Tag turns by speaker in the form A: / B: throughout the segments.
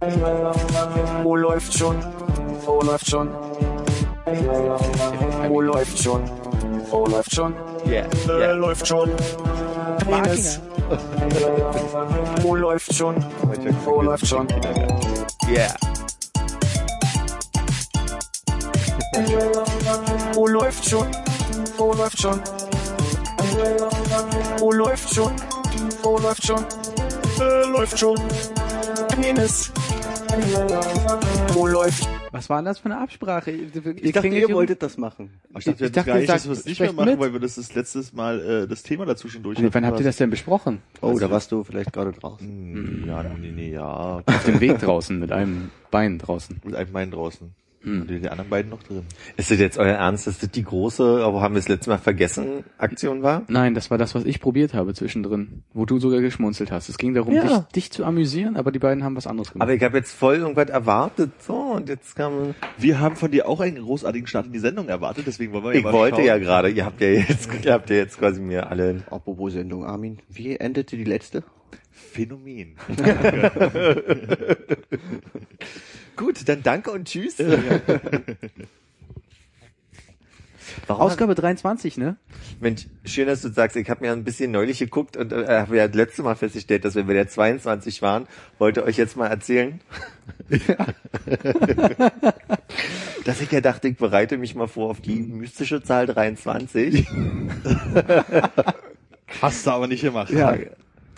A: Wo läuft schon? Wo läuft schon? Wo läuft schon? Wo läuft schon?
B: Yeah.
A: Äh,
B: yeah.
A: Läuft schon. Penis. Wo läuft schon? Wo läuft schon?
B: Yeah.
A: Wo läuft schon? Wo läuft schon? Wo läuft schon? Wo läuft schon? Äh, Läuft schon. Penis. Wo läuft
C: Was war denn das für eine Absprache? Ich,
D: Ich dachte, ihr wolltet das machen.
E: Ich dachte, wir
C: Ich
E: ich
C: dachte,
E: gar nicht,
C: ihr
E: dass wir es
C: sagt,
E: nicht mehr
C: sprecht
E: machen,
C: mit.
E: weil wir das das letztes Mal äh, das Thema dazu schon durch
C: Wann habt ihr das denn besprochen?
D: Oh, da warst du vielleicht gerade draußen.
E: Hm, Ja, nee, nee, ja.
C: Auf dem Weg draußen, mit einem Bein draußen.
E: Mit einem Bein draußen.
C: Hm.
E: Und die anderen beiden noch drin.
B: Ist das jetzt euer Ernst, dass das die große, aber haben wir das letzte Mal vergessen, Aktion war?
C: Nein, das war das, was ich probiert habe zwischendrin, wo du sogar geschmunzelt hast. Es ging darum,
B: Ja.
C: dich, dich zu amüsieren, aber die beiden haben was anderes gemacht.
B: Aber ich habe jetzt voll irgendwas erwartet, so, und jetzt kam...
E: Wir haben von dir auch einen großartigen Start in die Sendung erwartet, deswegen wollen wir
B: Ich
E: mal
B: wollte
E: schauen.
B: ja gerade, ihr habt ja jetzt, ihr habt ja jetzt quasi mir alle...
D: Apropos Sendung, Armin. Wie endete die letzte?
E: Phänomen. Gut, dann danke und tschüss.
C: Ausgabe 23, ne?
B: Mensch, schön, dass du sagst, ich habe mir ein bisschen neulich geguckt und äh, habe ja das letzte Mal festgestellt, dass wir bei der 22 waren. Wollte euch jetzt mal erzählen, dass ich ja dachte, ich bereite mich mal vor auf die mystische Zahl 23.
E: Hast du aber nicht gemacht.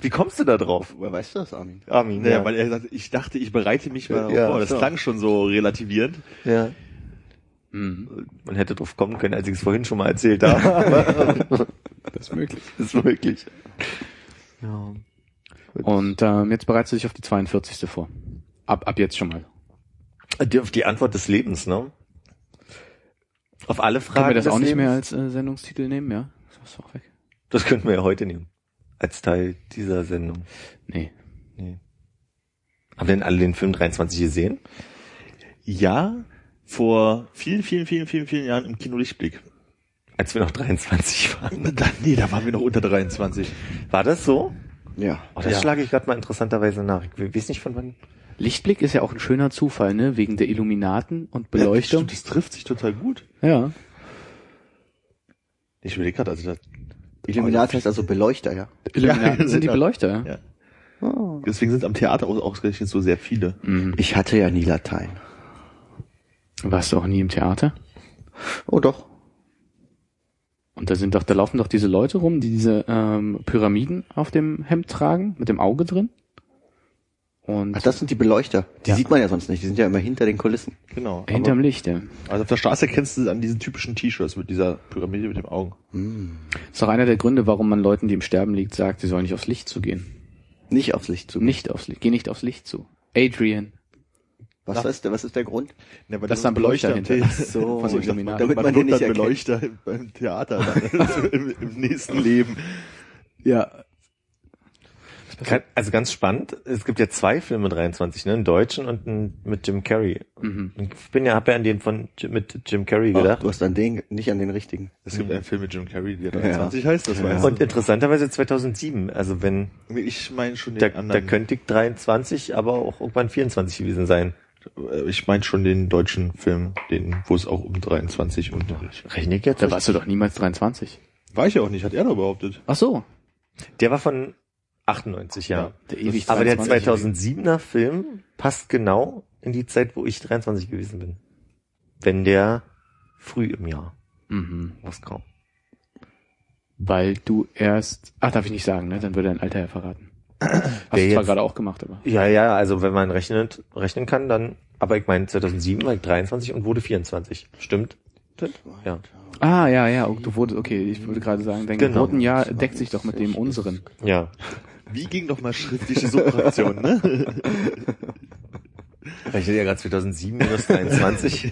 B: Wie kommst du da drauf,
D: Woher weißt du das, Armin?
B: Armin?
E: Naja, weil er gesagt hat, ich dachte, ich bereite mich mal
B: Ja,
E: vor. Das
B: so.
E: klang schon so relativierend.
B: ja.
C: Mhm.
B: Man hätte drauf kommen können, als ich es vorhin schon mal erzählt habe.
C: Das ist möglich.
B: das ist wirklich. Ja.
C: Und ähm, jetzt bereitest du dich auf die 42. vor. Ab, ab jetzt schon mal.
B: Die, die Antwort des Lebens, ne? Auf alle Fragen.
C: Können wir das
B: des
C: auch nicht
B: Lebens?
C: mehr als äh, Sendungstitel nehmen, ja? Ist das auch weg?
B: Das könnten wir ja heute nehmen. Als Teil dieser Sendung.
C: Nee.
B: Haben denn alle den Film 23 gesehen?
E: Ja, vor vielen, vielen, vielen, vielen, vielen Jahren im Kino Lichtblick.
B: Als wir noch 23 waren.
E: Da, nee, da waren wir noch unter 23.
B: War das so?
D: Ja.
B: Oh, das
E: Ja.
B: schlage ich gerade mal interessanterweise nach. Ich weiß nicht von wann.
C: Lichtblick ist ja auch ein schöner Zufall, ne? Wegen der Illuminaten und Beleuchtung.
E: Das, das trifft sich total gut.
C: Ja.
E: Ich überlege gerade, also das,
D: Illuminat heißt also Beleuchter, ja.
C: Illuminaten
E: Ja,
C: sind die
E: ja.
C: Beleuchter, ja.
E: Ja. deswegen sind am Theater auch ausgerechnet so sehr viele.
D: Ich hatte ja nie Latein.
C: Warst du auch nie im Theater?
D: Oh doch.
C: Und da sind doch, da laufen doch diese Leute rum, die diese ähm, Pyramiden auf dem Hemd tragen, mit dem Auge drin. Und
D: Ach, das sind die Beleuchter. Die
C: Ja.
D: sieht man ja sonst nicht. Die sind ja immer hinter den Kulissen.
E: Genau.
C: hinterm Licht, ja.
E: aber, also auf der Straße kennst du es an diesen typischen T-Shirts mit dieser Pyramide mit dem Augen.
C: Ist doch einer der Gründe, warum man Leuten, die im Sterben liegt, sagt, sie sollen nicht aufs Licht zu gehen.
D: Nicht aufs Licht zu.
C: Nicht aufs Licht, geh nicht aufs Licht zu. Adrian.
D: Was, ist, der- was ist der Grund?
E: Ja, weil
C: Das ist ein Beleuchter hinter.
E: Ach so.
C: Von so
E: Ich dachte, man,
C: Illuminaten.
D: Damit
E: man,
D: man
E: man
D: den
E: wird dann
D: nicht
E: Beleuchter im, beim Theater dann, also im, im nächsten Leben.
C: Ja.
B: Kann- Also ganz spannend. Es gibt ja zwei Filme 23, ne? Einen deutschen und einen mit Jim Carrey.
C: Mhm.
B: Ich bin ja, hab ja an den von Jim- mit Jim Carrey
D: Ach,
B: gedacht.
D: du hast an den, nicht an den richtigen.
E: Es gibt einen Film mit Jim Carrey, der 23 heißt, das weißt
B: und interessanterweise 2007. Also wenn,
E: du. Ich meine schon den
B: da, da
E: anderen.
B: könnte ich 23, aber auch irgendwann 24 gewesen sein.
E: Äh, Ich meine schon den deutschen Film, den, wo es auch um 23 und
B: Rechne ich jetzt?
C: Da warst du doch niemals 23.
E: War ich ja auch nicht, hat er da behauptet.
C: Ach so.
B: Der war von 98, ja.
E: Ja.
C: Der ewig
B: Aber der
C: 23-Jährige.
B: 2007er Film passt genau in die Zeit, wo ich 23 gewesen bin. Wenn der früh im Jahr
C: Mhm.
B: rauskam.
C: Weil du erst, ach, darf ich nicht sagen, ne? Dann würde dein Alter ja verraten. Hast
B: Der
C: du zwar
B: jetzt-
C: gerade auch gemacht, aber.
B: Ja, ja, also wenn man rechnet, rechnen kann, dann, aber ich meine, 2007 war ich 23 und wurde 24. Stimmt? Ja.
C: Ah, ja, ja, oh, du wurdest, okay, ich würde gerade sagen, dein
B: Genau.
C: Geburtenjahr deckt sich doch mit dem unseren.
B: Ja.
E: Wie ging doch mal schriftliche Subtraktion, ne?
B: Rechnet ihr gerade 2007 minus 23?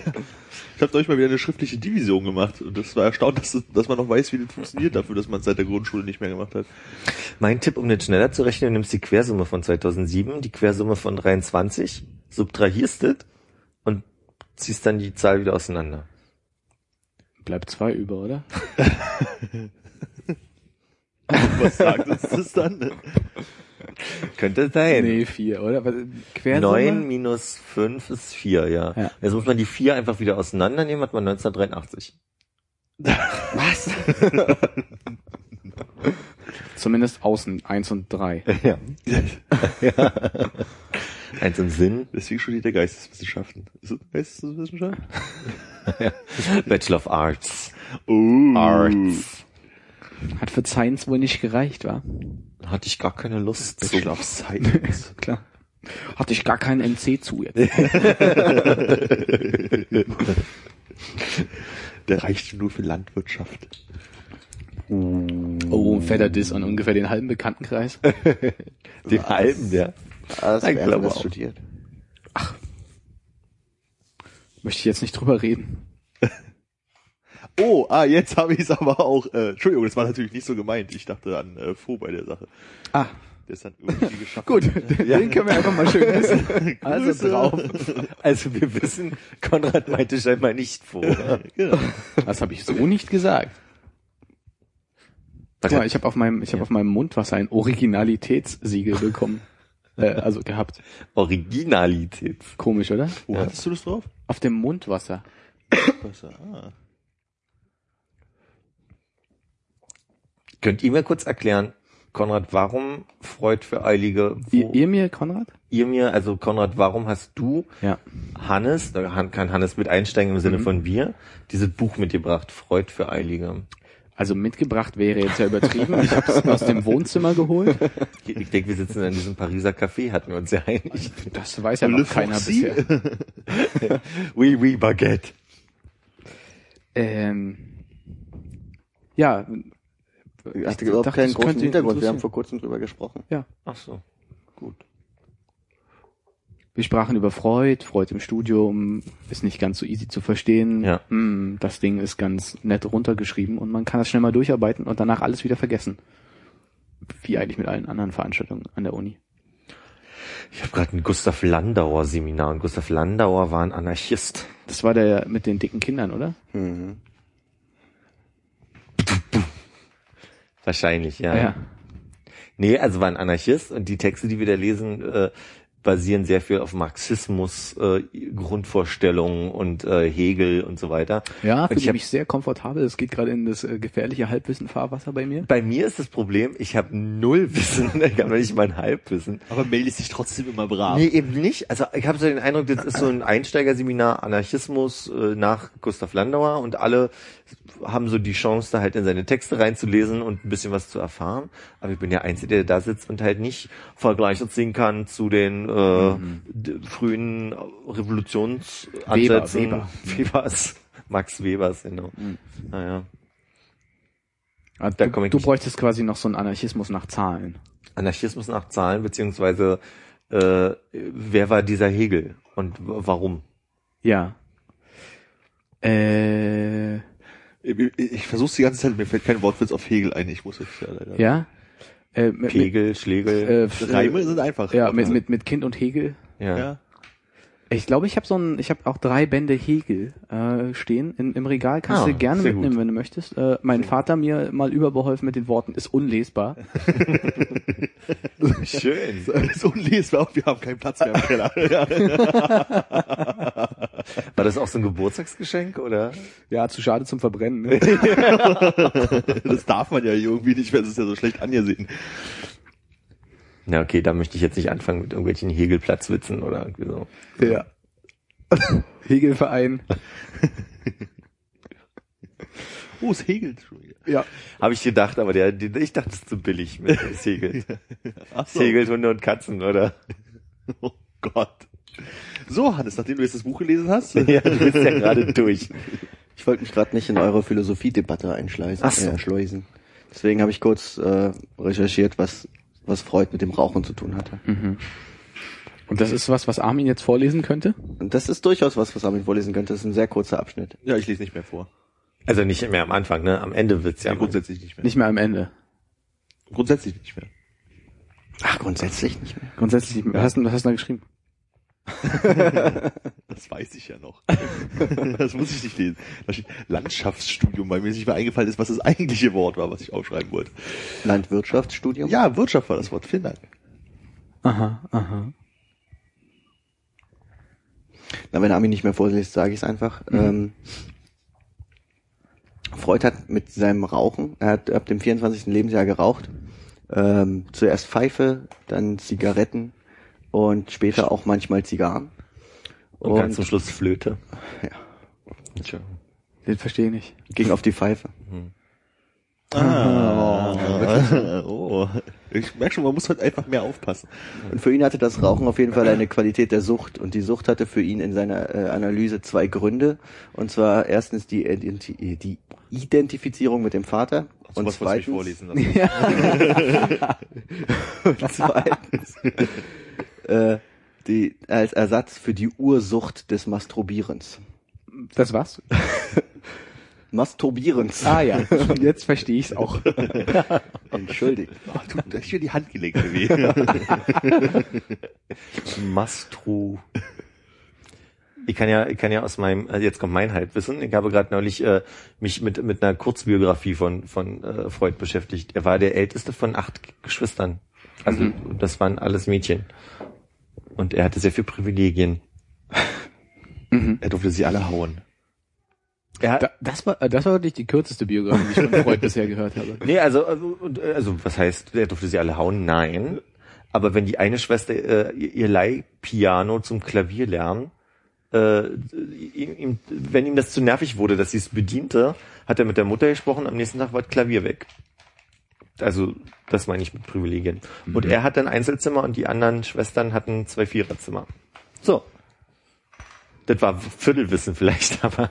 E: Ich habe euch mal wieder eine schriftliche Division gemacht und das war erstaunt, dass, dass man noch weiß, wie das funktioniert, dafür, dass man es seit der Grundschule nicht mehr gemacht hat.
B: mein Tipp, um das schneller zu rechnen, nimmst die Quersumme von 2007, die Quersumme von 23, subtrahierst das und ziehst dann die Zahl wieder auseinander.
C: Bleibt zwei über, oder?
E: Was sagt uns das dann?
B: Könnte sein.
C: Nee, vier, oder? Was- Quersumme?
B: 9 minus 5 ist 4, ja.
C: Ja.
B: Jetzt muss man die 4 einfach wieder auseinandernehmen, hat man 1983.
C: Was? Zumindest außen, eins und drei.
B: Ja. ja. Eins im Sinn,
E: Deswegen studiert der Geisteswissenschaften. Ist das Geisteswissenschaft?
B: Bachelor of Arts.
E: Oh.
B: Arts.
C: Hat für Science wohl nicht gereicht, war?
B: Hatte ich gar keine Lust zu.
E: Bachelor of Science.
C: Klar. Äh. Hatte ich gar keinen MC zu jetzt.
E: Der reicht nur für Landwirtschaft.
C: Oh, fetter Diss an ungefähr den halben Bekanntenkreis.
B: Den halben, ja.
D: Ah, das
B: Ich
D: ich
B: glaube
D: das
B: auch.
D: studiert.
C: Möchte ich jetzt nicht drüber reden.
E: Oh, ah, jetzt habe ich es aber auch. Äh, Entschuldigung, das war natürlich nicht so gemeint. Ich dachte an äh, Fo bei der Sache.
C: Ah,
E: Der ist dann irgendwie geschafft.
C: gut. Den können wir einfach mal schön essen.
B: Also drauf. Also wir wissen, Konrad meinte scheinbar nicht vor.
E: Genau.
C: Das habe ich so nicht gesagt. Guck mal, ich habe auf meinem, ich habe auf meinem Mundwasser ein Originalitätssiegel bekommen. äh, also gehabt.
B: Originalität.
C: Komisch, oder? Oh.
E: Wo Oh, hattest du das drauf?
C: Auf dem Mundwasser.
E: Was, ah.
B: Könnt ihr mir kurz erklären, Konrad, warum freut für Eilige, wo
C: Ihr, ihr mir, Konrad?
B: ihr mir, also Konrad, warum hast du
C: Ja.
B: Hannes, da Han- kann Hannes mit einsteigen im Sinne von wir, dieses Buch mitgebracht, Freud für Eilige.
C: Also mitgebracht wäre jetzt ja übertrieben. Ich habe es aus dem Wohnzimmer geholt.
B: Ich, ich denke, wir sitzen in diesem Pariser Café, hatten wir uns ja einig.
C: Das weiß ja
E: Le
C: noch keiner
E: Foxy?
C: bisher.
B: Oui, oui, Baguette.
C: Ähm, ja,
D: Ich
C: dachte,
D: hatte überhaupt keinen
C: das
D: großen Hintergrund.
C: könnte
D: Wir haben
C: interessieren.
D: vor kurzem drüber gesprochen.
B: Ach so, gut.
C: wir sprachen über Freud, Freud im Studium, ist nicht ganz so easy zu verstehen.
B: Ja.
C: Hm, das Ding ist ganz nett runtergeschrieben und man kann das schnell mal durcharbeiten und danach alles wieder vergessen. Wie eigentlich mit allen anderen Veranstaltungen an der Uni.
B: Ich habe gerade ein Gustav Landauer Seminar und Gustav Landauer war ein Anarchist.
C: Das war der mit den dicken Kindern, oder?
D: Mhm.
B: Wahrscheinlich, ja. Nee, also war ein Anarchist und die Texte, die wir da lesen, äh, basieren sehr viel auf Marxismus, äh, Grundvorstellungen und äh, Hegel und so weiter.
C: Ja,
B: Und
C: fühle
B: ich
C: ich
B: hab-
C: mich sehr komfortabel. Es geht gerade in das äh, gefährliche Halbwissen-Fahrwasser bei mir.
B: Bei mir ist das Problem, ich habe null Wissen, ich habe nicht mal ein Halbwissen.
E: Aber melde dich trotzdem immer brav.
B: Nee, eben nicht. Also ich habe so den Eindruck, das ist so ein Einsteigerseminar Anarchismus äh, nach Gustav Landauer und alle haben so die Chance, da halt in seine Texte reinzulesen und ein bisschen was zu erfahren. Aber ich bin der Einzige, der da sitzt und halt nicht Vergleiche ziehen kann zu den äh,
E: Mhm.
B: d- frühen Revolutionsansätzen.
C: Weber,
B: Webers. Max Webers, genau.
E: Mhm.
B: Naja.
C: Ah,
B: Da
C: du,
B: komm ich
C: du
B: nicht-
C: bräuchtest quasi noch so einen Anarchismus nach Zahlen.
B: Anarchismus nach Zahlen, beziehungsweise äh, wer war dieser Hegel und w- warum?
C: Ja. Äh,
E: Ich, ich versuch's die ganze Zeit, mir fällt kein Wortwitz auf Hegel ein. Ich muss jetzt ja leider.
C: ja. Äh, mit, mit,
B: Pegel, Schlegel.
C: äh,
E: Reime sind einfach.
C: ja, mit, mit, mit Kind und Hegel.
B: Äh, ja.
E: ja.
C: Ich glaube, ich habe so ein, ich habe auch drei Bände Hegel äh, stehen in, im Regal. Kannst
B: Ah,
C: du gerne
B: sehr
C: mitnehmen,
B: gut.
C: wenn du möchtest. Äh, mein Vater mir mal überbeholfen mit den Worten, ist unlesbar.
B: Schön.
E: Das ist unlesbar und wir haben keinen Platz mehr im Keller.
B: War das auch so ein Geburtstagsgeschenk oder?
C: Ja, zu schade zum Verbrennen. Ne?
E: Das darf man ja irgendwie nicht, weil es ist ja so schlecht angesehen.
B: Na okay, da möchte ich jetzt nicht anfangen mit irgendwelchen Hegelplatzwitzen oder irgendwie so.
C: Ja. Hegelverein.
E: Oh, es hegelt schon wieder.
C: Ja.
B: Habe ich gedacht, aber der, der ich dachte, es ist zu billig mit es Hegelt.
E: Ach
B: Es
E: so.
B: Hegelt Hunde und Katzen, oder?
E: Oh Gott. So, Hannes, nachdem du jetzt das Buch gelesen hast,
B: Ja, du bist ja gerade durch.
D: Ich wollte mich gerade nicht in eure Philosophiedebatte einschleusen.
B: Ach so.
D: Äh, schleusen. Deswegen habe ich kurz äh, recherchiert, was, was Freud mit dem Rauchen zu tun hatte.
C: Und das ist was, was Armin jetzt vorlesen könnte?
D: Und das ist durchaus was, was Armin vorlesen könnte. Das ist ein sehr kurzer Abschnitt.
E: ja, ich lese nicht mehr vor.
B: Also nicht mehr am Anfang, ne? Am Ende wird's ja.
E: Ja, grundsätzlich nicht mehr.
C: Nicht mehr am Ende.
E: Grundsätzlich nicht mehr.
D: Ach, grundsätzlich nicht mehr.
C: Grundsätzlich, was hast du was hast du da geschrieben?
E: Das weiß ich ja noch. das muss ich nicht lesen. Da steht Landschaftsstudium, weil mir nicht mehr eingefallen ist, was das eigentliche Wort war, was ich aufschreiben wollte.
D: Landwirtschaftsstudium?
E: Ja, Wirtschaft war das Wort. Vielen Dank.
C: Aha, aha.
D: Na, wenn Ami nicht mehr vorliest, sage ich es einfach. Ähm, Freud hat mit seinem Rauchen, er hat ab dem 24. Lebensjahr geraucht. Ähm, zuerst Pfeife, dann Zigaretten und später auch manchmal Zigarren.
B: Und,
D: Und,
B: ganz zum Schluss Flöte.
D: Ja.
B: Entschuldigung.
C: Den verstehe ich nicht.
D: ging auf die Pfeife.
E: Ah, oh. Ich merke schon, man muss halt einfach mehr aufpassen.
D: Und für ihn hatte das Rauchen auf jeden Fall eine Qualität der Sucht. Und die Sucht hatte für ihn in seiner äh, Analyse zwei Gründe. Und zwar erstens die, Identi die Identifizierung mit dem Vater. Und
E: was, was mich
D: zweitens,
E: vorlesen lassen.
D: und zweitens äh, die, als Ersatz für die Ursucht des Masturbierens.
C: Das war's?
D: Masturbierens.
C: Ah ja, jetzt verstehe ich's auch.
D: Entschuldigt.
E: Ah, du, da ist hier die Hand gelegt. Wie.
B: Mastro. Ich kann ja, ich kann ja aus meinem, also jetzt kommt mein Halbwissen. Ich habe gerade neulich äh, mich mit mit einer Kurzbiografie von von äh, Freud beschäftigt. Er war der älteste von acht Geschwistern. Also das waren alles Mädchen. Und er hatte sehr viel Privilegien.
E: Er durfte sie alle hauen.
B: Er hat,
C: Da, das war, äh, das war wirklich die kürzeste Biografie, die ich von Freud bisher gehört habe.
B: Nee, also, also, und, äh, also was heißt, er durfte sie alle hauen? Nein. Aber wenn die eine Schwester äh, ihr ihr Leihpiano zum Klavier lernen, äh, ihm, ihm, wenn ihm das zu nervig wurde, dass sie es bediente, hat er mit der Mutter gesprochen, am nächsten Tag war das Klavier weg. Also, das meine ich mit Privilegien. Und er hat ein Einzelzimmer und die anderen Schwestern hatten zwei Viererzimmer. So. Das war Viertelwissen vielleicht, aber.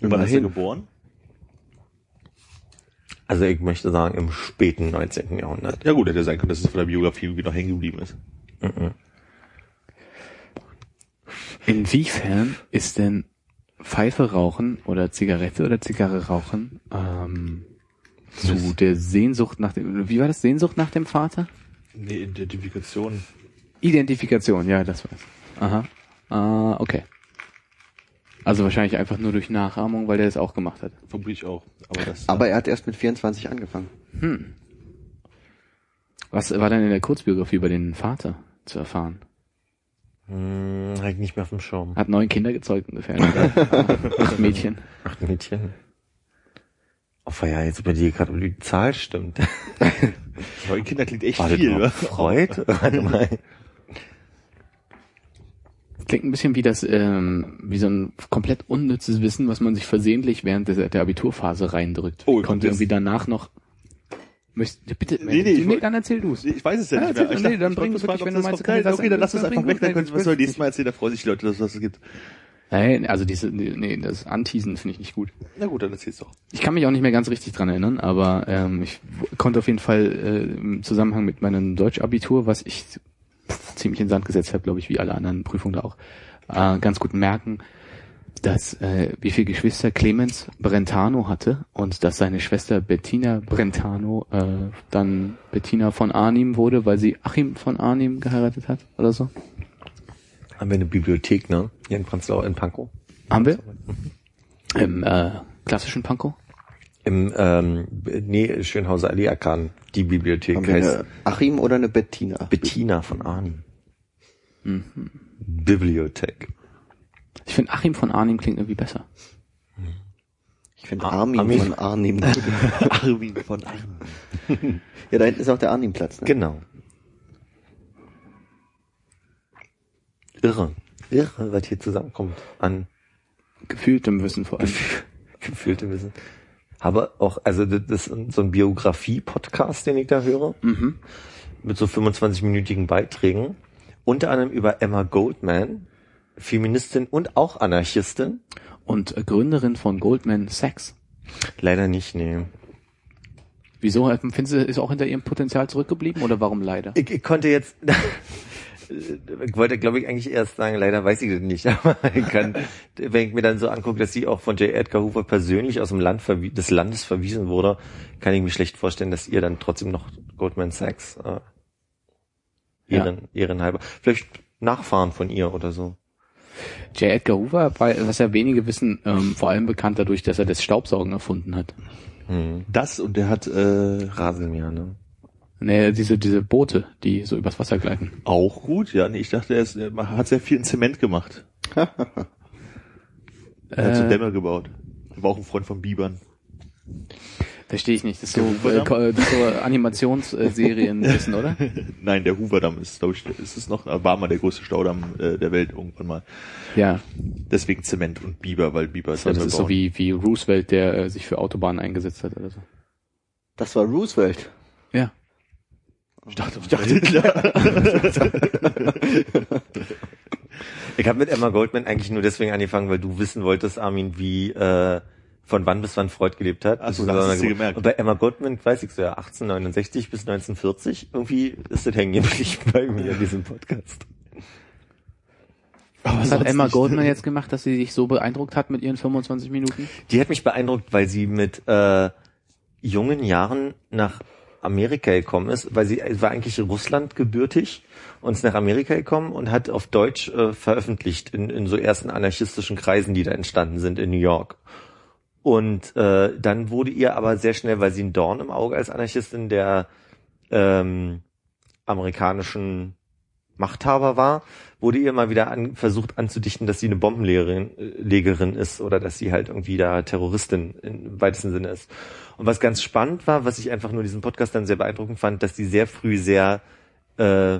E: Und wann ist er
D: Immerhin.
E: geboren?
B: Also ich möchte sagen, im späten 19. Jahrhundert.
E: Ja gut, hätte sein können, dass es von der Biografie irgendwie noch hängen geblieben ist.
C: Inwiefern ist denn Pfeife rauchen oder Zigarette oder Zigarre rauchen ähm, zu der Sehnsucht nach dem, wie war das, Sehnsucht nach dem Vater?
E: Nee, Identifikation.
C: Identifikation, ja, das war's. Aha. Ah, okay. Also wahrscheinlich einfach nur durch Nachahmung, weil der das auch gemacht hat.
E: Vermute ich auch. Aber das
D: Aber er hat erst mit 24 angefangen.
C: Was war denn in der Kurzbiografie über den Vater zu erfahren?
B: Hm, halt nicht mehr auf dem Schirm.
C: Hat neun Kinder gezeugt ungefähr. Oder? Acht Mädchen.
B: Acht Mädchen. Oh, ja, jetzt überlege ich gerade, ob die Zahl stimmt.
E: neun Kinder klingt echt
B: War das
E: viel,
B: noch
E: oder?
B: Freud? Warte mal.
C: Klingt ein bisschen wie das, ähm, wie so ein komplett unnützes Wissen, was man sich versehentlich während der, der Abiturphase reindrückt.
E: Oh,
C: Oh, Konnte
E: das-
C: irgendwie danach noch. Möchtest, bitte,
E: Nee, nee, ich woll-
C: dann erzähl du's.
E: Nee, Ich weiß es ja
C: Ja,
E: nicht mehr.
C: erzähl doch,
E: Ich dachte,
C: nee, dann
E: ich
C: bring
E: wollte
C: es
E: fragen,
C: wirklich,
E: ob
C: wenn
E: das
C: du
E: noch
C: meinst,
E: geil
C: okay,
E: ist.
C: das
E: Okay, dann
C: ein-
E: lass
C: das
E: es einfach
C: bringt
E: weg, dann
C: nichts,
E: können wir es
C: bringt
E: beim
C: nichts.
E: nächsten Mal erzählen, da freuen sich Leute, dass es was gibt.
C: Nein, also diese, nee, das Anteasen finde ich nicht gut.
E: Na gut, dann erzähl's doch.
C: Ich kann mich auch nicht mehr ganz richtig dran erinnern, aber ähm, ich w- konnte auf jeden Fall äh, im Zusammenhang mit meinem Deutschabitur, was ich ziemlich in den Sand gesetzt habe, glaube ich, wie alle anderen Prüfungen da auch, äh, ganz gut merken, dass äh, wie viele Geschwister Clemens Brentano hatte und dass seine Schwester Bettina Brentano äh, dann Bettina von Arnim wurde, weil sie Achim von Arnim geheiratet hat oder so.
B: Haben wir eine Bibliothek, ne? Hier in Prenzlau, in Pankow.
C: Haben wir? Im äh, klassischen Pankow?
B: Im, ähm, nee, Schönhauser Allee Akan. Die Bibliothek
D: Haben wir
B: heißt
D: eine Achim oder eine Bettina?
B: Bettina von Ahnen.
D: Mhm.
B: Bibliothek.
C: Ich finde Achim von Arnim klingt irgendwie besser.
D: Ich finde
C: Ah,
B: Ar-
D: Armin,
B: Armin.
D: von Arnim.
E: Armin von Armin.
D: ja, da hinten ist auch der Arnimplatz. Ne?
B: Genau. Irre. Irre, was hier zusammenkommt an
C: gefühltem Wissen vor allem.
B: gefühlte Wissen. Aber auch, also das das ist so ein Biografie-Podcast, den ich da höre, mit so 25-minütigen Beiträgen, unter anderem über Emma Goldman, Feministin und auch Anarchistin.
C: Und äh, Gründerin von Goldman Sachs.
B: Leider nicht, nee.
C: Wieso? äh, Findest du, ist auch hinter ihrem Potenzial zurückgeblieben oder warum leider?
B: Ich, ich konnte jetzt, ich wollte, glaube ich, eigentlich erst sagen, leider weiß ich das nicht, aber ich kann, wenn ich mir dann so angucke, dass sie auch von J. Edgar Hoover persönlich aus dem Land verwie- des Landes verwiesen wurde, kann ich mir schlecht vorstellen, dass ihr dann trotzdem noch Goldman Sachs äh,
C: Ja.
B: ihren, ehrenhalber, vielleicht Nachfahren von ihr oder so.
C: J. Edgar Hoover war, was ja wenige wissen, ähm, vor allem bekannt dadurch, dass er das Staubsaugen erfunden hat.
E: Das und der hat, äh,
B: Rasenmäher, ne?
C: Nee, diese, diese Boote, die so übers Wasser gleiten.
E: Auch gut, ja. Nee, ich dachte, er, ist, er hat sehr viel in Zement gemacht. Er hat so
C: Äh,
E: Dämme gebaut. Er war auch ein Freund von Bibern.
C: Verstehe ich nicht. Das ist
E: Der
C: so, äh,
E: Hoover-Damm?
C: Ko- das ist so Animationsserien wissen, oder?
E: Nein, der Hooverdamm ist, glaube ich, ist es noch, war mal der größte Staudamm äh, der Welt irgendwann mal.
C: Ja.
E: Deswegen Zement und Biber, weil Biber halt
C: So, das
E: selber
C: ist
E: bauen.
C: so wie, wie Roosevelt, der äh, sich für Autobahnen eingesetzt hat oder so.
D: Das war Roosevelt.
C: Ja.
E: Ich dachte, ich dachte Hitler.
B: Ich habe mit Emma Goldman eigentlich nur deswegen angefangen, weil du wissen wolltest, Armin, wie äh, von wann bis wann Freud gelebt hat.
E: Ach so,
B: Bis wann
E: das hast
B: er
E: du
B: geboren-
E: gemerkt.
B: Und bei Emma Goldman weiß ich so ja 1869 bis 1940. Irgendwie ist das hängen geblieben bei mir in diesem Podcast.
C: Was
E: sonst
C: hat Emma
E: nicht.
C: Goldman jetzt gemacht, dass sie sich so beeindruckt hat mit ihren 25 Minuten?
B: Die hat mich beeindruckt, weil sie mit äh, jungen Jahren nach Amerika gekommen ist, weil sie äh, war eigentlich Russland gebürtig und ist nach Amerika gekommen und hat auf Deutsch äh, veröffentlicht in, in so ersten anarchistischen Kreisen, die da entstanden sind in New York. Und äh, dann wurde ihr aber sehr schnell, weil sie ein Dorn im Auge als Anarchistin der ähm, amerikanischen Machthaber war, wurde ihr mal wieder an, versucht anzudichten, dass sie eine Bombenlegerin äh, Legerin ist oder dass sie halt irgendwie da Terroristin im weitesten Sinne ist. Und was ganz spannend war, was ich einfach nur diesen Podcast dann sehr beeindruckend fand, dass sie sehr früh sehr äh,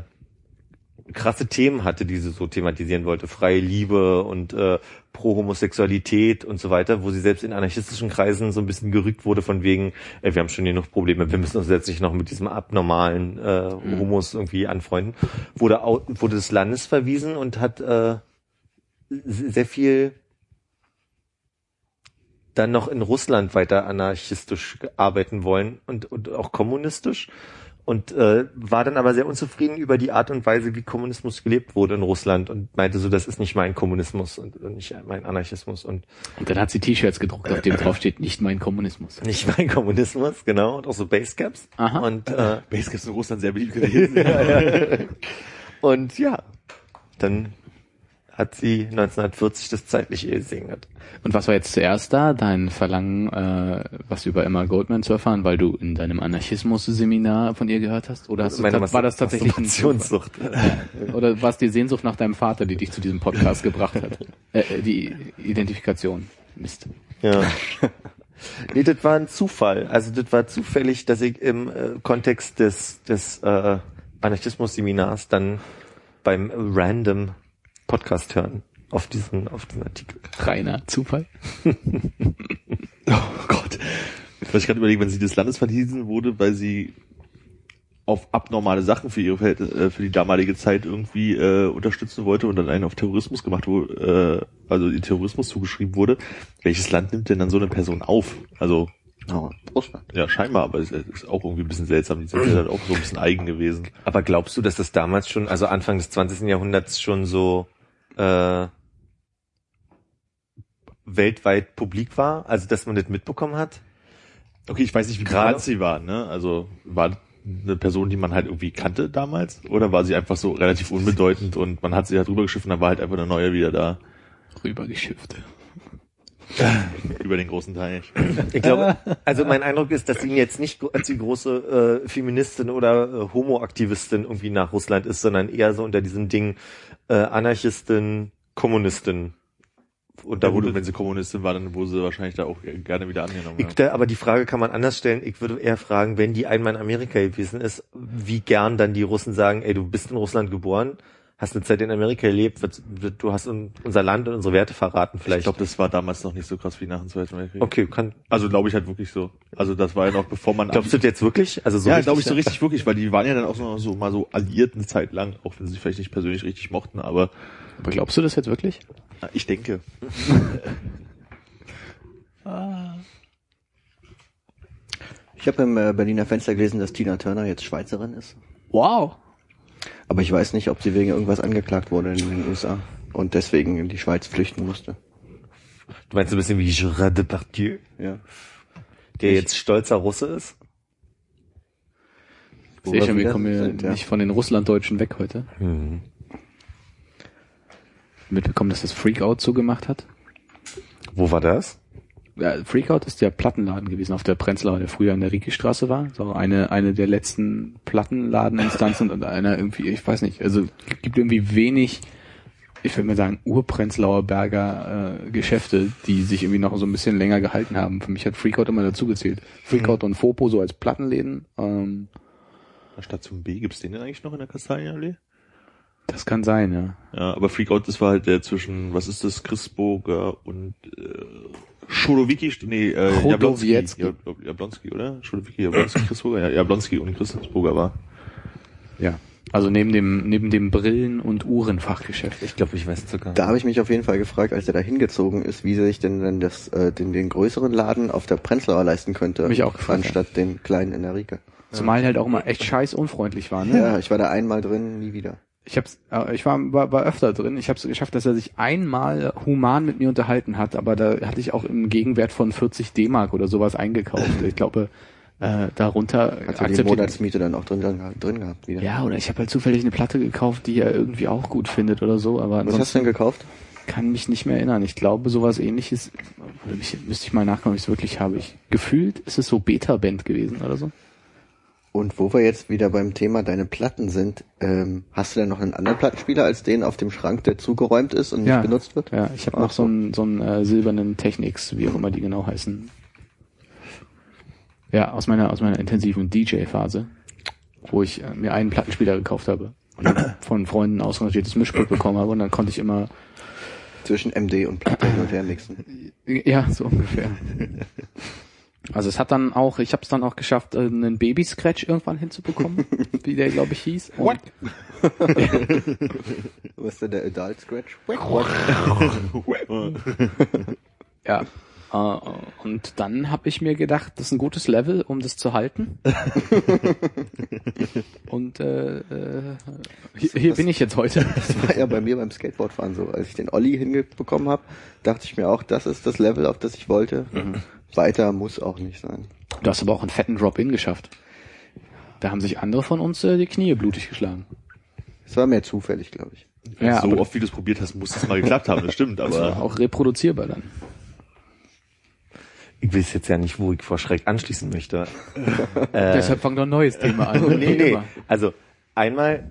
B: krasse Themen hatte, die sie so thematisieren wollte. Freie Liebe und äh, Pro-Homosexualität und so weiter, wo sie selbst in anarchistischen Kreisen so ein bisschen gerügt wurde von wegen, ey, wir haben schon genug Probleme, wir müssen uns jetzt nicht noch mit diesem abnormalen äh, Homos irgendwie anfreunden. Wurde, au- wurde des Landes verwiesen und hat äh, se- sehr viel dann noch in Russland weiter anarchistisch arbeiten wollen und, und auch kommunistisch und äh, war dann aber sehr unzufrieden über die Art und Weise, wie Kommunismus gelebt wurde in Russland und meinte so, das ist nicht mein Kommunismus und, und nicht mein Anarchismus und
C: Und dann hat sie T-Shirts gedruckt, auf dem draufsteht, nicht mein Kommunismus.
B: nicht mein Kommunismus, genau, und auch so Basecaps.
C: Aha.
B: Und, äh,
E: Basecaps in Russland sehr beliebt gewesen.
B: und ja, dann hat sie 1940 das zeitliche gesegnet.
C: Und was war jetzt zuerst da? Dein Verlangen, äh, was über Emma Goldman zu erfahren, weil du in deinem Anarchismus-Seminar von ihr gehört hast? Oder hast du,
B: Meine
C: ta- war das
B: Mas-
C: tatsächlich ein Zufall?
B: Masturbationssucht.
C: Oder war es die Sehnsucht nach deinem Vater, die dich zu diesem Podcast gebracht hat? Äh, äh, die Identifikation. Mist.
B: Ja. Nee, das war ein Zufall. Also das war zufällig, dass ich im äh, Kontext des, des äh, Anarchismus-Seminars dann beim random Podcast hören auf diesen, auf diesen Artikel.
C: Reiner Zufall.
E: Oh Gott. Was ich gerade überlege, wenn sie des Landes verwiesen wurde, weil sie auf abnormale Sachen für ihre Verhält- äh, für die damalige Zeit irgendwie äh, unterstützen wollte und dann einen auf Terrorismus gemacht wurde, äh, also ihr Terrorismus zugeschrieben wurde. Welches Land nimmt denn dann so eine Person auf? Also
D: Oh, Russland.
E: ja, scheinbar, aber es ist auch irgendwie ein bisschen seltsam. Die sind ja dann auch so ein bisschen eigen gewesen.
B: Aber glaubst du, dass das damals schon, also Anfang des 20. Jahrhunderts schon so äh, weltweit publik war? Also dass man das mitbekommen hat?
E: Okay, ich weiß nicht, wie
B: Gerade-
E: gerade sie war, ne? Also war eine Person, die man halt irgendwie kannte damals, oder war sie einfach so relativ unbedeutend und man hat sie halt rübergeschifft und dann war halt einfach eine neue wieder da
C: Rübergeschifft.
E: über den großen Teich.
B: Ich glaube, also mein Eindruck ist, dass sie jetzt nicht gro- als die große äh, Feministin oder äh, Homoaktivistin irgendwie nach Russland ist, sondern eher so unter diesem Ding äh, Anarchistin, Kommunistin. Und
E: Da
B: da
E: wurde,
B: wurde
E: wenn sie Kommunistin war, dann wurde sie wahrscheinlich da auch gerne wieder angenommen.
B: ich,
E: ja.
B: da, aber die Frage kann man anders stellen. Ich würde eher fragen, wenn die einmal in Amerika gewesen ist, wie gern dann die Russen sagen, ey, du bist in Russland geboren, hast eine Zeit in Amerika gelebt, wird, wird, du hast un, unser Land und unsere Werte verraten
E: Ich
B: vielleicht.
E: glaube, das war damals noch nicht so krass wie nach dem Zweiten Weltkrieg.
B: okay, kann,
E: Also glaube ich halt wirklich so. Also das war ja noch bevor man.
B: glaubst du das jetzt wirklich? Also so
E: ja,
B: richtig-
E: glaube ich so richtig wirklich, weil die waren ja dann auch so, so mal so alliiert eine Zeit lang, auch wenn sie sich vielleicht nicht persönlich richtig mochten, aber
C: Aber glaubst du das jetzt wirklich?
E: na, ich denke.
D: Ich habe im äh, Berliner Fenster gelesen, dass Tina Turner jetzt Schweizerin ist.
C: Wow.
D: Aber ich weiß nicht, ob sie wegen irgendwas angeklagt wurde in den USA und deswegen in die Schweiz flüchten musste.
B: Du meinst so ein bisschen wie Gerard Depardieu?
D: Ja.
B: der jetzt stolzer Russe ist.
D: Wo
C: Sehe
D: wir
C: schon, wir
D: wieder
C: kommen ja
D: sind, ja. Mhm.
C: nicht von den Russlanddeutschen weg heute. Mitbekommen, dass das Freakout zugemacht hat.
B: Wo war das?
C: ja, Freakout ist ja Plattenladen gewesen auf der Prenzlauer, der früher in der Riekestraße war. So eine, eine der letzten Plattenladeninstanzen und einer irgendwie, ich weiß nicht, also gibt irgendwie wenig, ich würde mal sagen, Urprenzlauer Berger äh, Geschäfte, die sich irgendwie noch so ein bisschen länger gehalten haben. Für mich hat Freakout immer dazugezählt. Freakout und Fopo so als Plattenläden. Ähm,
E: Station B, gibt's den denn eigentlich noch in der Kastanienallee?
C: das kann sein, ja.
E: Ja, aber Freakout, das war halt der zwischen, was ist das, Chrisburger und äh, Scholowiki, nee, äh, Jablonski,
C: Chodowiecki.
E: Ja- Jablonski, oder? Scholowiki, Jablonski, Chrisburger, ja, Jablonski und Chrisburger war.
C: Ja. Also neben dem, neben dem Brillen- und Uhrenfachgeschäft.
B: Ich glaube, ich weiß sogar.
D: Da habe ich mich auf jeden Fall gefragt, als er da hingezogen ist, wie sich denn dann das, äh, den, den größeren Laden auf der Prenzlauer leisten könnte.
C: Mich auch gefragt,
D: Anstatt den kleinen in der Rieke.
C: Zumal die halt auch immer echt scheiß unfreundlich war, ne?
D: Ja, ich war da einmal drin, nie wieder.
C: Ich hab's, äh, ich war, war, war öfter drin. Ich habe es geschafft, dass er sich einmal human mit mir unterhalten hat, aber da hatte ich auch im Gegenwert von 40 D-Mark oder sowas eingekauft. Ich glaube, äh, darunter
D: Hat er die Monatsmiete dann auch drin, drin gehabt wieder.
C: Ja, oder ich habe halt zufällig eine Platte gekauft, die er irgendwie auch gut findet oder so, aber
D: Was hast du
C: ansonsten
D: denn gekauft?
C: kann mich nicht mehr erinnern. Ich glaube, sowas ähnliches, oder mich, müsste ich mal nachgucken, ob ich es wirklich habe. Ich, gefühlt ist es so Beta-Band gewesen oder so.
D: Und wo wir jetzt wieder beim Thema deine Platten sind, ähm, hast du denn noch einen anderen Plattenspieler als den auf dem Schrank, der zugeräumt ist und nicht benutzt wird?
C: Ja, ich habe
D: Ach
C: noch so einen, so einen äh, silbernen Technics, wie auch immer die genau heißen. Ja, aus meiner, aus meiner intensiven DJ-Phase, wo ich äh, mir einen Plattenspieler gekauft habe und dann von Freunden ausrangiertes Mischpult bekommen habe und dann konnte ich immer,
D: Zwischen MD und Platte hin und her mixen.
C: ja, so ungefähr. Also es hat dann auch, ich habe es dann auch geschafft, äh, einen Baby-Scratch irgendwann hinzubekommen, wie der, glaube ich, hieß. Und What?
D: Was ist denn der Adult Scratch?
C: Ja. Äh, und dann habe ich mir gedacht, das ist ein gutes Level, um das zu halten. und äh, äh, hier, hier bin ich jetzt heute.
D: Das war ja bei mir beim Skateboardfahren so. Als ich den Olli hinbekommen habe, dachte ich mir auch, das ist das Level, auf das ich wollte. Weiter muss auch nicht sein.
C: Du hast aber auch einen fetten Drop-In geschafft. Da haben sich andere von uns äh, die Knie blutig geschlagen.
D: Es war mehr zufällig, glaube ich.
C: Ja,
E: so
C: aber-
E: oft, wie du es probiert hast, muss es mal geklappt haben, das stimmt,
C: Das war
E: aber
C: auch reproduzierbar dann.
B: Ich weiß jetzt ja nicht, wo ich vor Schreck anschließen möchte.
C: Deshalb fang doch ein neues Thema an.
B: nee,
C: Wie
B: nee.
C: immer.
B: Also einmal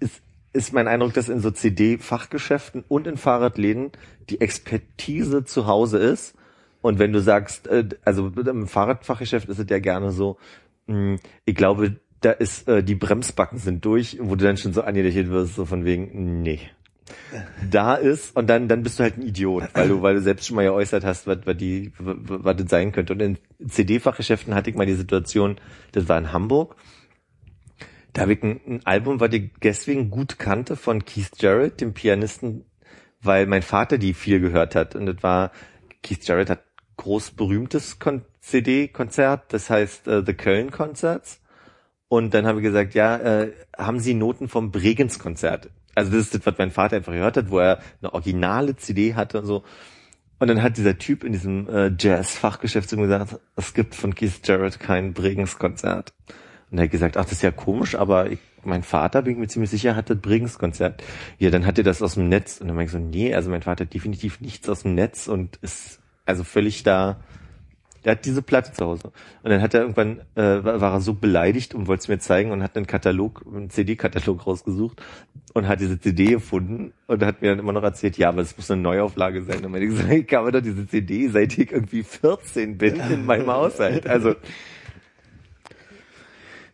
B: ist, ist mein Eindruck, dass in so CD-Fachgeschäften und in Fahrradläden die Expertise zu Hause ist. Und wenn du sagst, äh, also im Fahrradfachgeschäft ist es ja gerne so, mh, ich glaube, da ist äh, die Bremsbacken sind durch, wo du dann schon so angedächelt wirst, so von wegen, nee. Da ist und dann dann bist du halt ein Idiot, weil du weil du selbst schon mal geäußert hast, was was die was- was das sein könnte. Und in CD-Fachgeschäften hatte ich mal die Situation, das war in Hamburg, da habe ich ein, ein Album, was ich deswegen gut kannte von Keith Jarrett, dem Pianisten, weil mein Vater die viel gehört hat. Und das war, Keith Jarrett hat groß berühmtes Kon CD-Konzert, das heißt äh, The Köln Concerts. Und dann habe ich gesagt, ja, äh, haben Sie Noten vom Bregenz-Konzert? Also das ist das, was mein Vater einfach gehört hat, wo er eine originale CD hatte und so. Und dann hat dieser Typ in diesem äh, Jazz-Fachgeschäft zu mir gesagt, es gibt von Keith Jarrett kein Bregenz-Konzert. Und er hat gesagt, ach, das ist ja komisch, aber ich, mein Vater, bin ich mir ziemlich sicher, hat das Bregenz-Konzert. Ja, dann hat er das aus dem Netz. Und dann meinte ich so, nee, also mein Vater hat definitiv nichts aus dem Netz und ist also völlig da. Der hat diese Platte zu Hause. Und dann hat er irgendwann, äh, war war er so beleidigt und wollte es mir zeigen und hat einen Katalog, einen CD-Katalog rausgesucht und hat diese CD gefunden und hat mir dann immer noch erzählt, ja, aber es muss eine Neuauflage sein. Und meinte ich gesagt, ich habe doch diese CD, seit ich irgendwie 14 bin in meinem Haushalt. Also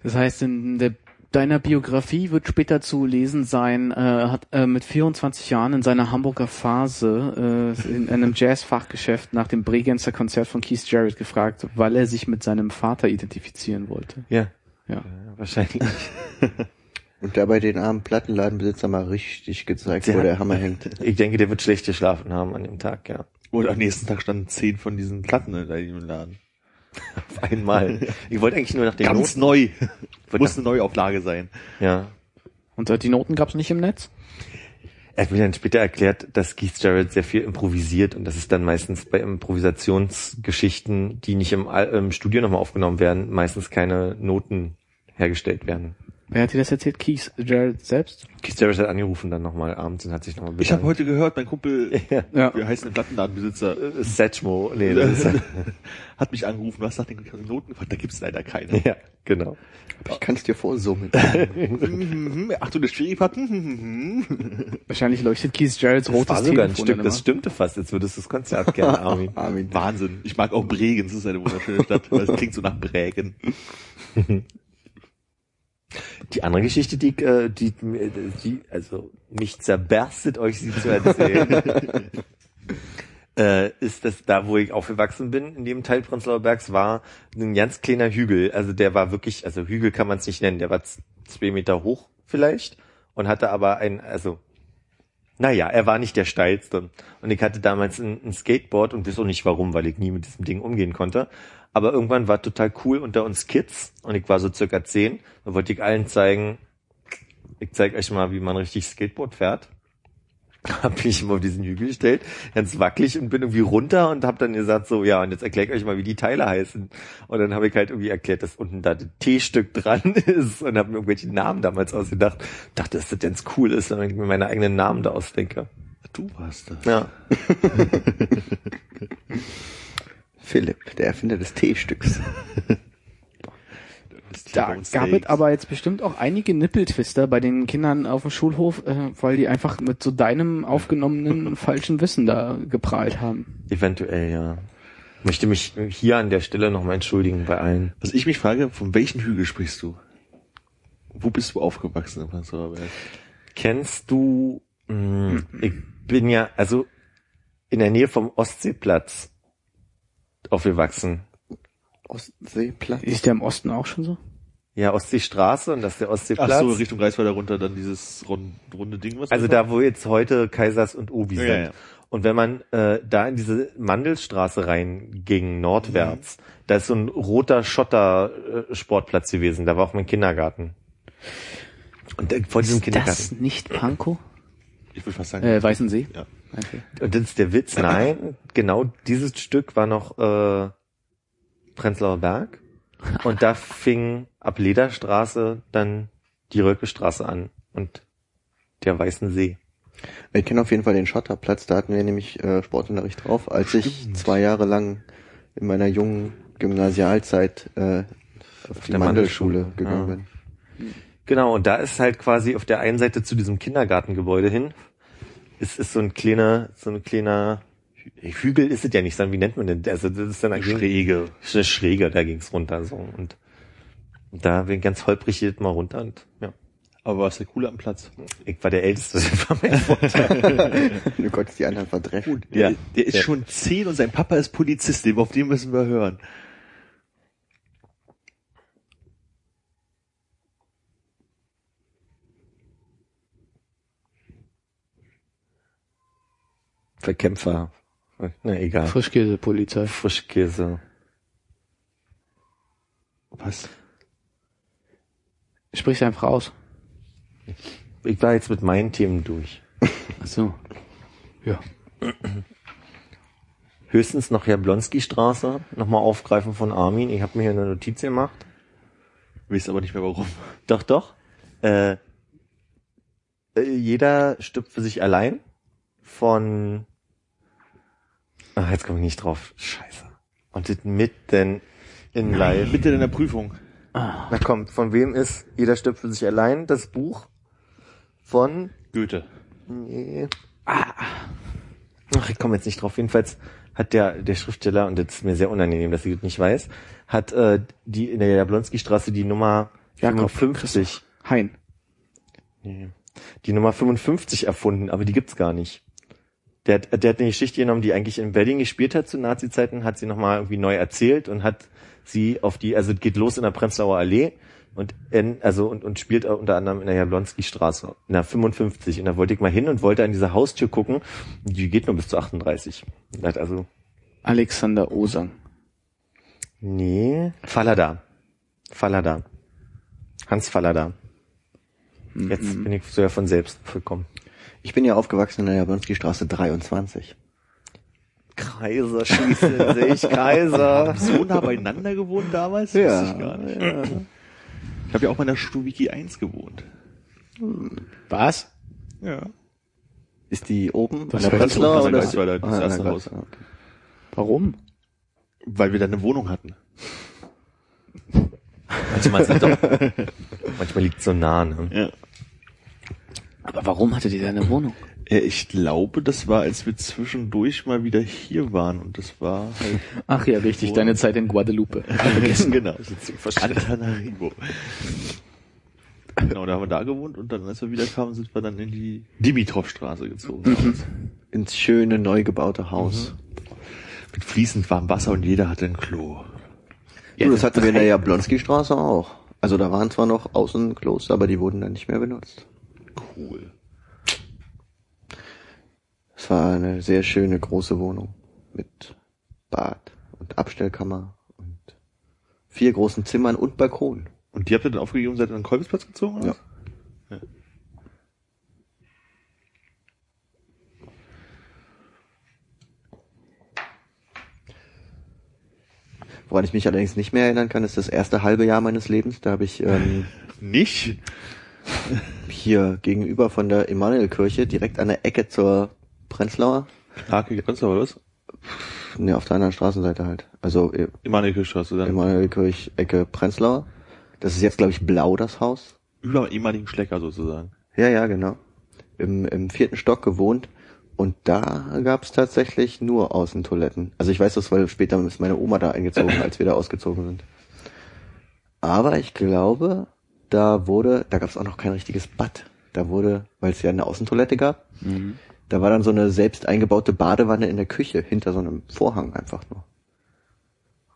C: Das heißt, in der, deiner Biografie wird später zu lesen sein, äh, hat äh, mit 24 Jahren in seiner Hamburger Phase äh, in einem Jazzfachgeschäft nach dem Bregenzer Konzert von Keith Jarrett gefragt, weil er sich mit seinem Vater identifizieren wollte.
B: ja,
C: Ja.
B: wahrscheinlich.
D: Und dabei den armen Plattenladenbesitzer mal richtig gezeigt,
B: Der
D: wo
B: hat-
D: der Hammer hängt.
B: Ich denke, der wird schlecht geschlafen haben an dem Tag, ja.
E: und am nächsten Tag standen zehn von diesen Platten ne, in deinem Laden.
B: Auf einmal. Ich wollte eigentlich nur nach den
E: Ganz neu.
B: Wird
E: muss eine Neuauflage sein.
B: Ja.
C: Und äh, die Noten gab es nicht im Netz?
B: Er hat mir dann später erklärt, dass Keith Jarrett sehr viel improvisiert und das ist dann meistens bei Improvisationsgeschichten, die nicht im, Al- im Studio nochmal aufgenommen werden, meistens keine Noten hergestellt werden.
C: Wer hat dir das erzählt? Keith Jarrett selbst?
B: Keith Jarrett hat angerufen dann nochmal abends und hat sich nochmal
E: Ich habe heute gehört, mein Kumpel,
B: Ja.
C: Ja.
E: wir heißen den Plattenladenbesitzer,
B: Satchmo, nee, das ist,
E: hat mich angerufen, was nach den Noten gefragt, da gibt's leider keine.
B: ja, genau.
D: Ich kann es dir vorsummen.
E: Mhm, Ach du, das schwierige Part. mhm, mhm.
C: Wahrscheinlich leuchtet Keith Jarretts
B: Das
C: rotes
B: war sogar ein
C: Telefon
B: Stück,
C: dann
B: das
C: immer.
B: stimmte fast. Jetzt würdest du das Konzert gerne, Armin.
D: Armin.
E: Wahnsinn. Ich mag auch Bregenz, das ist eine wunderschöne Stadt, weil es klingt so nach Brägen.
B: Die andere Geschichte, die, äh, die, die also mich zerberstet, euch sie zu erzählen, äh, ist, dass da, wo ich aufgewachsen bin, in dem Teil Prenzlauer Bergs, war ein ganz kleiner Hügel. Also der war wirklich, also Hügel kann man es nicht nennen, der war z- zwei Meter hoch vielleicht und hatte aber ein, also naja, er war nicht der steilste. Und ich hatte damals ein, ein Skateboard und weiß auch nicht warum, weil ich nie mit diesem Ding umgehen konnte. Aber irgendwann war total cool unter uns Kids und ich war so circa zehn. Da wollte ich allen zeigen, ich zeig euch mal, wie man richtig Skateboard fährt. Hab mich immer auf diesen Hügel gestellt, ganz wackelig und bin irgendwie runter und hab dann gesagt so, ja, und jetzt erkläre ich euch mal, wie die Teile heißen. Und dann habe ich halt irgendwie erklärt, dass unten da das T-Stück dran ist und habe mir irgendwelche Namen damals ausgedacht. Dachte, dass das ganz cool ist, wenn ich mir meine eigenen Namen da ausdenke.
E: Du warst das.
B: Ja.
D: Philipp, der Erfinder des T-Stücks.
C: Da gab es aber jetzt bestimmt auch einige Nippeltwister bei den Kindern auf dem Schulhof, äh, weil die einfach mit so deinem aufgenommenen falschen Wissen da geprahlt haben.
B: Eventuell, ja. Möchte mich hier an der Stelle nochmal entschuldigen bei allen.
E: Was ich mich frage, von welchen Hügel sprichst du? Wo bist du aufgewachsen in Prenzlauer Berg?
B: Kennst du, mh,
E: Mhm.
B: ich bin ja, also in der Nähe vom Ostseeplatz aufgewachsen.
D: Ostseeplatz.
C: Ist der im Osten auch schon so?
B: Ja, Ostseestraße und das ist der
E: Ach
B: Ostseeplatz.
E: so, Richtung Greifswalder runter, dann dieses rund, runde Ding, was
B: also
E: du
B: da, wo jetzt heute Kaisers und Obi
E: Ja,
B: sind.
E: ja, ja.
B: Und wenn man äh, da in diese Mandelstraße reinging,
E: Mhm.
B: nordwärts, da ist so ein roter Schotter-Sportplatz gewesen. Da war auch mein Kindergarten. Und äh, vor diesem
C: Ist
B: Kindergarten.
C: das nicht Pankow?
E: Ich würde fast sagen,
C: Äh, Weißensee?
E: Ja.
C: Okay.
B: Und das ist der Witz. Nein, genau dieses Stück war noch äh, Prenzlauer Berg. Und da fing ab Lederstraße dann die Röckestraße an und der Weißen See.
D: Ich kenne auf jeden Fall den Schotterplatz, da hatten wir nämlich äh, Sportunterricht drauf, als ich zwei Jahre lang in meiner jungen Gymnasialzeit äh, auf die
B: der
D: Mandelschule
B: Mandelschule,
D: gegangen
B: ja.
D: bin.
B: Genau, und da ist halt quasi auf der einen Seite zu diesem Kindergartengebäude hin. Es ist so ein kleiner, so ein kleiner Hügel ist es ja nicht, sondern wie nennt man denn? Also das ist dann
E: eine
B: eigentlich
E: schräge.
B: eine Schräge, da ging's runter so und da bin ich ganz holprig jedes Mal runter und ja.
E: Aber was ist der coole am Platz?
B: Ich war der Älteste, das war mein Vorteil.
D: Du konntest die anderen verdreschen.
E: Der,
B: Ja.
E: der ist
B: Ja.
E: schon zehn und sein Papa ist Polizist, dem- auf den müssen wir hören.
B: Verkämpfer. Na egal.
C: Frischkäsepolizei.
B: Frischkäse.
E: Was?
C: Sprich's einfach aus.
B: Ich war jetzt mit meinen Themen durch.
C: Ach so. Ja.
B: Höchstens noch Jablonski-Straße, nochmal aufgreifen von Armin. Ich habe mir hier eine Notiz gemacht.
E: Weiß aber nicht mehr warum.
B: Doch, doch. Äh, äh, jeder stirbt für sich allein von... Ah, jetzt komme ich nicht drauf. Scheiße. Und das mitten in live.
E: Bitte in der Prüfung.
B: Na komm, von wem ist Jeder stirbt für sich allein? Das Buch von
E: Goethe.
B: Nee. Ah. Ach, ich komme jetzt nicht drauf. Jedenfalls hat der, der Schriftsteller, und das ist mir sehr unangenehm, dass ich das nicht weiß, hat äh, die in der Jablonski-Straße die Nummer
C: Jakob,
B: 55.
C: Hein.
B: Nee. Die Nummer 55 erfunden, aber die gibt's gar nicht. Der hat, der hat eine Geschichte genommen, die eigentlich in Berlin gespielt hat zu Nazi-Zeiten, hat sie nochmal irgendwie neu erzählt und hat sie auf die, also es geht los in der Prenzlauer Allee und in, also und, und spielt unter anderem in der Jablonski-Straße, in der 55. Und da wollte ich mal hin und wollte an diese Haustür gucken. Die geht nur bis zu 38. Er Hat also,
C: Alexander Osang.
B: nee, Fallada. Fallada. Hans Fallada. Jetzt bin ich sogar von selbst gekommen.
D: Ich bin ja aufgewachsen in der Jablonski-Straße 23.
B: Kreise schließen sich, Kreise.
E: So nah beieinander gewohnt damals? Wusste ich gar nicht.
D: ja.
E: Ich habe ja auch mal in der Stubiki 1 gewohnt.
C: Was?
E: Ja.
D: Ist die oben?
C: Das
D: an der
C: weiß ich
D: Prenzlauer
E: nicht.
D: oder?
E: Das
D: ist-
E: war das
D: Ah, an der
E: erste Haus.
D: Prenzlauer, okay.
C: Warum?
E: Weil wir da eine Wohnung hatten.
B: Manchmal, sind doch, manchmal liegt so nah, ne?
E: Ja.
C: Aber warum hatte die da eine Wohnung?
E: Äh, Ich glaube, das war, als wir zwischendurch mal wieder hier waren und das war halt
C: Ach ja, richtig, deine Zeit in Guadeloupe.
E: genau. Antananarivo. Genau, da haben wir da gewohnt und dann, als wir wieder kamen, sind wir dann in die Dimitrovstraße gezogen.
D: Mhm. Ins schöne, neu gebaute Haus.
E: Mit fließend warmem Wasser und jeder hatte ein Klo.
D: du, das hatten wir in der Jablonski-Straße auch. Also da waren zwar noch Außenklos, aber die wurden dann nicht mehr benutzt.
E: Cool.
D: Es war eine sehr schöne große Wohnung mit Bad und Abstellkammer und vier großen Zimmern und Balkon.
E: Und die habt ihr dann aufgegeben, seid ihr an den Kolbisplatz gezogen? Oder?
D: Ja.
E: Ja.
D: Woran ich mich allerdings nicht mehr erinnern kann, ist das erste halbe Jahr meines Lebens. Da habe ich ähm,
E: Nicht?
D: hier gegenüber von der Emanuelkirche direkt an der Ecke zur Prenzlauer,
E: Hake Grenze, aber was?
D: ne, auf der anderen Straßenseite halt. Also äh,
E: Immer eine Kirchstraße dann.
D: Emanuelkirch, Ecke Prenzlauer. Das ist jetzt, glaube ich, blau, das Haus.
E: Über dem ehemaligen Schlecker sozusagen.
D: Ja, ja, genau. Im, im vierten Stock gewohnt und da gab's tatsächlich nur Außentoiletten. Also ich weiß das, weil später ist meine Oma da eingezogen, als wir da ausgezogen sind. Aber ich glaube, da wurde, da gab's auch noch kein richtiges Bad. Da wurde, weil es ja eine Außentoilette gab, da war dann so eine selbst eingebaute Badewanne in der Küche, hinter so einem Vorhang einfach nur.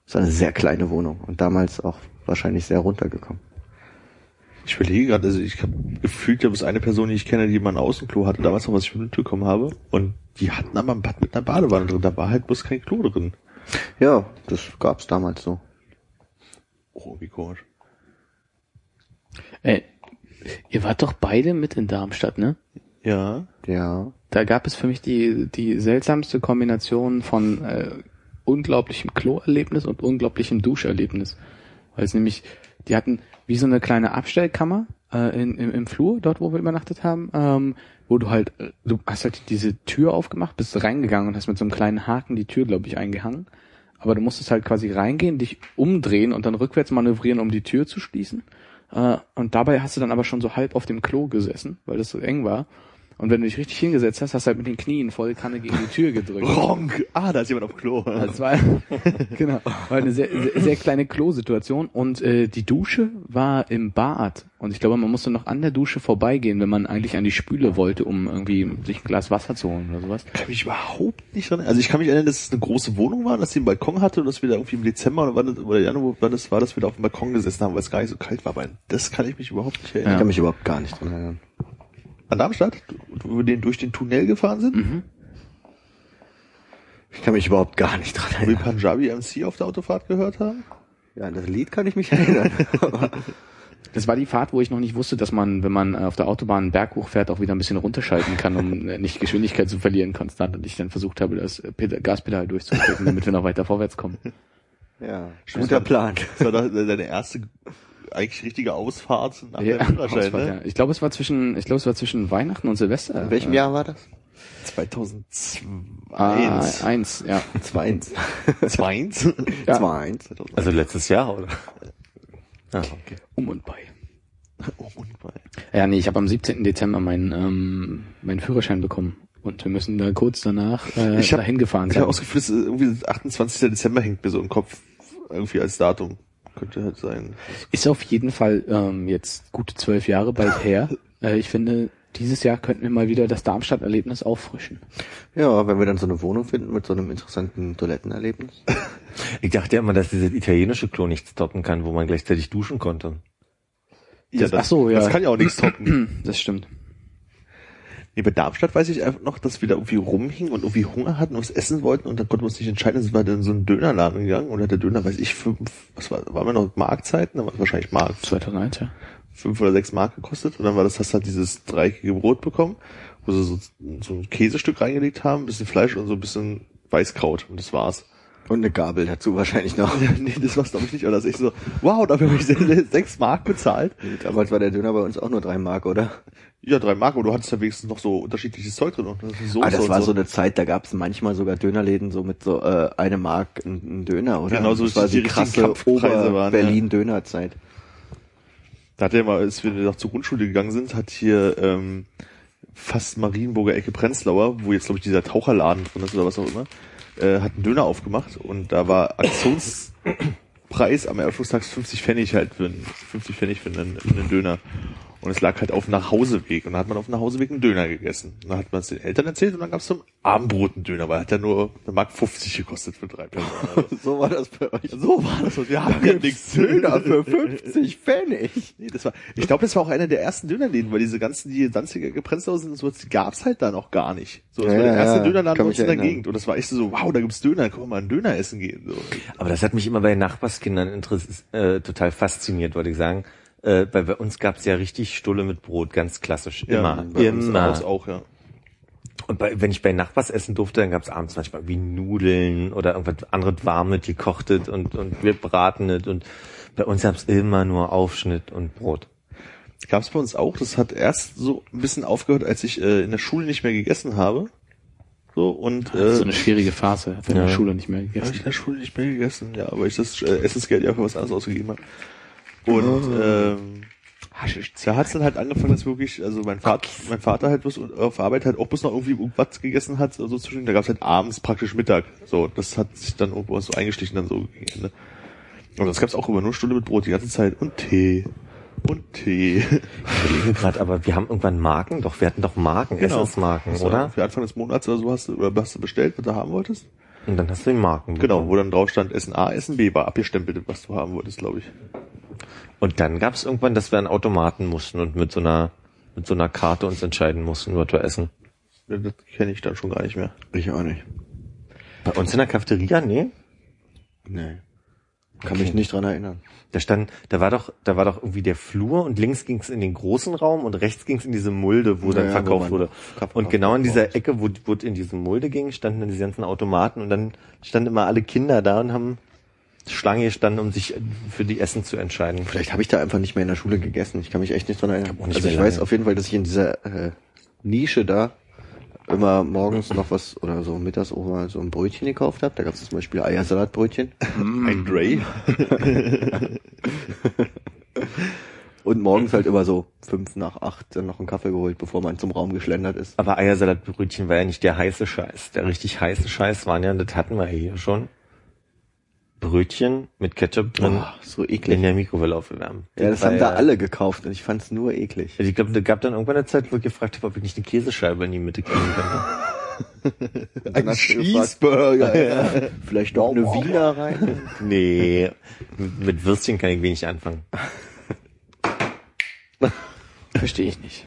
D: Das war eine sehr kleine Wohnung und damals auch wahrscheinlich sehr runtergekommen.
E: Ich überlege gerade, also ich habe gefühlt, da ist eine Person, die ich kenne, die mal ein Außenklo hatte, damals noch, was ich mitbekommen habe. Und die hatten aber ein Bad mit einer Badewanne drin. Da war halt bloß kein Klo drin.
D: Ja, das gab's damals so.
E: Oh, wie komisch.
C: Ey, Äh, ihr wart doch beide mit in Darmstadt, ne?
E: Ja.
D: Ja.
C: Da gab es für mich die, die seltsamste Kombination von äh, unglaublichem Kloerlebnis und unglaublichem Duscherlebnis. Weil es nämlich, die hatten wie so eine kleine Abstellkammer äh, in, im, im Flur, dort wo wir übernachtet haben, ähm, wo du halt, äh, du hast halt diese Tür aufgemacht, bist reingegangen und hast mit so einem kleinen Haken die Tür, glaube ich, eingehangen. Aber du musstest halt quasi reingehen, dich umdrehen und dann rückwärts manövrieren, um die Tür zu schließen. Äh, und dabei hast du dann aber schon so halb auf dem Klo gesessen, weil das so eng war. Und wenn du dich richtig hingesetzt hast, hast du halt mit den Knien voll Kanne gegen die Tür gedrückt.
E: Ronk! Ah, da ist jemand auf Klo.
C: Das war, genau, war eine sehr, sehr, sehr kleine Klosituation und äh, die Dusche war im Bad und ich glaube, man musste noch an der Dusche vorbeigehen, wenn man eigentlich an die Spüle wollte, um irgendwie sich ein Glas Wasser zu holen oder sowas.
E: kann mich überhaupt nicht dran erinnern. Also ich kann mich erinnern, dass es eine große Wohnung war, dass sie einen Balkon hatte und dass wir da irgendwie im Dezember oder, wann das, oder Januar war das, war, dass wir da auf dem Balkon gesessen haben, weil es gar nicht so kalt war. Aber das kann ich mich überhaupt nicht
D: Ich
E: erinnern.
D: kann mich überhaupt gar nicht dran erinnern.
E: An Darmstadt, wo wir den, durch den Tunnel gefahren sind,
D: Ich kann mich überhaupt gar nicht dran
E: wo wir
D: erinnern.
E: Punjabi MC auf der Autofahrt gehört haben.
D: Ja, an das Lied kann ich mich erinnern.
C: Das war die Fahrt, wo ich noch nicht wusste, dass man, wenn man äh, auf der Autobahn einen Berg hochfährt, auch wieder ein bisschen runterschalten kann, um äh, nicht Geschwindigkeit zu verlieren konstant und ich dann versucht habe, das äh, Peda- Gaspedal durchzudrücken, damit wir noch weiter vorwärts kommen.
D: ja,
E: Stimmt,
D: guter
E: das-
D: Plan.
E: Das war da- deine erste eigentlich richtige Ausfahrt nach
C: Ja,
E: dem Führerschein,
C: Ausfahrt,
E: ne?
C: ja. Ich glaube, es war zwischen, ich glaube, es war zwischen Weihnachten und Silvester.
D: In welchem
C: Äh,
D: Jahr war das?
E: 2002.
C: Ah, eins, ja.
D: 2-1.
E: Zweins?
D: 2-1.
B: Also letztes Jahr, oder? Ah, okay.
C: Um und bei.
E: Oh, ungeil.
C: Ja, nee, ich habe am 17. Dezember meinen ähm, meinen Führerschein bekommen und wir müssen da kurz danach äh,
E: Ich hab-
C: dahin gefahren
E: Ich habe
C: sein.
E: ausgefühlt, dass irgendwie das 28. Dezember hängt mir so im Kopf irgendwie als Datum. Könnte halt sein.
C: Ist auf jeden Fall ähm, jetzt gute zwölf Jahre bald her. äh, ich finde, dieses Jahr könnten wir mal wieder das Darmstadt-Erlebnis auffrischen.
D: Ja, wenn wir dann so eine Wohnung finden mit so einem interessanten Toilettenerlebnis.
B: Ich dachte ja immer, dass dieses italienische Klo nichts toppen kann, wo man gleichzeitig duschen konnte.
E: Ja,
C: ach so, ja.
E: Das kann ja auch nichts toppen.
C: Das stimmt.
E: nee, bei Darmstadt weiß ich einfach noch, dass wir da irgendwie rumhingen und irgendwie Hunger hatten und was essen wollten und dann konnten wir uns nicht entscheiden, dann sind wir dann in so einen Dönerladen gegangen und hat der Döner, weiß ich, fünf, was war, waren wir noch Markzeiten? Da war es wahrscheinlich Mark.
C: 2001, ja.
E: fünf oder sechs Mark gekostet und dann war das, hast du halt dieses dreieckige Brot bekommen, wo sie so, so ein Käsestück reingelegt haben, ein bisschen Fleisch und so ein bisschen Weißkraut und das war's.
D: Und eine Gabel dazu wahrscheinlich noch.
E: nee, das war's glaube ich nicht. Oder das ist echt so, wow, dafür habe ich se- sechs Mark bezahlt.
D: Damals war der Döner bei uns auch nur drei Mark, oder?
E: Ja, drei Mark, aber du hattest ja wenigstens noch so unterschiedliches Zeug drin. Und so
D: ah, das war so eine Zeit, da gab es manchmal sogar Dönerläden so mit so äh, eine Mark ein, ein Döner, oder?
E: Genau, so
D: das war
E: die
D: die
E: richtigen
D: krasse
E: Kampfpreise waren, ja.
D: Ober-Berlin-Dönerzeit.
E: Da hat er mal, als wir noch zur Grundschule gegangen sind, hat hier ähm, fast Marienburger Ecke Prenzlauer, wo jetzt glaube ich dieser Taucherladen drin ist oder was auch immer, äh, hat einen Döner aufgemacht und da war Aktionspreis am Eröffnungstag 50 Pfennig halt für einen, 50 Pfennig für einen, für einen Döner. Und es lag halt auf dem Nachhauseweg. Und da hat man auf dem Nachhauseweg einen Döner gegessen. Und dann hat man es den Eltern erzählt und dann gab es zum Abendbrot einen Döner, weil hat ja nur eine Mark 50 gekostet für drei Personen.
D: So war das bei euch.
E: so war das. und Wir haben ja nichts
D: Döner für 50 Pfennig.
E: Nee, das war, ich glaube, das war auch einer der ersten Dönerläden, weil diese ganzen, die Danziger Geprenzlauer sind und sowas, die gab's halt da noch gar nicht. So, das
D: Ja,
E: war der
D: ja,
E: erste
D: ja,
E: Dönerladen
D: kann
E: bei
D: mich
E: uns in der
D: erinnern.
E: Gegend. Und das war echt so, wow, da gibt's Döner, können wir mal einen Döner essen gehen. So.
B: Aber das hat mich immer bei Nachbarskindern interess äh, total fasziniert, wollte ich sagen. Äh, bei, bei uns gab's ja richtig Stulle mit Brot, ganz klassisch. Immer.
E: bei uns
B: immer.
E: Auch, auch, ja.
B: Und bei, wenn ich bei Nachbars essen durfte, dann gab's abends manchmal wie Nudeln oder irgendwas anderes warmes, gekochtet und, und gebratenet. Und bei uns gab's immer nur Aufschnitt und Brot.
E: Gab's bei uns auch, das hat erst so ein bisschen aufgehört, als ich äh, in der Schule nicht mehr gegessen habe. So, und,
C: Das ist so
E: äh,
C: eine schwierige Phase. Hat in der
B: Ja.
C: Schule nicht mehr
E: habe ich in
C: gegessen.
E: der Schule nicht mehr gegessen, ja, aber ich das äh, Essensgeld ja für was anderes ausgegeben habe. Und, ähm, Da hat's dann halt angefangen, dass wirklich, also mein Vater, mein Vater halt bloß auf Arbeit halt auch bloß noch irgendwie irgendwas gegessen hat, so also zwischen, da gab's halt abends praktisch Mittag. So, das hat sich dann irgendwo so eingeschlichen, dann so gegen Ende. Und das gab's auch immer nur Stunde mit Brot die ganze Zeit und Tee. Und Tee.
B: Ich überlege gerade, aber wir haben irgendwann Marken, doch, wir hatten doch Marken,
E: Genau.
B: Essensmarken,
E: So,
B: oder?
E: Für Anfang des Monats oder so hast du, oder hast du bestellt, was du haben wolltest?
B: Und dann hast du die Marken.
E: Genau,
B: bekommen.
E: wo dann drauf stand Essen A, Essen B war abgestempelt, was du haben wolltest, glaube ich.
B: Und dann gab's irgendwann, dass wir an Automaten mussten und mit so einer, mit so einer Karte uns entscheiden mussten, was wir essen.
E: Das kenne ich dann schon gar nicht mehr.
D: Ich auch nicht.
B: Bei uns in der Cafeteria, nee.
D: Nee. Kann mich nicht dran erinnern.
B: Da stand, da war doch, da war doch irgendwie der Flur und links ging's in den großen Raum und rechts ging's in diese Mulde, wo
D: Ja,
B: dann
D: ja, wo
B: verkauft
D: man
B: wurde.
D: Kap-
B: Und genau in
D: Kap-
B: dieser Ecke, wo, wo es in diese Mulde ging, standen dann diese ganzen Automaten und dann standen immer alle Kinder da und haben Schlange gestanden, um sich für die Essen zu entscheiden.
D: Vielleicht habe ich da einfach nicht mehr in der Schule gegessen. Ich kann mich echt nicht dran erinnern.
B: auch nicht
D: also ich
B: mehr
D: weiß
B: lange.
D: auf jeden Fall, dass ich in dieser äh, Nische da immer morgens noch was oder so mittags auch mal so ein Brötchen gekauft habe. Da gab es zum Beispiel Eiersalatbrötchen.
B: Mm.
E: Ein Dre?
D: Und morgens halt immer so fünf nach acht dann noch einen Kaffee geholt, bevor man zum Raum geschlendert ist.
B: Aber Eiersalatbrötchen war ja nicht der heiße Scheiß. Der richtig heiße Scheiß waren ja, das hatten wir hier schon. Brötchen mit Ketchup drin
D: Ah, so
B: in
D: eklig.
B: der Mikrowelle aufwärmen.
D: Ja, das
B: war
D: haben da alle gekauft und ich fand's nur eklig.
B: Also ich glaube, da gab dann irgendwann eine Zeit, wo ich gefragt habe, ob ich nicht eine Käsescheibe in die Mitte kriegen könnte.
D: Ein
E: Cheeseburger.
D: Vielleicht noch eine Wiener rein.
B: nee, mit Würstchen kann ich wenig anfangen.
C: Verstehe ich nicht.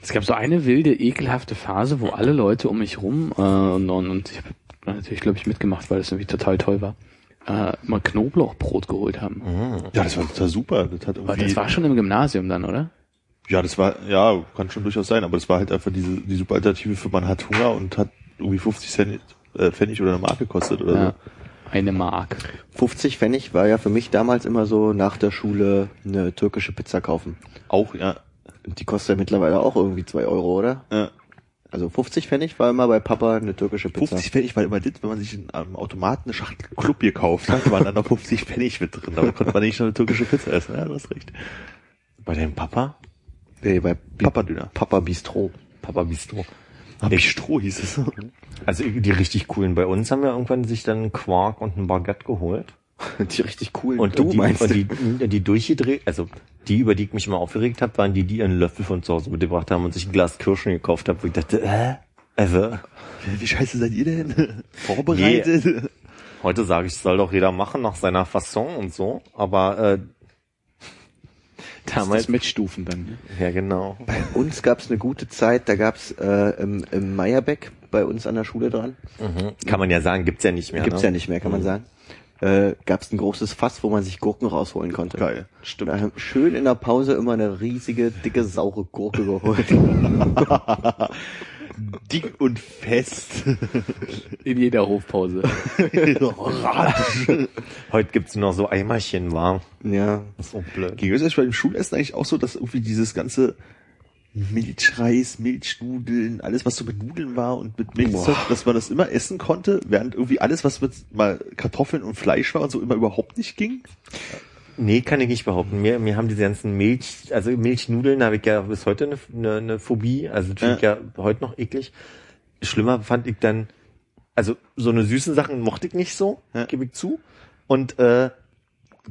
C: Es gab so eine wilde, ekelhafte Phase, wo alle Leute um mich rum äh, und, und, und ich habe natürlich, glaube ich, mitgemacht, weil das irgendwie total toll war, äh, mal Knoblauchbrot geholt haben.
E: Hm. Ja, das war total super. Das hat
C: Aber
E: irgendwie,
C: das war schon im Gymnasium dann, oder?
E: Ja, das war, ja, kann schon durchaus sein, aber das war halt einfach diese, die super Alternative für man hat Hunger und hat irgendwie 50 Cent, äh, Pfennig oder eine Mark gekostet oder
C: Ja. Eine Mark.
D: 50 Pfennig war ja für mich damals immer so nach der Schule eine türkische Pizza kaufen.
E: so. Auch, ja.
D: Und Die kostet ja mittlerweile auch irgendwie zwei Euro, oder?
E: ja.
D: Also 50 Pfennig war immer bei Papa eine türkische Pizza.
E: 50 Pfennig war immer das, wenn man sich in einem Automaten eine Schachtel Club gekauft hat, waren dann noch 50 Pfennig mit drin, aber konnte man nicht schon eine türkische Pizza essen, ja, du hast recht.
B: Bei deinem Papa?
D: Nee, bei
E: Papa Döner.
D: Papa Bistro.
B: Papa Bistro.
E: Hab ich Stroh hieß es.
B: Also die richtig coolen bei uns haben ja irgendwann sich dann einen Quark und ein Baguette geholt.
D: Die richtig coolen.
B: Und, und, die, und die, und die durchgedreht, also die, über die ich mich immer aufgeregt habe, waren die, die ihren Löffel von zu Hause mitgebracht haben und sich ein Glas Kirschen gekauft haben, wo ich dachte, äh, ever.
E: Wie scheiße seid ihr denn? Vorbereitet?
B: Heute sage ich, soll doch jeder machen nach seiner Fasson und so, aber äh,
C: Das,
B: damals,
C: das mit Stufen dann. ne?
B: ja genau.
D: Bei uns gab's eine gute Zeit, da gab's äh, im, im Meierbeck bei uns an der Schule dran.
B: Mhm. Kann man ja sagen, gibt's ja nicht mehr.
D: Gibt's
B: ne?
D: ja nicht mehr, kann
E: Mhm.
D: man sagen. Äh, gab's ein großes Fass, wo man sich Gurken rausholen konnte.
E: Geil.
D: Stimmt. Da haben schön in der Pause immer eine riesige, dicke, saure Gurke geholt.
E: Dick und fest.
C: In jeder Hofpause.
B: Heute gibt's nur noch so Eimerchen, war.
D: Ja.
B: So blöd.
E: Ging es euch beim Schulessen eigentlich auch so, dass irgendwie dieses ganze Milchreis, Milchnudeln, alles was so mit Nudeln war und mit Milchzeug, dass man das immer essen konnte, während irgendwie alles, was mit mal Kartoffeln und Fleisch war und so immer überhaupt nicht ging?
B: Nee, kann ich nicht behaupten. Mir, mir haben diese ganzen Milch, also Milchnudeln habe ich ja bis heute eine, eine, eine Phobie. Also das finde ich ja heute noch eklig. Schlimmer fand ich dann, also so eine süßen Sachen mochte ich nicht so,
E: Ja.
B: gebe ich zu. Und äh,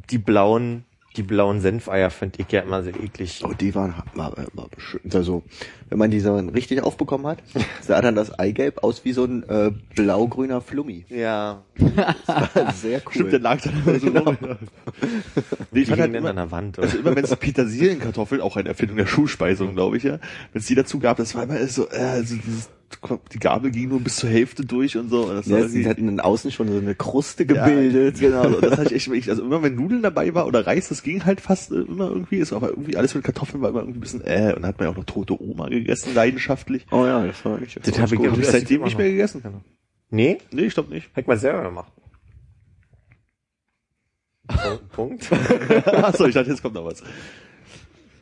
B: die blauen, die blauen Senfeier fand ich ja immer sehr eklig.
D: Oh, die waren war, war, war schön. Also, wenn man die so richtig aufbekommen hat, sah dann das Eigelb aus wie so ein äh, blaugrüner Flummi.
B: Ja,
D: Sehr cool. Genau.
E: Stimmt, der lag dann immer so rum. Ja. Nee, ich
B: die
E: fand halt
B: hingen dann
E: immer,
B: an der Wand.
E: also immer wenn es Petersilienkartoffeln, auch eine Erfindung der Schulspeisung, glaube ich, ja, wenn es die dazu gab, das war immer so, äh, also dieses, die Gabel ging nur bis zur Hälfte durch und so. Und das war
D: ja,
E: irgendwie-
D: sie hatten dann außen schon so eine Kruste
E: Ja,
D: gebildet.
E: genau. Und das hatte ich echt, wirklich- also immer wenn Nudeln dabei war oder Reis, das ging halt fast äh, immer irgendwie, ist aber irgendwie alles mit Kartoffeln war immer irgendwie ein bisschen äh, und dann hat man ja auch noch tote Oma gegessen, leidenschaftlich.
D: Oh ja, das war echt.
B: Das habe ich,
E: Hab ich
B: das
E: seitdem
B: immer
E: nicht
B: noch.
E: mehr gegessen.
B: Genau. Nee,
E: Nee, ich glaube nicht.
B: hab ich mal selber gemacht. Punkt.
E: Achso, ich dachte, jetzt kommt noch was.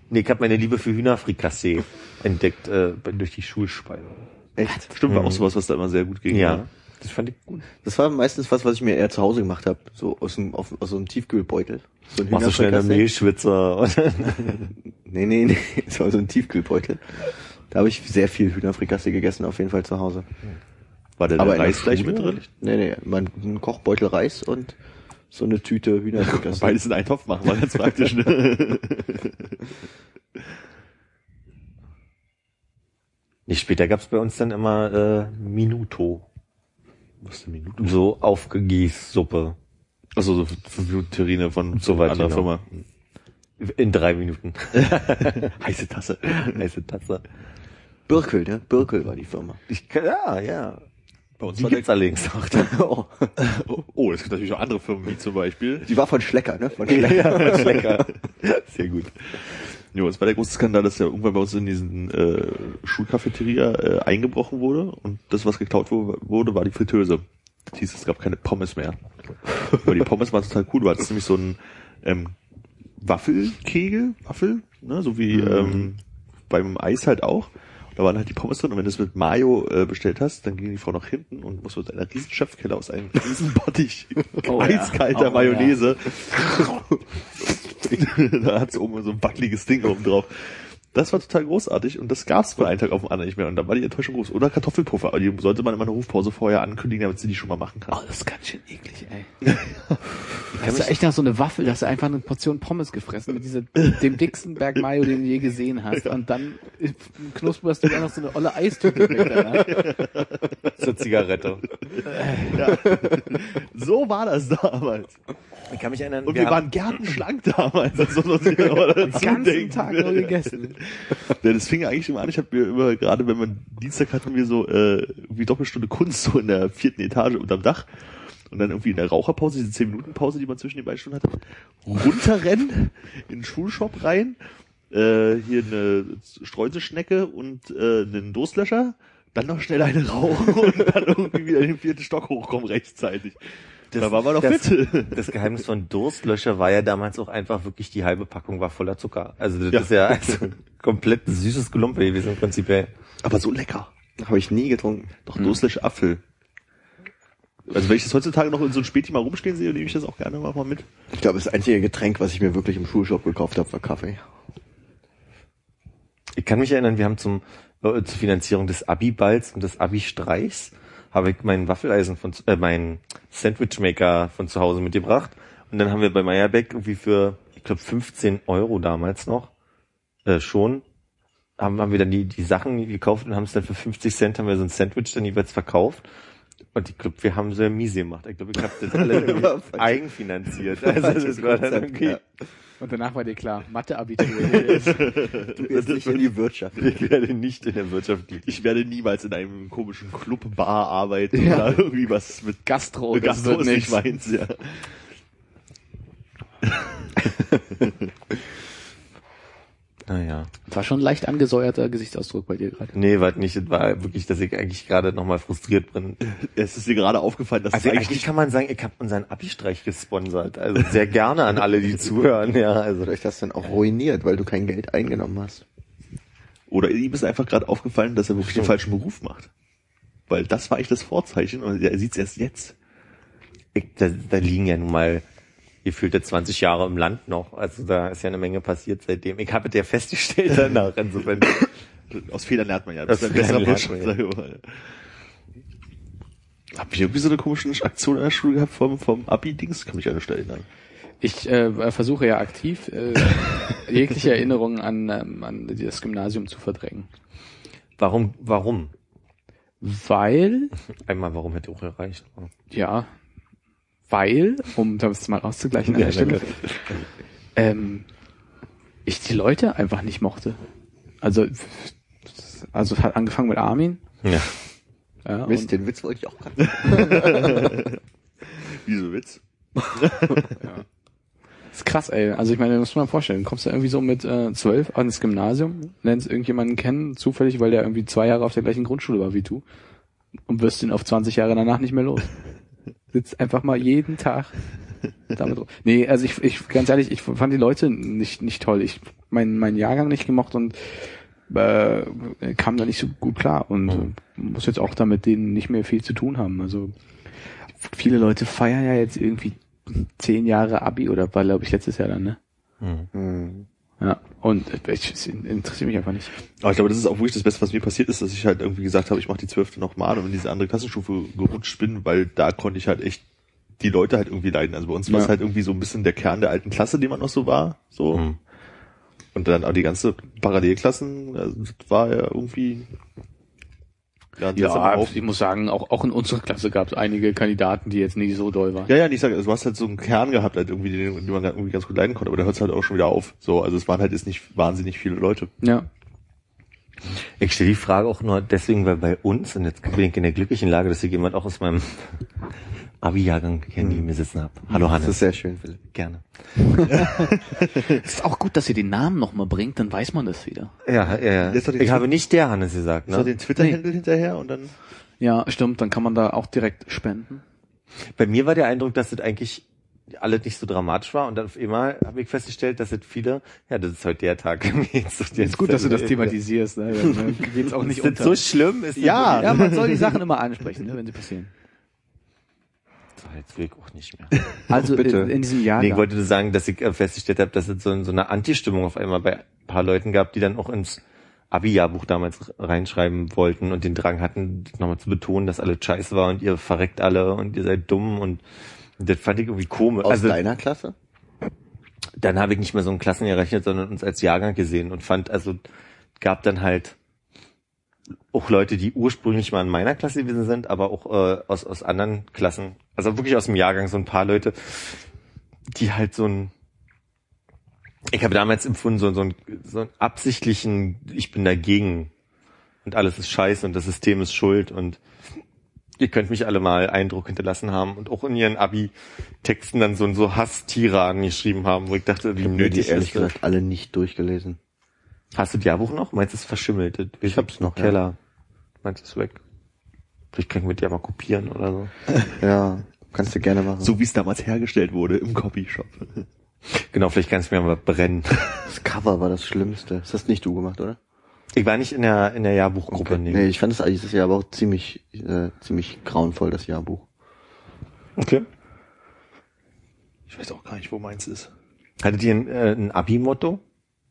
B: Nee, ich habe meine Liebe für Hühnerfrikassee entdeckt äh, durch die Schulspeisung.
D: echt. Mhm.
E: Stimmt, war auch sowas, was da immer sehr gut ging. ne?
B: Das fand ich gut.
D: Das war meistens was, was ich mir eher zu Hause gemacht habe. So aus, dem, auf, aus so einem Tiefkühlbeutel. So ein
B: Machst du schnell eine
D: Hühnerfrikassee.
B: Mehlschwitzer.
D: Nee, nee, nee. Das war so ein Tiefkühlbeutel. Da habe ich sehr viel Hühnerfrikassee gegessen, auf jeden Fall zu Hause.
E: War der,
D: Aber
E: der
D: in der
E: Reis gleich
D: Schule?
E: mit drin?
D: Nee, nee, mein ein Kochbeutel Reis und so eine Tüte Hühnerfrikassee.
E: Beides in einen Topf machen, war ganz praktisch. Ne?
B: Nicht später gab's bei uns dann immer äh, Minuto.
E: Was eine Minute?
B: So Aufgegießsuppe.
E: Achso, so fünf Minuten Terrine von
B: So weit,
E: anderer
B: genau.
E: Firma.
B: In drei Minuten.
E: Heiße Tasse.
B: Heiße Tasse.
D: Birkel, ne? Birkel war die Firma.
B: Ich, kann- ja, ja.
E: Bei uns
B: Die
E: war der,
B: gibt's allerdings noch.
D: oh,
E: Oh, es gibt natürlich auch andere Firmen, wie zum Beispiel
D: die war von Schlecker, ne? Von Schlecker.
B: Lecker.
E: Sehr gut. Jo, es war der große Skandal, dass ja irgendwann bei uns in diesen äh, Schulcafeteria äh, eingebrochen wurde und das, was geklaut wu- wurde, war die Fritteuse. Das hieß, es gab keine Pommes mehr. Aber die Pommes waren total cool. Du hattest nämlich so einen ähm, Waffelkegel, Waffel, ne? so wie
C: Mhm.
E: ähm, beim Eis halt auch. Da waren halt die Pommes drin und wenn du es mit Mayo äh, bestellt hast, dann ging die Frau nach hinten und muss mit einer riesen Schöpfkelle aus einem riesen Bottich
C: Oh ja.
E: eiskalter
C: Oh ja.
E: Mayonnaise da hat's oben so ein wackeliges Ding oben drauf. Das war total großartig und das gab's von einem Tag auf den anderen nicht mehr und da war die Enttäuschung groß. Oder Kartoffelpuffer, aber die sollte man immer eine Rufpause vorher ankündigen, damit sie die schon mal machen kann.
C: Oh, das ist ganz schön eklig, ey. Hast du echt noch so eine Waffel, dass du einfach eine Portion Pommes gefressen mit dieser, dem dicksten Berg Mayo, den du je gesehen hast. Und dann knusperst du dann noch so eine olle Eistüte weg danach.
B: Zur Zigarette.
E: So war das damals.
B: Ich kann mich erinnern,
E: Und wir,
B: haben-
E: waren gärtenschlank damals. Das muss man sich nochmal dazu
C: Den ganzen
E: denken.
C: Tag nur gegessen.
E: Ja, das fing ja eigentlich immer an. Ich habe mir immer, gerade wenn man Dienstag hatten wir so äh, wie Doppelstunde Kunst so in der vierten Etage unterm Dach. Und dann irgendwie in der Raucherpause, diese 10-Minuten-Pause, die man zwischen den beiden Stunden hatte, runterrennen, in den Schulshop rein, äh, hier eine Streuselschnecke und äh, einen Durstlöscher, dann noch schnell eine rauchen und dann irgendwie wieder in den vierten Stock hochkommen rechtzeitig. da war man doch
B: das,
E: fit.
B: das Geheimnis von Durstlöscher war ja damals auch einfach wirklich, die halbe Packung war voller Zucker. Also das
E: Ja.
B: ist ja also komplett süßes Gelumpe gewesen prinzipiell.
E: Aber so lecker.
D: Habe ich nie getrunken.
E: Doch, Durstlöscher Apfel. Also wenn ich das heutzutage noch in so einem Späti mal rumstehen sehe, nehme ich das auch gerne mal mal mit.
D: Ich glaube, das einzige Getränk, was ich mir wirklich im Schulshop gekauft habe, war Kaffee.
B: Ich kann mich erinnern, wir haben zum äh, zur Finanzierung des Abi-Balls und des Abi-Streichs habe ich meinen Waffeleisen von zu- äh, meinen Sandwichmaker von zu Hause mitgebracht und dann haben wir bei Meyerbeck irgendwie für ich glaube 15 Euro damals noch äh, schon haben, haben wir dann die die Sachen gekauft und haben es dann für 50 Cent haben wir so ein Sandwich dann jeweils verkauft und ich glaube wir haben sehr miese gemacht ich glaube ich habe das alle irgendwie eigenfinanziert also das war dann
D: Konzept,
B: irgendwie
D: ja.
C: Und danach war dir klar, Mathe-Abitur.
D: Du gehst nicht in die Wirtschaft.
B: ich werde nicht in der Wirtschaft glücklich.
E: Ich werde niemals in einem komischen Club, Bar arbeiten oder irgendwie was mit
C: Gastro, das
E: Gastro
C: wird
E: ist nicht
C: nichts.
E: meins, ja.
B: Naja.
C: War schon leicht angesäuerter Gesichtsausdruck bei dir gerade.
B: Nee, war nicht. Es war wirklich, dass ich eigentlich gerade nochmal frustriert bin.
E: Es ist dir gerade aufgefallen, dass
B: Also
E: es
B: eigentlich kann man sagen, ich habe unseren Abi-Streich gesponsert. Also sehr gerne an alle, die zuhören. Ja, also
D: Oder ich das dann auch ruiniert, weil du kein Geld eingenommen hast.
E: Oder ihm ist einfach gerade aufgefallen, dass er wirklich den falschen Beruf macht. Weil das war eigentlich das Vorzeichen und er sieht es erst jetzt.
B: ich, da, da liegen ja nun mal gefühlte 20 Jahre im Land noch. Also da ist ja eine Menge passiert seitdem. Ich habe es ja festgestellt danach. Insofern
E: Aus Fehlern lernt man ja. ist
B: Aus
E: ein
B: Fehlern
E: besserer Mensch,
B: lernt
E: sag ich mal. Habt ihr irgendwie so eine komische Aktion in der Schule gehabt vom, vom Abi-Dings? Kann mich ja nicht erinnern.
C: Ich äh, versuche ja aktiv äh, jegliche Erinnerungen an, ähm, an das Gymnasium zu verdrängen.
B: warum, warum?
C: Weil,
B: Einmal, warum hätte auch erreicht?
C: ja, weil, um das mal auszugleichen an
B: Ja,
C: der Stelle,
B: danke.
C: ähm, ich die Leute einfach nicht mochte. Also, also es hat angefangen mit Armin.
B: Ja.
C: Ja, und-
D: Mist, den Witz wollte ich auch gerade. machen.
E: Wie so ein Witz?
C: Ist krass, ey. Also ich meine, das muss man mal vorstellen. Kommst du irgendwie so mit äh, zwölf ans Gymnasium, lernst irgendjemanden kennen, zufällig, weil der irgendwie zwei Jahre auf der gleichen Grundschule war wie du und wirst ihn auf 20 Jahre danach nicht mehr los. Sitzt einfach mal jeden Tag damit rum. Nee, also ich, ich ganz ehrlich, ich fand die Leute nicht nicht toll. Ich meinen meinen Jahrgang nicht gemocht und äh, kam da nicht so gut klar und äh, muss jetzt auch damit denen nicht mehr viel zu tun haben. Also viele Leute feiern ja jetzt irgendwie zehn Jahre Abi oder war glaube ich letztes Jahr dann, ne?
D: Hm.
C: Ja. Und äh, ich, es interessiert mich einfach nicht.
E: Aber ich glaube, das ist auch wirklich das Beste, was mir passiert ist, dass ich halt irgendwie gesagt habe, ich mache die Zwölfte nochmal und in diese andere Klassenstufe gerutscht bin, weil da konnte ich halt echt die Leute halt irgendwie leiden. Also bei uns war es
C: Ja.
E: halt irgendwie so ein bisschen der Kern der alten Klasse, die man noch so war. So.
B: Mhm.
E: Und dann auch die ganze Parallelklassen, also das war ja irgendwie. Ja, das aber auch,
C: ich muss sagen, auch, auch in unserer Klasse gab es einige Kandidaten, die jetzt nicht so doll waren.
E: ja, ja, und ich sage, also du hast halt so einen Kern gehabt, halt irgendwie, den, den man irgendwie ganz gut leiden konnte, aber da hört es halt auch schon wieder auf. So, also es waren halt jetzt nicht wahnsinnig viele Leute.
C: ja.
B: Ich stelle die Frage auch nur deswegen, weil bei uns, und jetzt bin ich in der glücklichen Lage, dass ich jemand auch aus meinem Abi-Jahrgang kenne, die mir sitzen hab. Hallo
D: Das ist
B: Hannes.
D: sehr schön, Philipp.
B: Gerne.
C: Es ist auch gut, dass ihr den Namen nochmal bringt, dann weiß man das wieder.
B: Ja, ja, ja.
E: Jetzt hat die
B: Ich habe nicht der Hannes gesagt,
E: Ja. So
B: ne?
E: den Twitter-Handle hinterher und dann.
C: Ja, stimmt, dann kann man da auch direkt spenden.
B: Bei mir war der Eindruck, dass das eigentlich alles nicht so dramatisch war und dann auf einmal habe ich festgestellt, dass es viele, ja, das ist heute der Tag. jetzt
C: Ist gut, dass du das thematisierst. Ne? Dann geht's auch nicht
B: Ist das so schlimm? Ist das
E: Ja.
B: so-
C: ja, man soll die Sachen immer ansprechen, ne, wenn sie passieren.
B: So, Jetzt will ich auch nicht mehr.
C: Also
D: Bitte.
C: in, in diesem Jahr.
B: Nee, ich wollte nur sagen, dass ich äh, festgestellt habe, dass es so, so eine Anti-Stimmung auf einmal bei ein paar Leuten gab, die dann auch ins Abi-Jahrbuch damals reinschreiben wollten und den Drang hatten, nochmal zu betonen, dass alles scheiße war und ihr verreckt alle und ihr seid dumm und das fand ich irgendwie komisch.
D: Aus
B: also
D: deiner Klasse?
B: dann habe ich nicht mehr so einen Klassen gerechnet, sondern uns als Jahrgang gesehen und fand, also gab dann halt auch Leute, die ursprünglich mal in meiner Klasse gewesen sind, aber auch äh, aus, aus anderen Klassen, also wirklich aus dem Jahrgang so ein paar Leute, die halt so ein ich habe damals empfunden, so, so, einen, so einen absichtlichen, ich bin dagegen und alles ist scheiße und das System ist schuld und ihr könnt mich alle mal Eindruck hinterlassen haben und auch in ihren Abi-Texten dann so ein so Hasstiere angeschrieben haben, wo ich dachte, wie
D: Nö, die
B: nötig
D: ehrlich
B: ist das?
D: gesagt alle nicht durchgelesen.
B: Hast du das Jahrbuch noch? Meinst du, es ist verschimmelt?
D: Ich hab's noch, ja.
B: Keller. Meinst du, es ist weg? Vielleicht kann ich mit dir mal kopieren oder so.
D: Ja, kannst du gerne machen.
E: So wie es damals hergestellt wurde im Copyshop.
B: Genau, vielleicht kannst du mir mal brennen.
D: Das Cover war das Schlimmste. Das hast nicht du gemacht, oder?
B: Ich war nicht in der, in der Jahrbuchgruppe.
D: Nee. ich fand es dieses Jahr aber auch ziemlich, äh, ziemlich grauenvoll, das Jahrbuch.
B: Okay.
E: Ich weiß auch gar nicht, wo meins ist.
B: Hattet ihr ein, äh, ein Abi-Motto?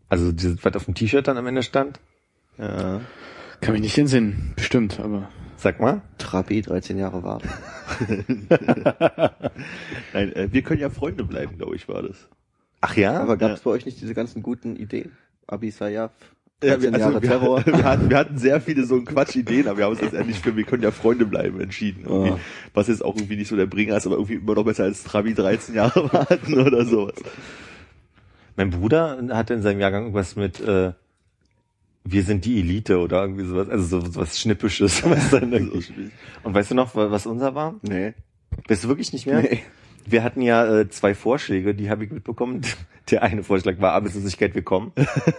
B: Also dieses, was auf dem T-Shirt dann am Ende stand?
E: Ja.
C: Kann mich nicht entsinnen. Bestimmt, aber.
B: Sag mal.
D: Trabi, 13 Jahre warten.
E: Nein, äh, wir können ja Freunde bleiben, glaube ich, war das.
B: Ach ja?
D: Aber gab es
E: Ja.
D: bei euch nicht diese ganzen guten Ideen? Abi Sayaf,
E: Ja,
D: 13
E: wir, also,
D: Jahre
E: wir,
D: Terror.
E: wir, hatten, wir hatten sehr viele so Quatsch-Ideen, aber wir haben uns letztendlich für wir können ja Freunde bleiben entschieden. Irgendwie.
D: Ja.
E: Was jetzt auch irgendwie nicht so der Bringer ist, aber irgendwie immer noch besser als Trabi 13 Jahre warten oder sowas.
B: Mein Bruder hatte in seinem Jahrgang irgendwas mit äh, Wir sind die Elite oder irgendwie sowas. Also so, sowas Schnippisches. Was dann irgendwie- Und weißt du noch, wa- was unser war?
D: Nee.
B: Weißt du wirklich nicht mehr?
D: Nee.
B: Wir hatten ja äh, zwei Vorschläge, die habe ich mitbekommen. Der eine Vorschlag war Arbeitslosigkeit willkommen.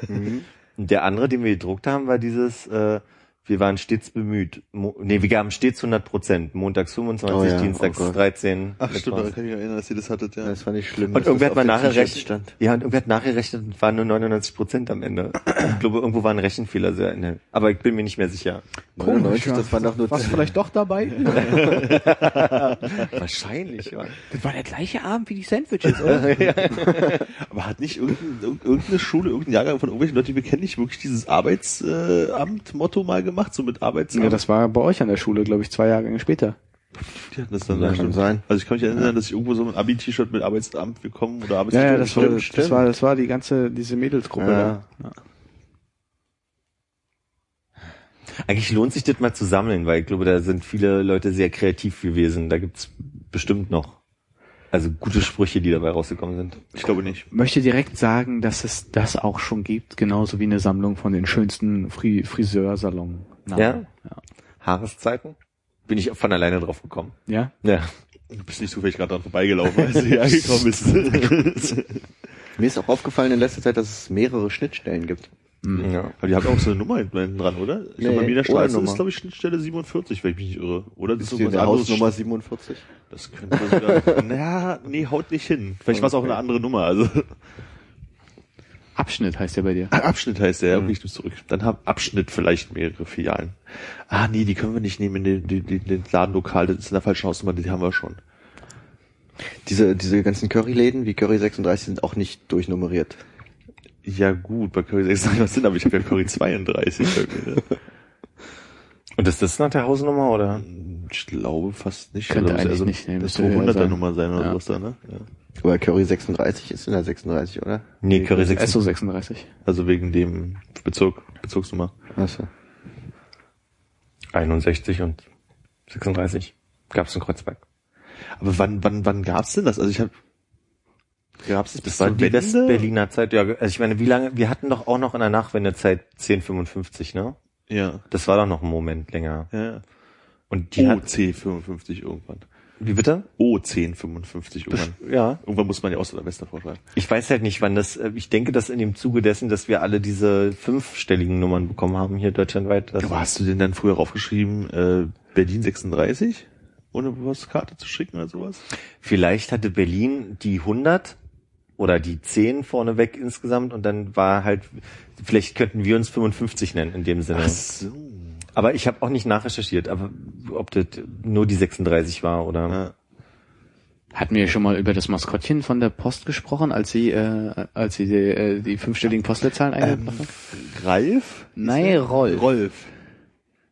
D: Mhm.
B: Und der andere, den wir gedruckt haben, war dieses, äh, wir waren stets bemüht. Mo nee, wir gaben stets 100 Prozent. Montags 25,
D: Oh ja,
B: Dienstags
D: oh Gott.
B: 13.
E: Ach
B: Das
E: stimmt,
B: war's.
E: daran kann ich mich erinnern, dass ihr das hattet, ja.
D: Das war nicht schlimm.
B: Und irgendwer hat mal nachgerechnet.
D: Stand.
B: Ja, und irgendwer hat nachgerechnet und waren nur 99 Prozent am Ende. Ich glaube, irgendwo war ein Rechenfehler sehr in der, aber ich bin mir nicht mehr sicher.
D: 99, das waren doch nur
C: Was vielleicht doch dabei?
B: Wahrscheinlich, ja.
C: das war der gleiche Abend wie die Sandwiches, oder?
E: Aber hat nicht irgendein- irg- irgendeine Schule, irgendein Jahrgang von irgendwelchen Leuten, die wir kennen, nicht wirklich dieses Arbeitsamt-Motto äh, Amt, Motto mal gemacht, so mit Arbeitsamt?
C: ja, das war bei euch an der Schule, glaube ich, zwei Jahre später.
E: die hatten das dann
D: Ja,
E: ja,
D: kann sein.
E: Also ich kann mich erinnern, dass ich irgendwo so ein Abi-T-Shirt mit Arbeitsamt willkommen oder
C: Ja,
E: Arbeitsamt.
C: ja, das, war,
D: stimmt,
C: das
D: stimmt.
C: war das war die ganze diese Mädelsgruppe
D: Ja.
C: da. Ja.
B: Eigentlich lohnt sich das mal zu sammeln, weil ich glaube, da sind viele Leute sehr kreativ gewesen. Da gibt's bestimmt noch. Also gute Sprüche, die dabei rausgekommen sind.
E: Ich glaube nicht.
C: Möchte direkt sagen, dass es das auch schon gibt, genauso wie eine Sammlung von den schönsten Fri Friseursalon.
B: Ja?
C: ja.
B: Haareszeiten? Bin ich von alleine drauf gekommen.
C: Ja?
B: Ja.
E: Du bist nicht zufällig gerade dran vorbeigelaufen, als du hier angekommen bist.
D: Mir ist auch aufgefallen in letzter Zeit, dass es mehrere Schnittstellen gibt.
B: ja.
E: Aber die haben auch so eine Nummer hinten dran, oder? Ich glaube,
D: Nee,
E: bei mir in der Straße
D: ohne
E: ist,
D: Nummer.
E: glaube ich, Schnittstelle 47, wenn ich mich nicht irre. Oder das
D: Ist
E: ist
D: die in der
E: irgendwas anderes.
D: Hausnummer 47?
E: Das könnte sogar. naja, nee, haut nicht hin. Vielleicht war es auch eine andere Nummer. Also
C: Abschnitt heißt der bei dir.
E: Ah, Abschnitt heißt der, ja, okay, ich nehm's zurück. Dann haben Abschnitt vielleicht mehrere Filialen. Ah, nee, die können wir nicht nehmen in den, den, den, den Ladenlokal, das ist in der falschen Hausnummer, die haben wir schon.
D: Diese, diese ganzen Curryläden wie Curry 36 sind auch nicht durchnummeriert.
E: Ja gut, bei Curry 36 was sind, aber ich habe ja Curry 32. irgendwie, ne?
B: Und ist das nach der Hausnummer oder?
E: Ich glaube fast nicht.
C: Könnte
E: Oder muss
C: eigentlich nicht, nee,
E: Das
C: müsste höher
E: 200er
C: sein.
E: Nummer sein oder
C: Ja.
E: sowas da, ne? Ja.
D: Aber Curry 36 ist in der 36, oder?
B: Nee, Curry 6.
C: SO 36.
E: Also wegen dem Bezirk, Bezirksnummer.
D: Achso.
B: 61 und 36. Gab's in Kreuzberg.
E: Aber wann, wann, wann gab's denn das? Also ich habe gab's das bis
B: Das war
E: zur
B: die
E: Wende?
B: West-Berliner Zeit. Ja, also ich meine, wie lange, wir hatten doch auch noch in der Nachwendezeit 1055, ne?
E: Ja.
B: Das war doch noch ein Moment länger.
E: ja. ja.
B: Und die hat,
E: OC55 irgendwann.
B: wie bitte?
E: O1055 irgendwann.
B: Ja.
E: Irgendwann muss man ja Ost- oder West davor schreiben.
B: Ich weiß halt nicht, wann das, äh, ich denke, dass in dem Zuge dessen, dass wir alle diese fünfstelligen Nummern bekommen haben hier deutschlandweit. dass-
E: Aber hast du denn dann früher raufgeschrieben, äh, Berlin 36? Ohne Postkarte zu schicken oder sowas?
B: Vielleicht hatte Berlin die 100 oder die 10 vorneweg insgesamt und dann war halt, vielleicht könnten wir uns 55 nennen in dem Sinne.
E: so.
B: Aber ich habe auch nicht nachrecherchiert, aber ob das nur die 36 war oder.
E: Ja.
C: Hatten wir schon mal über das Maskottchen von der Post gesprochen, als sie, äh, als sie die, äh, die fünfstelligen Postleitzahlen eingebracht haben?
E: Ralf?
C: Nein, Rolf.
E: Rolf.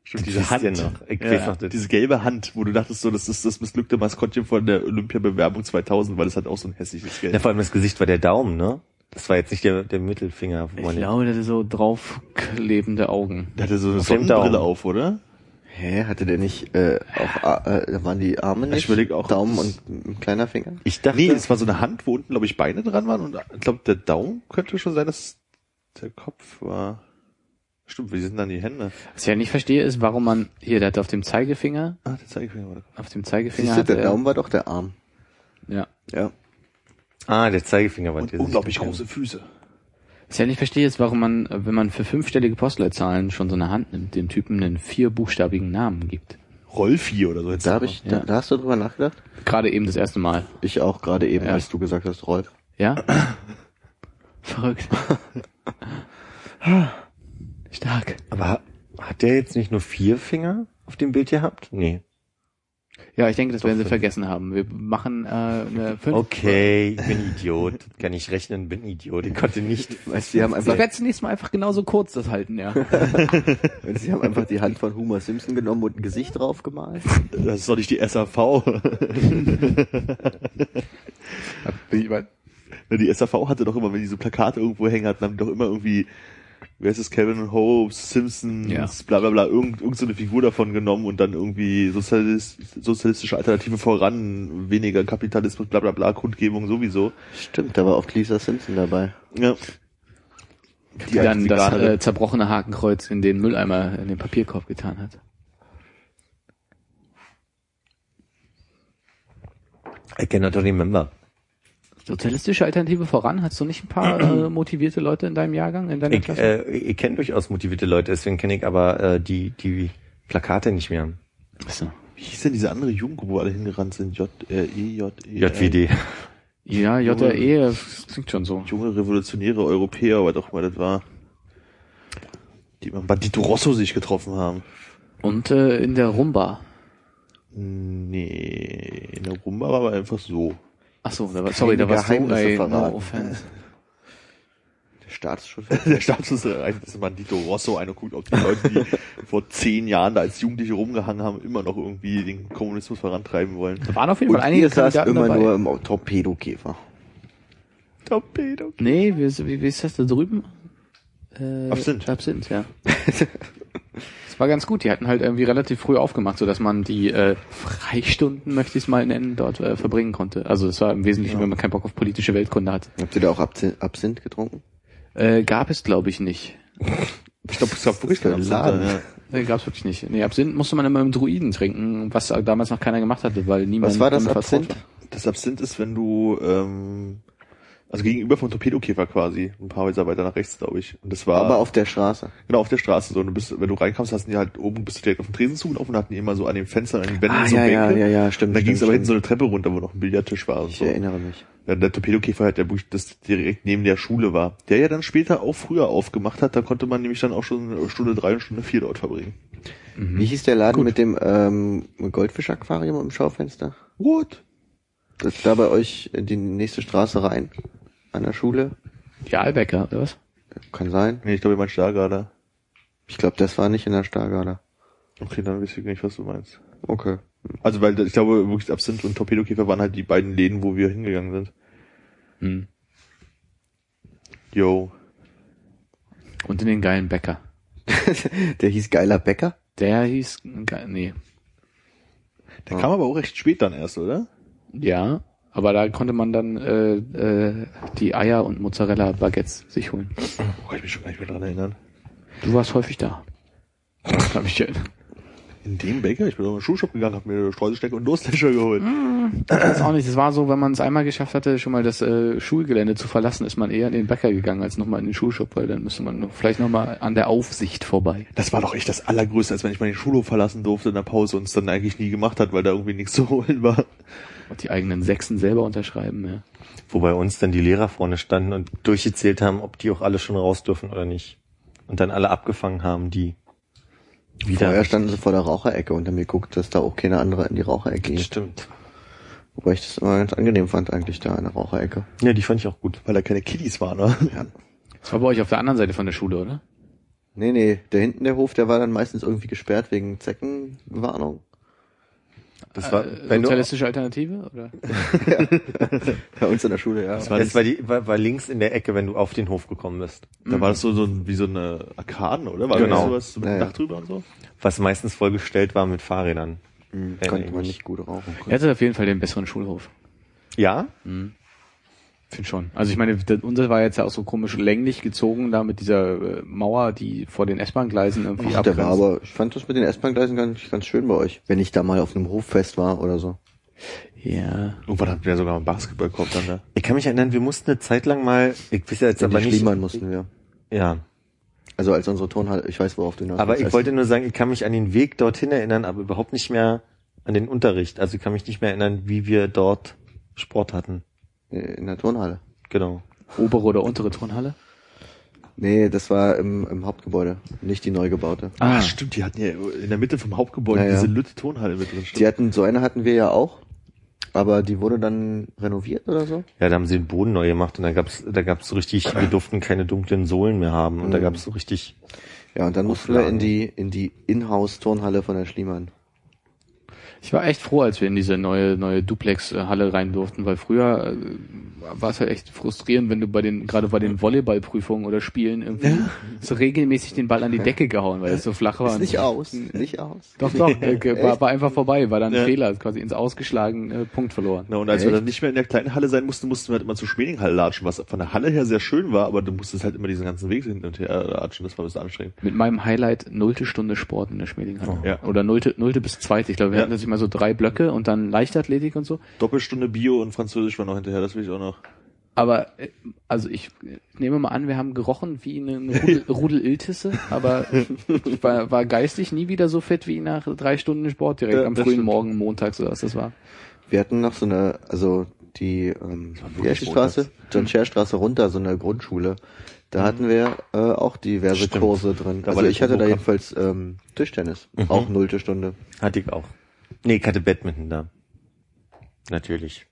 E: Stimmt, diese
B: wisst
E: Hand. Äh,
B: ihr noch. Ich
E: ja,
B: weiß noch das.
E: diese gelbe Hand, wo du dachtest, so, das ist das missglückte Maskottchen von der Olympia-Bewerbung 2000, weil das hat auch so ein hässliches Gelb.
B: Ja, vor allem das Gesicht war der Daumen, ne? Das war jetzt nicht der, der Mittelfinger. Wo
C: Ich glaube, der hatte so draufklebende Augen.
E: Der hatte so eine
B: Auf dem
E: Sonnenbrille
B: Daumen.
E: auf, oder?
D: Hä, hatte der nicht, äh, auf, A- äh, da waren die Arme nicht?
E: Ich überleg auch,
D: Daumen
E: das-
D: und ein kleiner Finger?
B: ich dachte,
E: Nee, es war so eine Hand, wo unten, glaube ich, Beine dran waren und ich glaube, der Daumen könnte schon sein, dass der Kopf war. Stimmt, wie sind dann die Hände?
C: Was ich ja nicht verstehe, ist, warum man, hier, der hat auf dem Zeigefinger,
E: Ah, der Zeigefinger war der Kopf.
C: auf dem Zeigefinger
D: Siehst du,
C: hat
D: der
C: er-
D: Daumen war doch der Arm.
C: Ja.
D: Ja.
B: ah, der Zeigefinger war
E: Und
B: der.
E: unglaublich große Füße.
C: Was ich ja nicht verstehe, ist, warum man, äh, wenn man für fünfstellige Postleitzahlen schon so eine Hand nimmt, dem Typen einen vierbuchstabigen Namen gibt.
E: Rolfi oder so. Jetzt
D: Da habe ich,
C: Ja.
D: da, da hast du drüber nachgedacht?
C: Gerade eben das erste Mal.
D: Ich auch gerade eben,
C: Ja.
D: als du gesagt hast, Rolf.
C: Ja? Verrückt. Stark.
B: Aber hat der jetzt nicht nur vier Finger auf dem Bild gehabt? Nee.
C: Ja, ich denke, das werden sie vergessen haben. Wir machen äh, eine fünf.
B: Okay, ich bin Idiot. Kann ich rechnen, bin Idiot. Ich konnte nicht.
D: Weißt, du, die haben
C: Ich
D: einfach,
C: werde zunächst mal einfach genauso kurz das halten, ja.
D: sie haben einfach die Hand von Homer Simpson genommen und ein Gesicht drauf gemalt.
E: Das ist doch nicht die SAV. Na, die SAV hatte doch immer, wenn diese Plakate irgendwo hängen hatten, haben die doch immer irgendwie, wer ist es, Kevin Hope, Simpsons,
C: Ja.
E: bla bla bla, irgend, irgend so eine Figur davon genommen und dann irgendwie Sozialis sozialistische Alternative voran, weniger Kapitalismus, bla bla bla, Kundgebung sowieso.
D: Stimmt, da war auch Lisa Simpson dabei.
E: Ja.
C: Die dann das
E: Veganerin.
C: äh, zerbrochene Hakenkreuz in den Mülleimer, in den Papierkorb getan hat.
B: I cannot remember.
C: Sozialistische Alternative voran? Hast du nicht ein paar äh, motivierte Leute in deinem Jahrgang, in deiner
B: Ich,
C: Klasse?
B: äh, ich kenne durchaus motivierte Leute, deswegen kenne ich aber äh, die, die Plakate nicht mehr.
C: Achso.
E: Wie hieß denn diese andere Jugendgruppe, wo alle hingerannt sind? J, äh, E, J, E, Äh,
B: JWD.
C: Ja, JRE, das klingt schon so.
E: junge revolutionäre Europäer, was auch immer das war. Die beim Bandito Rosso sich getroffen haben.
C: Und äh, in der Rumba.
E: Nee, in der Rumba war aber einfach so.
C: Achso, da war, sorry, da war
D: Geheimnisse
C: Ey,
D: verraten.
C: no offense.
D: Der Staatsschutz.
E: Der Status äh, also ist Bandito Rosso eine guckt, ob die Leute, die vor zehn Jahren da als Jugendliche rumgehangen haben, immer noch irgendwie den Kommunismus vorantreiben wollen.
C: Da waren auf jeden
D: Und
C: Fall einige
D: ihr saß
C: Kandidaten
D: immer
C: dabei.
D: nur im Torpedokäfer.
E: Torpedo.
C: Nee, wie, ist- wie, wie ist das da drüben? Äh,
E: Absinth.
C: Absinth, ja. Das war ganz gut. Die hatten halt irgendwie relativ früh aufgemacht, sodass man die äh, Freistunden, möchte ich es mal nennen, dort äh, verbringen konnte. Also es war im Wesentlichen, wenn man keinen Bock auf politische Weltkunde hat.
D: Habt ihr da auch Absinth, Absinth getrunken?
C: Äh, gab es, glaube ich, nicht.
D: Ich glaube, es gab wirklich keinen Laden.
E: Ja.
C: Äh, gab es wirklich nicht. Nee, Absinth musste man immer im Druiden trinken, was damals noch keiner gemacht hatte, weil niemand...
D: Was war das,
C: damit vertraut
D: Absinth?
E: Das Absinth ist, wenn du, ähm, also gegenüber vom Torpedokäfer quasi, ein paar Häuser weiter nach rechts, glaube ich. Und das war
D: Aber auf der Straße.
E: genau auf der Straße so. Und du bist, wenn du reinkommst, hast die halt oben bist du direkt auf den Tresen zugelaufen und hatten die immer so an den Fenstern, an den Wänden so Bänke.
D: Ah, ja,
E: Und
D: stimmt.
E: dann ging es aber hinten so
D: stimmt.
E: eine Treppe runter, wo noch ein Billardtisch war. Und
D: Ich
E: so.
D: erinnere mich.
E: Ja, der Torpedokäfer halt, der wirklich das direkt neben der Schule war. Der ja dann später auch früher aufgemacht hat, da konnte man nämlich dann auch schon eine Stunde drei und Stunde vier dort verbringen.
B: Hm?
D: Wie hieß der Laden mit dem ähm, Goldfisch-Aquarium im Schaufenster?
E: What?
D: Das, da bei euch in die nächste Straße rein. An der Schule.
C: hat? Die Albecker, oder was?
D: Kann sein.
E: Nee, ich glaube, ich mein Stargarder.
D: Ich glaube, das war nicht in der Stargarder.
E: Okay, dann weiß ich gar nicht, was du meinst.
D: Okay.
E: Also, weil ich glaube, wirklich Absinth und Torpedokäfer waren halt die beiden Läden, wo wir hingegangen sind.
C: Hm.
E: Yo.
C: Und in den geilen Bäcker.
D: Der hieß Geiler Bäcker?
C: Der hieß... Ge- Nee.
E: Der kam aber auch recht spät dann erst, oder?
C: Ja, aber da konnte man dann äh, äh, die Eier und Mozzarella-Baguettes sich holen.
E: Oh, kann ich mich schon gar nicht mehr dran erinnern.
C: Du warst häufig da. Hab ich äh, ja-
E: In dem Bäcker? Ich bin doch in den Schuhshop gegangen, hab mir Streuselstecke und Durstlöcher geholt.
C: weiß auch nicht. Es war so, wenn man es einmal geschafft hatte, schon mal das äh, Schulgelände zu verlassen, ist man eher in den Bäcker gegangen als nochmal in den Schulshop, weil dann müsste man noch, vielleicht nochmal an der Aufsicht vorbei.
E: Das war doch echt das Allergrößte, als wenn ich mal den Schulhof verlassen durfte in der Pause und es dann eigentlich nie gemacht hat, weil da irgendwie nichts zu holen war.
C: Und die eigenen Sechsen selber unterschreiben. Ja.
B: Wo bei uns dann die Lehrer vorne standen und durchgezählt haben, ob die auch alle schon raus dürfen oder nicht. Und dann alle abgefangen haben, die wieder.
D: Vorher standen sie vor der Raucherecke und haben geguckt, dass da auch keine andere in die Raucherecke ging.
B: Stimmt.
D: Wobei ich das immer ganz angenehm fand eigentlich da in der Raucherecke.
B: Ja, die fand ich auch gut.
E: Weil da keine Kiddies waren, ne?
D: Ja.
C: Das war bei euch auf der anderen Seite von der Schule, oder?
D: Nee, nee, der hinten der Hof, der war dann meistens irgendwie gesperrt wegen Zeckenwarnung.
B: Das war,
C: Äh,
B: wenn du,
C: sozialistische Alternative? Oder?
D: Bei uns in der Schule, ja.
B: das war, die, war, war links in der Ecke, wenn du auf den Hof gekommen bist.
E: Da war das so, so ein- wie so eine Arkaden, oder? War
B: Genau.
E: das sowas mit
D: Ja,
E: dem
D: ja.
E: Dach drüber und so?
B: Was meistens vollgestellt war mit Fahrrädern.
D: Konnte man nicht gut rauchen.
C: Ihr hattet auf jeden Fall den besseren Schulhof.
B: Ja?
C: Finde schon. Also ich meine, das- unser war jetzt ja auch so komisch länglich gezogen da mit dieser äh, Mauer, die vor den S-Bahn-Gleisen irgendwie
D: Ach, der war
C: abgrenzt.
D: aber, ich fand das mit den S-Bahn-Gleisen ganz, ganz schön bei euch. Wenn ich da mal auf einem Hoffest war oder so.
C: Ja.
E: Irgendwann hatten wir sogar einen Basketballkorb dann, ne?
B: Ich kann mich erinnern, wir mussten eine Zeit lang mal, ich weiß ja jetzt
D: In
B: aber
D: die
B: nicht.
D: Schliemann mussten wir.
B: Ja.
D: Also als unsere Turnhalle, ich weiß, worauf du hinaus
B: Aber
D: willst.
B: ich wollte nur sagen, ich kann mich an den Weg dorthin erinnern, aber überhaupt nicht mehr an den Unterricht. Also ich kann mich nicht mehr erinnern, wie wir dort Sport hatten.
D: Äh, In der Turnhalle.
B: Genau.
C: Obere oder untere Turnhalle?
D: Nee, das war im, im Hauptgebäude, nicht die neu gebaute.
E: Ah, stimmt, die hatten ja in der Mitte vom Hauptgebäude
D: Ja, ja.
E: diese Lütte-Tonhalle mit drin.
D: Die hatten, so eine hatten wir ja auch, aber die wurde dann renoviert oder so.
B: Ja, da haben sie den Boden neu gemacht und da gab's, da gab's so richtig, wir durften keine dunklen Sohlen mehr haben
D: Mhm.
B: und da gab's so richtig,
D: Ja, und dann mussten wir in die, in die Inhouse-Turnhalle von der Schliemann.
C: Ich war echt froh, als wir in diese neue, neue Duplex-Halle rein durften, weil früher äh, war es halt echt frustrierend, wenn du bei den, gerade bei den Volleyballprüfungen oder Spielen irgendwie so regelmäßig den Ball an die Decke gehauen, weil es so flach war.
D: Ist nicht aus, nicht aus.
C: Doch, doch, äh, ge- war,
D: Echt?
C: war einfach vorbei, war dann ein
E: Ja.
C: Fehler, ist quasi ins Ausgeschlagen, äh, Punkt verloren.
E: Na, und als wir
D: Echt?
E: dann nicht mehr in der kleinen Halle sein mussten, mussten wir halt immer zur Schweninghalle latschen, was von der Halle her sehr schön war, aber du musstest halt immer diesen ganzen Weg hin und her latschen, das war ein bisschen anstrengend.
C: Mit meinem Highlight nullte Stunde Sport in der Schmelinghalle.
E: Oh. Ja.
C: Oder nullte, nullte bis zweite. Ich glaube, wir
E: Ja.
C: hatten das immer so drei Blöcke und dann Leichtathletik und so.
E: Doppelstunde Bio und Französisch war noch hinterher, das will ich auch noch.
C: Aber äh, also ich äh, nehme mal an, wir haben gerochen wie eine eine Rudel, Rudel Iltisse, aber ich war, war geistig nie wieder so fit wie nach drei Stunden Sport direkt
E: Ja,
C: am
E: das
C: frühen
E: stimmt.
C: Morgen montags oder was das war.
D: Wir hatten noch so eine, also die, ähm, wie heißt die
E: wirklich
D: Straße? John Scher Straße runter, so eine Grundschule. Da hatten wir äh, auch diverse
E: Stimmt.
D: Kurse drin.
E: Da war
D: also
E: der
D: ich hatte da
E: Turbo-Cup.
D: jedenfalls ähm, Tischtennis, auch nullte Stunde.
B: Hatte ich auch. Nee, ich hatte Badminton da. Natürlich.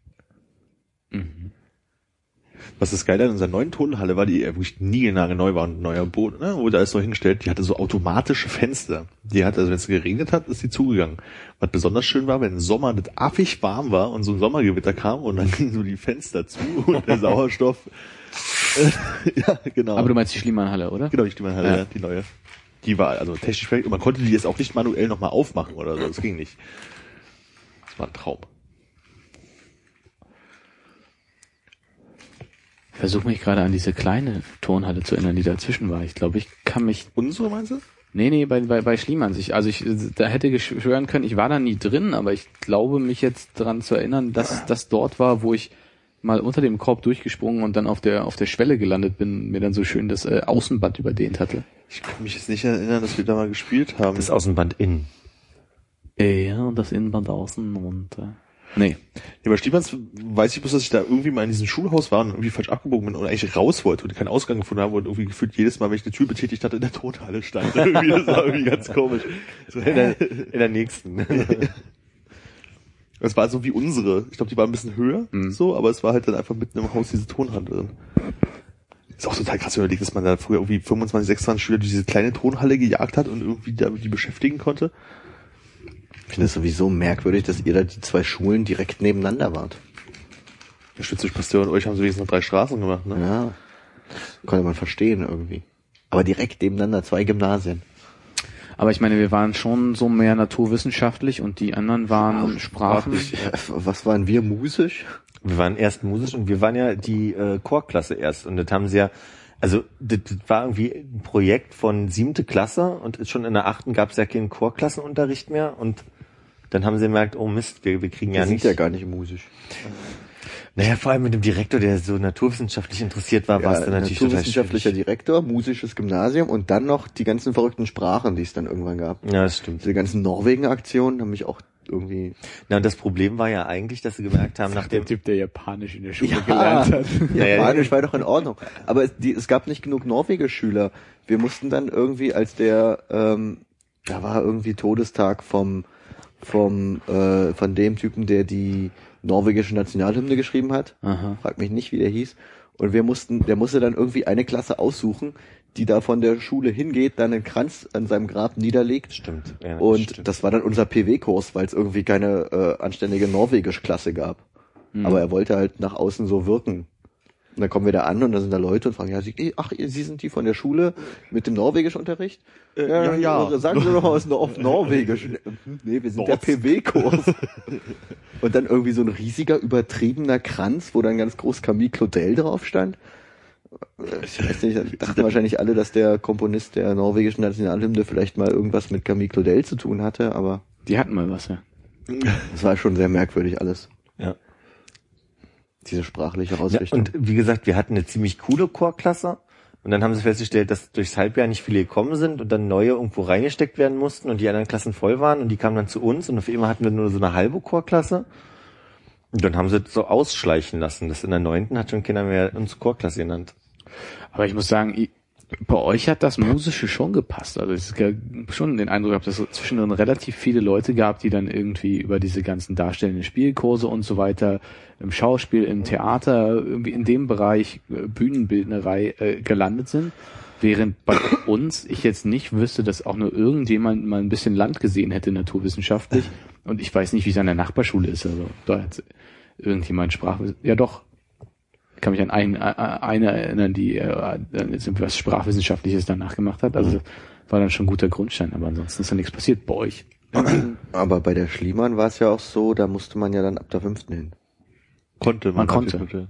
E: Was das Geile an unserer neuen Tonhalle war, die ja wirklich niegelnagelneu war und ein neuer Boden, ne, wo da alles so hinstellt, die hatte so automatische Fenster. Die hat, also wenn es geregnet hat, ist die zugegangen. Was besonders schön war, wenn im Sommer das affig warm war und so ein Sommergewitter kam und dann gingen so die Fenster zu und der Sauerstoff. Äh, ja, genau.
C: Aber du meinst die Schliemannhalle, oder?
E: genau, ich die man hatte, ja. die neue. Die war also technisch perfekt und man konnte die jetzt auch nicht manuell nochmal aufmachen oder so, das ging nicht. Das war ein Traum.
C: Ich versuche mich gerade an diese kleine Turnhalle zu erinnern, die dazwischen war. Ich glaube, ich kann mich
E: Unsere meinst du?
C: Nee, nee, bei, bei, bei Schliemann. Ich, also ich da hätte geschwören können, ich war da nie drin, aber ich glaube mich jetzt daran zu erinnern, dass das dort war, wo ich mal unter dem Korb durchgesprungen und dann auf der auf der Schwelle gelandet bin, und mir dann so schön das äh, Außenband überdehnt hatte.
E: Ich kann mich jetzt nicht erinnern, dass wir da mal gespielt haben.
B: Das Außenband innen.
C: Äh, Ja, und das Innenband außen und äh, nee.
E: Ja, bei Stiemanns weiß ich bloß, dass ich da irgendwie mal in diesem Schulhaus war und irgendwie falsch abgebogen bin und eigentlich raus wollte und keinen Ausgang gefunden habe und irgendwie gefühlt jedes Mal, wenn ich eine Tür betätigt hatte, in der Tothalle stand. Irgendwie, das war irgendwie ganz komisch. So, hä?
B: In der nächsten.
E: Das war so wie unsere. Ich glaube, die war ein bisschen höher,
C: Mhm.
E: so, aber es war halt dann einfach mitten im Haus diese Tonhalle drin. Ist auch total krass, wenn man überlegt, dass man da früher irgendwie 25, 26 Schüler durch diese kleine Tonhalle gejagt hat und irgendwie damit die beschäftigen konnte.
D: Ich finde es sowieso merkwürdig, dass ihr da die zwei Schulen direkt nebeneinander wart.
E: Der Schütze-Pasteur und euch haben sie wenigstens noch drei Straßen gemacht, ne?
D: Ja. Konnte man verstehen irgendwie. Aber direkt nebeneinander zwei Gymnasien.
C: Aber ich meine, wir waren schon so mehr naturwissenschaftlich und die anderen waren Sprachen.
D: Äh, Was waren wir musisch?
B: Wir waren erst musisch und wir waren ja die äh, Chorklasse erst. Und das haben sie ja, also das, das war irgendwie ein Projekt von siebte Klasse und schon in der achten gab es ja keinen Chorklassenunterricht mehr. Und dann haben sie gemerkt, oh Mist, wir, wir kriegen ja
D: wir sind
B: nicht.
D: ja gar nicht musisch.
B: naja, vor allem mit dem Direktor, der so naturwissenschaftlich interessiert war, war es dann natürlich total
D: naturwissenschaftlicher
B: schwierig.
D: Direktor, musisches Gymnasium und dann noch die ganzen verrückten Sprachen, die es dann irgendwann gab.
B: Ja, das stimmt.
D: Diese ganzen Norwegen-Aktionen haben mich auch irgendwie.
B: Na, und das Problem war ja eigentlich, dass sie gemerkt haben, nach dem
C: Typ, der Japanisch in der Schule
B: ja.
D: Japanisch war doch in Ordnung. Aber es, die, es gab nicht genug Norweger-Schüler. Wir mussten dann irgendwie, als der, ähm, da war irgendwie Todestag vom, vom, äh, von dem Typen, der die norwegische Nationalhymne geschrieben hat.
C: Aha.
D: Frag mich nicht, wie der hieß. Und wir mussten, der musste dann irgendwie eine Klasse aussuchen, die da von der Schule hingeht, dann einen Kranz an seinem Grab niederlegt
B: Stimmt. Ja,
D: Und
B: stimmt.
D: das war dann unser PW-Kurs, weil es irgendwie keine äh, anständige Norwegisch-Klasse gab. Aber er wollte halt nach außen so wirken. Und dann kommen wir da an und da sind da Leute und fragen, ja, sie, ach, ihr- Sie sind die von der Schule mit dem Norwegischunterricht?
E: Äh, ja, ja.
D: äh, Sagen Sie doch mal was Nor- auf Norwegisch. Nee, wir sind der
E: Norst.
D: PW-Kurs. und dann irgendwie so ein riesiger, übertriebener Kranz, wo dann ganz groß Camille Claudel drauf stand. Ich weiß nicht, dachten wahrscheinlich alle, dass der Komponist der norwegischen Nationalhymne vielleicht mal irgendwas mit Camille Claudel zu tun hatte, aber
C: Die hatten mal was, ja.
D: es war schon sehr merkwürdig alles,
B: ja.
D: diese sprachliche
B: Ja,
D: Ausrichtung.
B: und wie gesagt, wir hatten eine ziemlich coole Chorklasse und dann haben sie festgestellt, dass durchs Halbjahr nicht viele gekommen sind und dann neue irgendwo reingesteckt werden mussten und die anderen Klassen voll waren und die kamen dann zu uns und auf einmal hatten wir nur so eine halbe Chorklasse. Und dann haben sie das so ausschleichen lassen. Das in der neunten hat schon keiner mehr uns Chorklasse genannt.
C: Aber ich muss sagen, i- bei euch hat das Musische schon gepasst. Also ich habe schon den Eindruck gehabt, dass es zwischendrin relativ viele Leute gab, die dann irgendwie über diese ganzen darstellenden Spielkurse und so weiter im Schauspiel, im Theater, irgendwie in dem Bereich äh, Bühnenbildnerei äh, gelandet sind. Während bei uns ich jetzt nicht wüsste, dass auch nur irgendjemand mal ein bisschen Land gesehen hätte, naturwissenschaftlich. Und ich weiß nicht, wie es an der Nachbarschule ist. Also da hat irgendjemand Sprachwissen. Ja doch, ich kann mich an einen, äh, eine erinnern, die äh, dann jetzt irgendwie was Sprachwissenschaftliches danach gemacht hat. Also war dann schon ein guter Grundstein, aber ansonsten ist ja nichts passiert bei euch.
D: aber bei der Schliemann war es ja auch so, da musste man ja dann ab der fünften hin.
E: Konnte,
C: Man konnte.
E: natürlich.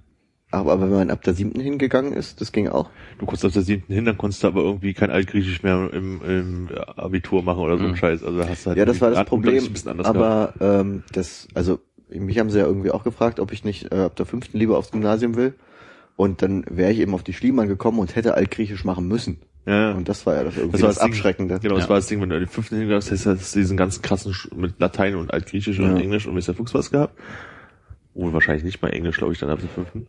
D: Aber, aber wenn man ab der siebten hingegangen ist, das ging auch.
E: Du konntest auf der siebten hin, dann konntest du aber irgendwie kein Altgriechisch mehr im, im Abitur machen oder so ein
C: Mhm.
E: Scheiß. Also da hast du halt
D: ja, das war das
E: irgendwie- da
D: Problem.
E: hat man, glaub ich, Ein bisschen anders gehabt.
D: aber ähm, das, also mich haben sie ja irgendwie auch gefragt, ob ich nicht äh, ab der fünften lieber aufs Gymnasium will. Und dann wäre ich eben auf die Schliemann gekommen und hätte Altgriechisch machen müssen.
E: ja, ja.
D: Und das war ja das irgendwie
E: war
D: das,
E: das Ding.
D: Abschreckende.
E: Genau, das
C: Ja.
E: war das Ding, wenn du in den fünften hingegangen hast, hast du diesen ganzen krassen Sch mit Latein und Altgriechisch und
D: Ja.
E: Englisch und Mr. Fuchs was gehabt. Obwohl wahrscheinlich nicht mal Englisch, glaube ich, dann ab dem fünften.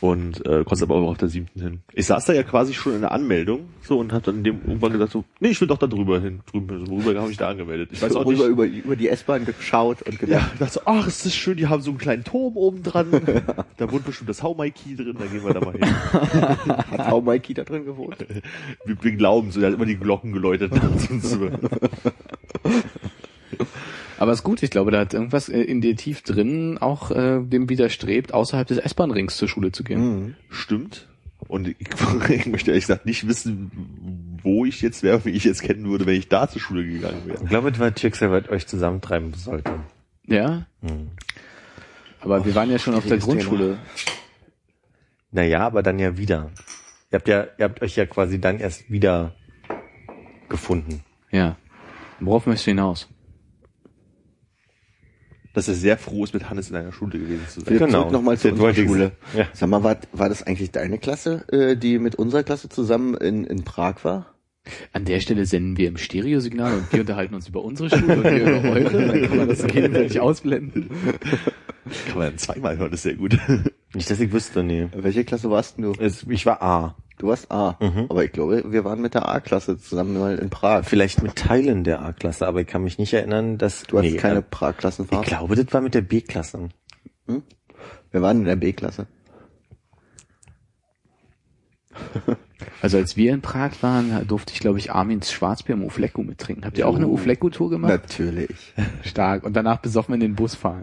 E: Und äh, konntest aber auch auf der siebten hin. Ich saß da ja quasi schon in der Anmeldung so und hab dann dem irgendwann gesagt so, nee, ich will doch da drüber hin. Drüben, worüber habe ich da angemeldet? Ich weiß auch nicht.
D: Rüber über, über die S-Bahn geschaut und
E: Ja,
D: gedacht,
E: ich dachte so, ach, ist das schön, die haben so einen kleinen Turm oben dran. da wohnt bestimmt das Haumaiki drin, da gehen wir da mal hin.
D: hat auch Mikey da drin gewohnt?
E: Genau. Wir, wir glauben so, der hat immer die Glocken geläutet.
C: Aber ist gut, ich glaube, da hat irgendwas äh, in dir tief drin auch äh, dem widerstrebt, außerhalb des S-Bahn-Rings zur Schule zu gehen.
E: Stimmt. Und ich, ich möchte ehrlich gesagt nicht wissen, wo ich jetzt wäre, wie ich jetzt kennen würde, wenn ich da zur Schule gegangen wäre.
B: Ich glaube, das war ein Schicksal, was euch zusammentreiben sollte.
C: Ja? Aber wir waren ja schon auf der
D: schwieriges
C: Grundschule.
B: Naja, aber dann ja wieder. Ihr habt ja, ihr habt euch ja quasi dann erst wieder gefunden.
C: Ja. Worauf möchtest du hinaus?
E: Dass er sehr froh ist, mit Hannes in einer Schule gewesen zu sein.
D: Wir
B: Genau.
D: zurück nochmal zu
B: Das
D: unserer
B: wollte ich-
D: Schule.
B: ja.
D: Sag mal, war, war das eigentlich deine Klasse, äh, die mit unserer Klasse zusammen in, in Prag war?
C: An der Stelle senden wir im Stereosignal und wir unterhalten uns über unsere Schule und wir über eure. Dann kann man das gegenseitig ausblenden.
E: Kann man zweimal hören, ist sehr gut.
B: Nicht, dass ich wüsste, nee.
D: Welche Klasse warst denn du?
B: Es, ich war A.
D: Du warst A.
E: Mhm.
D: Aber ich glaube, wir waren mit der A-Klasse zusammen mal in Prag.
B: Vielleicht mit Teilen der A-Klasse, aber ich kann mich nicht erinnern, dass...
D: Du hattest
B: nee,
D: keine
B: äh, Ich
D: Prag-Klassenfahrt.
B: glaube, das war mit der B-Klasse.
D: Wir waren in der B-Klasse.
C: Also als wir in Prag waren, durfte ich, glaube ich, Armin's Schwarzbier im Ufleku mittrinken. Habt ihr auch eine
D: Oh.
C: Ufleku-Tour gemacht?
D: Natürlich.
C: Stark. Und danach besoffen in den Bus fahren.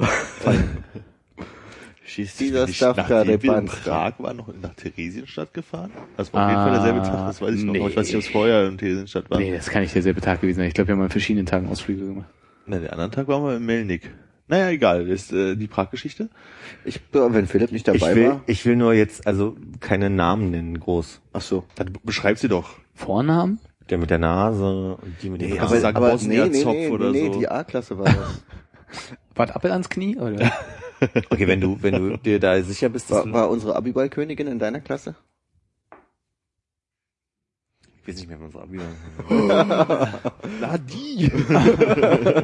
E: Schießt
D: Dieser
E: nicht
D: Stuff da,
E: nachdem wir in
D: Repanz.
E: Prag waren, noch nach Theresienstadt gefahren? Das war auf jeden Fall derselbe Tag, das weiß ich noch.
C: Ah,
E: aber Ich weiß nicht, ob es
C: nee.
E: vorher in Theresienstadt war.
C: Nee, das kann nicht derselbe Tag gewesen sein. Ich glaube, wir haben an verschiedenen Tagen Ausflüge gemacht.
E: Na, den anderen Tag waren wir in Melnik. Naja, egal, ist äh, die Prag-Geschichte.
D: Ich, wenn Philipp nicht dabei
B: Ich will,
D: war.
B: ich will nur jetzt, also keine Namen nennen, groß.
D: Ach so.
E: Dann beschreib sie doch.
C: Vornamen?
B: Der mit der Nase und die mit dem Also
E: Nee,
B: Haar.
E: aber- sagen Bosnien-Zopf oder so.
D: die A-Klasse war das.
C: Wart Appel ans Knie? Oder?
B: Okay, wenn du, wenn du dir da sicher bist, dass
D: War,
B: du,
D: war unsere Abiball-Königin in deiner Klasse?
B: ich weiß nicht mehr, wie unsere Abi
E: Na, die!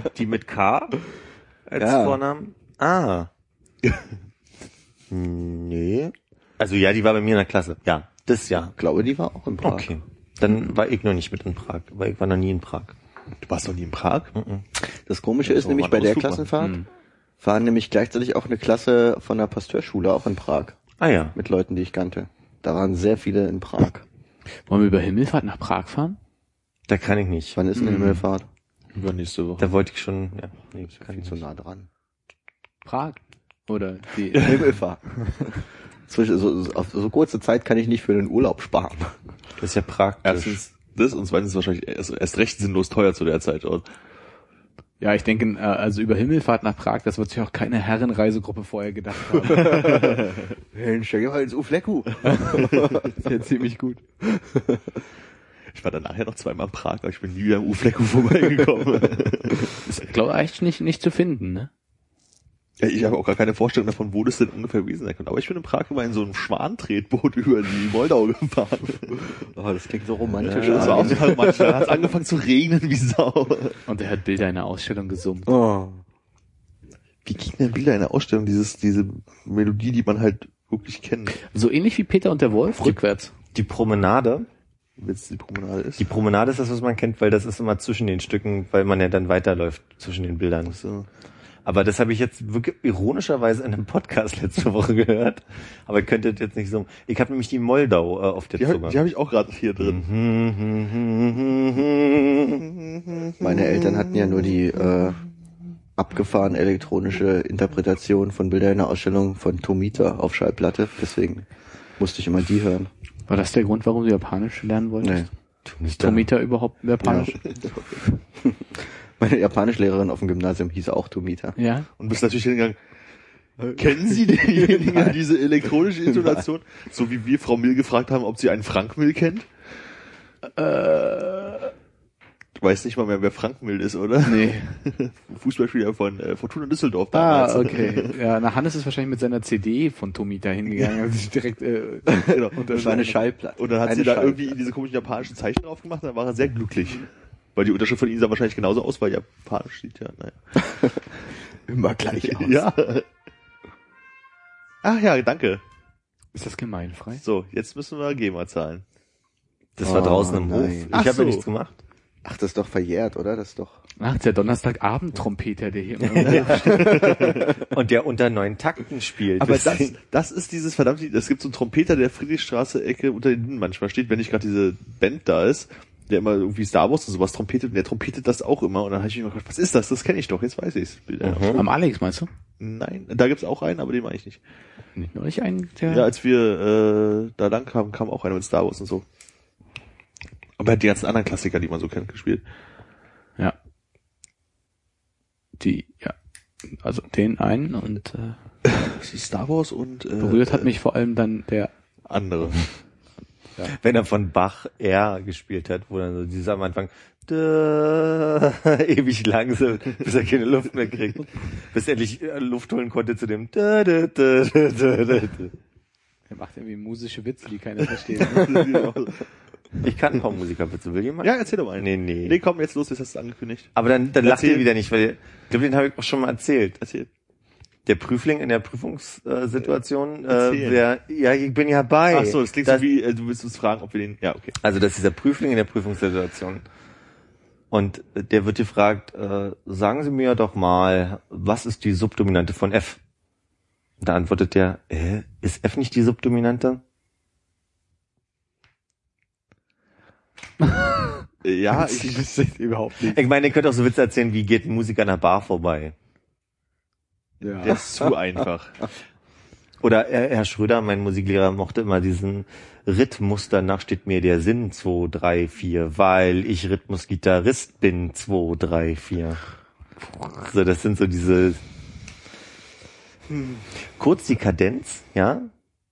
B: Die mit K als
D: Ja.
B: Vornamen? Ah. nee. Also ja, die war bei mir in der Klasse. Ja, das Jahr.
D: Ich glaube, die war auch in Prag.
B: Okay. Dann war ich noch nicht mit in Prag, weil ich war noch nie in Prag. Mhm.
E: Du warst noch nie in Prag?
D: Das Komische ist
E: so,
D: nämlich,
E: wann
D: bei der
E: Ausflug war?
D: Klassenfahrt
C: Hm.
D: war nämlich gleichzeitig auch eine Klasse von der Pasteurschule, auch in Prag,
B: Ah ja.
D: mit Leuten, die ich kannte. Da waren sehr viele in Prag.
C: Wollen wir über Himmelfahrt nach Prag fahren?
B: Da kann ich nicht.
D: Wann ist eine Himmelfahrt?
E: Übernächste Woche.
B: Da wollte ich schon, ja. Hm. Nee, kann
D: Viel
B: ich
D: zu
B: nicht.
D: nah dran.
C: Prag. Oder die.
D: Himmelfahrt. Zwischen, so, so, auf so kurze Zeit kann ich nicht für den Urlaub sparen.
B: Das ist ja praktisch.
E: Erstens das und zweitens wahrscheinlich erst, erst recht sinnlos teuer zu der Zeit. Und
C: Ja, ich denke, äh, also über Himmelfahrt nach Prag, das wird sich auch keine Herrenreisegruppe vorher gedacht haben.
D: Mensch, ja, ins Ufleku.
C: Das ist ja ziemlich gut.
E: ich war danach ja noch zweimal in Prag, aber ich bin nie wieder am U-Flecko vorbeigekommen.
C: Ist, glaube echt nicht, nicht zu finden, ne?
E: ja, ich habe auch gar keine Vorstellung davon, wo das denn ungefähr gewesen sein könnte. Aber ich bin in Prag immer in so einem Schwantretboot über die Moldau gefahren.
D: Oh, das klingt so romantisch.
E: Das war
D: Ja,
E: auch total manchmal. Da hat es angefangen zu regnen wie Sau.
C: Und er hat Bilder in der Ausstellung gesummt.
D: oh.
E: Wie kriegen denn Bilder in der Ausstellung dieses, diese Melodie, die man halt wirklich kennt,
C: So ähnlich wie Peter und der Wolf, rückwärts.
B: Die Promenade,
E: wenn es die Promenade ist?
B: die Promenade ist das, was man kennt, weil das ist immer zwischen den Stücken, weil man ja dann weiterläuft zwischen den Bildern.
E: so.
B: Aber das habe ich jetzt wirklich ironischerweise in einem Podcast letzte Woche gehört. Aber ihr könntet jetzt nicht so. Ich habe nämlich die Moldau äh, auf der
E: Die habe
B: Zunge.
E: hab ich auch gerade hier drin.
C: Mhm.
D: Meine Eltern hatten ja nur die äh, abgefahren elektronische Interpretation von Bilder in der Ausstellung von Tomita auf Schallplatte. Deswegen musste ich immer die hören.
C: War das der Grund, warum du Japanisch lernen wolltest? Tomita überhaupt Japanisch?
D: Meine Japanischlehrerin auf dem Gymnasium hieß auch Tomita.
C: Ja.
E: Und bist natürlich hingegangen, äh, Kennen Sie denjenigen diese elektronische Intonation? So wie wir Frau Mill gefragt haben, ob sie einen Frank Mill kennt? Du weißt nicht mal mehr, wer Frank Mill ist, oder?
C: Äh. Nee.
E: Fußballspieler von äh, Fortuna Düsseldorf damals.
C: Ah, okay. Ja, na, Hannes ist wahrscheinlich mit seiner CD von Tommy da hingegangen und sich direkt äh,
E: Genau.
D: Das war eine Schallplatte.
E: Und dann hat
D: eine
E: sie da
D: Schallplatte.
E: irgendwie diese komischen japanischen Zeichen draufgemacht, dann war er sehr glücklich. Weil die Unterschrift von ihm sah wahrscheinlich genauso aus, weil japanisch sieht ja, naja.
D: immer gleich aus.
E: Ja. Ach ja, danke.
C: Ist das gemeinfrei?
E: So, jetzt müssen wir GEMA zahlen.
B: Das war
D: Oh,
B: draußen im Hof.
D: nein.
B: Ich
E: Ach
B: habe
E: so.
B: ja nichts gemacht.
D: Ach, das ist doch verjährt, oder? Das ist doch.
C: Ach, der Donnerstagabend-Trompeter, der hier immer
B: Und der unter neun Takten spielt.
E: Aber das,
B: Deswegen-
E: das ist dieses verdammte, Lied. es gibt so einen Trompeter, der Friedrichstraße-Ecke unter den Linden manchmal steht, wenn nicht gerade diese Band da ist, der immer irgendwie Star Wars und sowas trompetet, und der trompetet das auch immer. Und dann habe ich mich immer gefragt, was ist das? Das kenne ich doch, jetzt weiß ich's.
B: Mhm.
C: Am Alex, meinst du?
E: Nein, da gibt's auch einen, aber den meine ich nicht.
C: Nicht neulich einen,
E: Ja,
C: der...
E: als wir äh, da lang kamen, kam auch einer mit Star Wars und so. Aber er hat die ganzen anderen Klassiker, die man so kennt, gespielt.
C: ja. Die, ja. Also den einen und äh,
E: Star Wars und äh,
C: berührt hat mich vor allem dann der...
E: andere.
B: Wenn er von Bach R gespielt hat, wo dann so dieses am Anfang da, ewig langsam, bis er keine Luft mehr kriegt. Bis er endlich äh, Luft holen konnte zu dem da, da, da, da, da, da.
C: Der macht irgendwie musische Witze, die keiner versteht. Ne?
E: ja,
B: Ich kann ein paar Musikerwitze. Will jemand?
E: erzähl doch mal einen.
B: Nee, nee.
E: Nee, komm, jetzt los, jetzt hast du es angekündigt.
B: Aber dann, dann lacht ihr
E: Erzähl.
B: wieder nicht, weil ich glaube, den habe ich auch schon mal erzählt.
E: Erzähl.
B: Der Prüfling in der Prüfungssituation, äh,
E: Erzähl.
B: wer, ja, ich bin ja bei.
E: Ach so, das klingt so wie, äh, du willst uns fragen, ob wir den, ja, okay.
B: Also das ist dieser Prüfling in der Prüfungssituation. Und äh, der wird gefragt, äh, sagen Sie mir doch mal, was ist die Subdominante von F? Und da antwortet der, äh, ist F nicht die Subdominante?
E: Äh, Ja,
C: Das
E: ich,
C: wüsste ich überhaupt nicht.
B: Ich meine, ihr könnt auch so Witze erzählen, wie geht ein Musiker an einer Bar vorbei?
C: Ja.
E: der ist zu einfach.
B: Oder äh, Herr Schröder, mein Musiklehrer, mochte immer diesen Rhythmus, danach steht mir der Sinn 2, 3, 4, weil ich Rhythmusgitarrist bin 2, 3, 4. So, das sind so diese kurz die Kadenz, ja.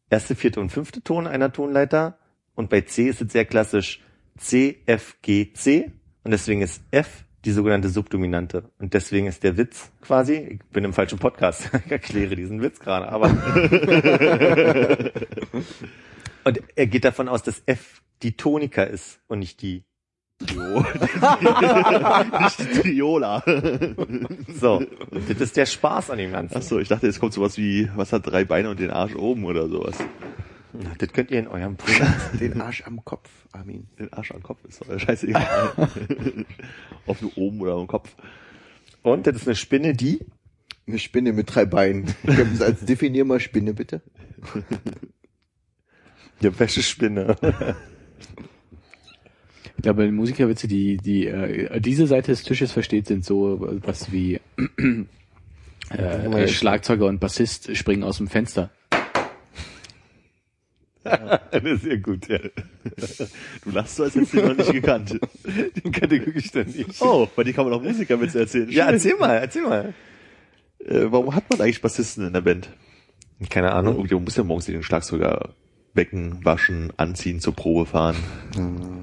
B: Erste, vierte und fünfte Ton einer Tonleiter. Und bei C ist es sehr klassisch C, F, G, C. Und deswegen ist F die sogenannte Subdominante. Und deswegen ist der Witz quasi, ich bin im falschen Podcast, ich erkläre diesen Witz gerade, aber. und er geht davon aus, dass F die Tonika ist und nicht die.
E: Nicht die Triola.
B: So. Und das ist der Spaß an dem Ganzen.
E: Ach so, ich dachte, jetzt kommt sowas wie, was hat drei Beine und den Arsch oben oder sowas.
B: Das könnt ihr in eurem Programm.
D: Den Arsch am Kopf, Armin.
E: Den Arsch am Kopf ist doch scheißegal. Ob nur oben oder am Kopf.
B: Und das ist eine Spinne, die
D: Eine Spinne mit drei Beinen. Ich hab's als definier mal Spinne bitte.
B: Ja, Wäschespinne.
C: Ich glaube, die Musikerwitze, die, die äh, diese Seite des Tisches versteht, sind so was wie äh, äh, Schlagzeuger und Bassist springen aus dem Fenster.
B: das ist ja gut, ja.
E: Du lachst so, als hättest du ihn noch nicht gekannt.
B: Den kann ich wirklich dann nicht.
E: Oh, bei dir kann man auch Musikerwitze erzählen.
B: Ja,
E: Schön.
B: erzähl mal, erzähl mal.
E: Äh, warum hat man eigentlich Bassisten in der Band?
B: Keine Ahnung.
E: Irgendjemand muss ja morgens den Schlagzeuger wecken, waschen, anziehen, zur Probe fahren.
B: Mhm.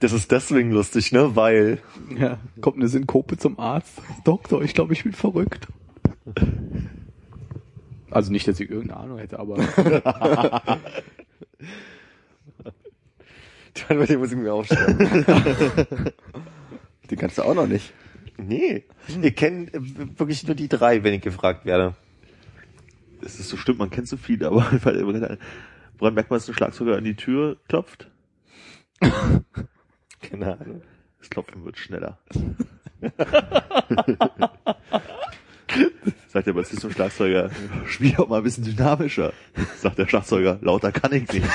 B: Das ist deswegen lustig, ne? Weil.
C: Ja, kommt eine Synkope zum Arzt. Doktor, ich glaube, ich bin verrückt. Also nicht, dass ich irgendeine Ahnung hätte, aber
B: Dann wird die Musik mir aufschreiben.
D: Die kannst du auch noch nicht.
B: nee. Ihr kennt äh, wirklich nur die drei, wenn ich gefragt werde.
E: Es ist so stimmt, man kennt so viele, aber weil- woran merkt man, dass ein Schlagzeuger an die Tür klopft?
B: Keine Ahnung.
E: Das Klopfen wird schneller. Sagt der Bassist zum Schlagzeuger, spiel doch mal ein bisschen dynamischer. Sagt der Schlagzeuger, lauter kann ich nicht.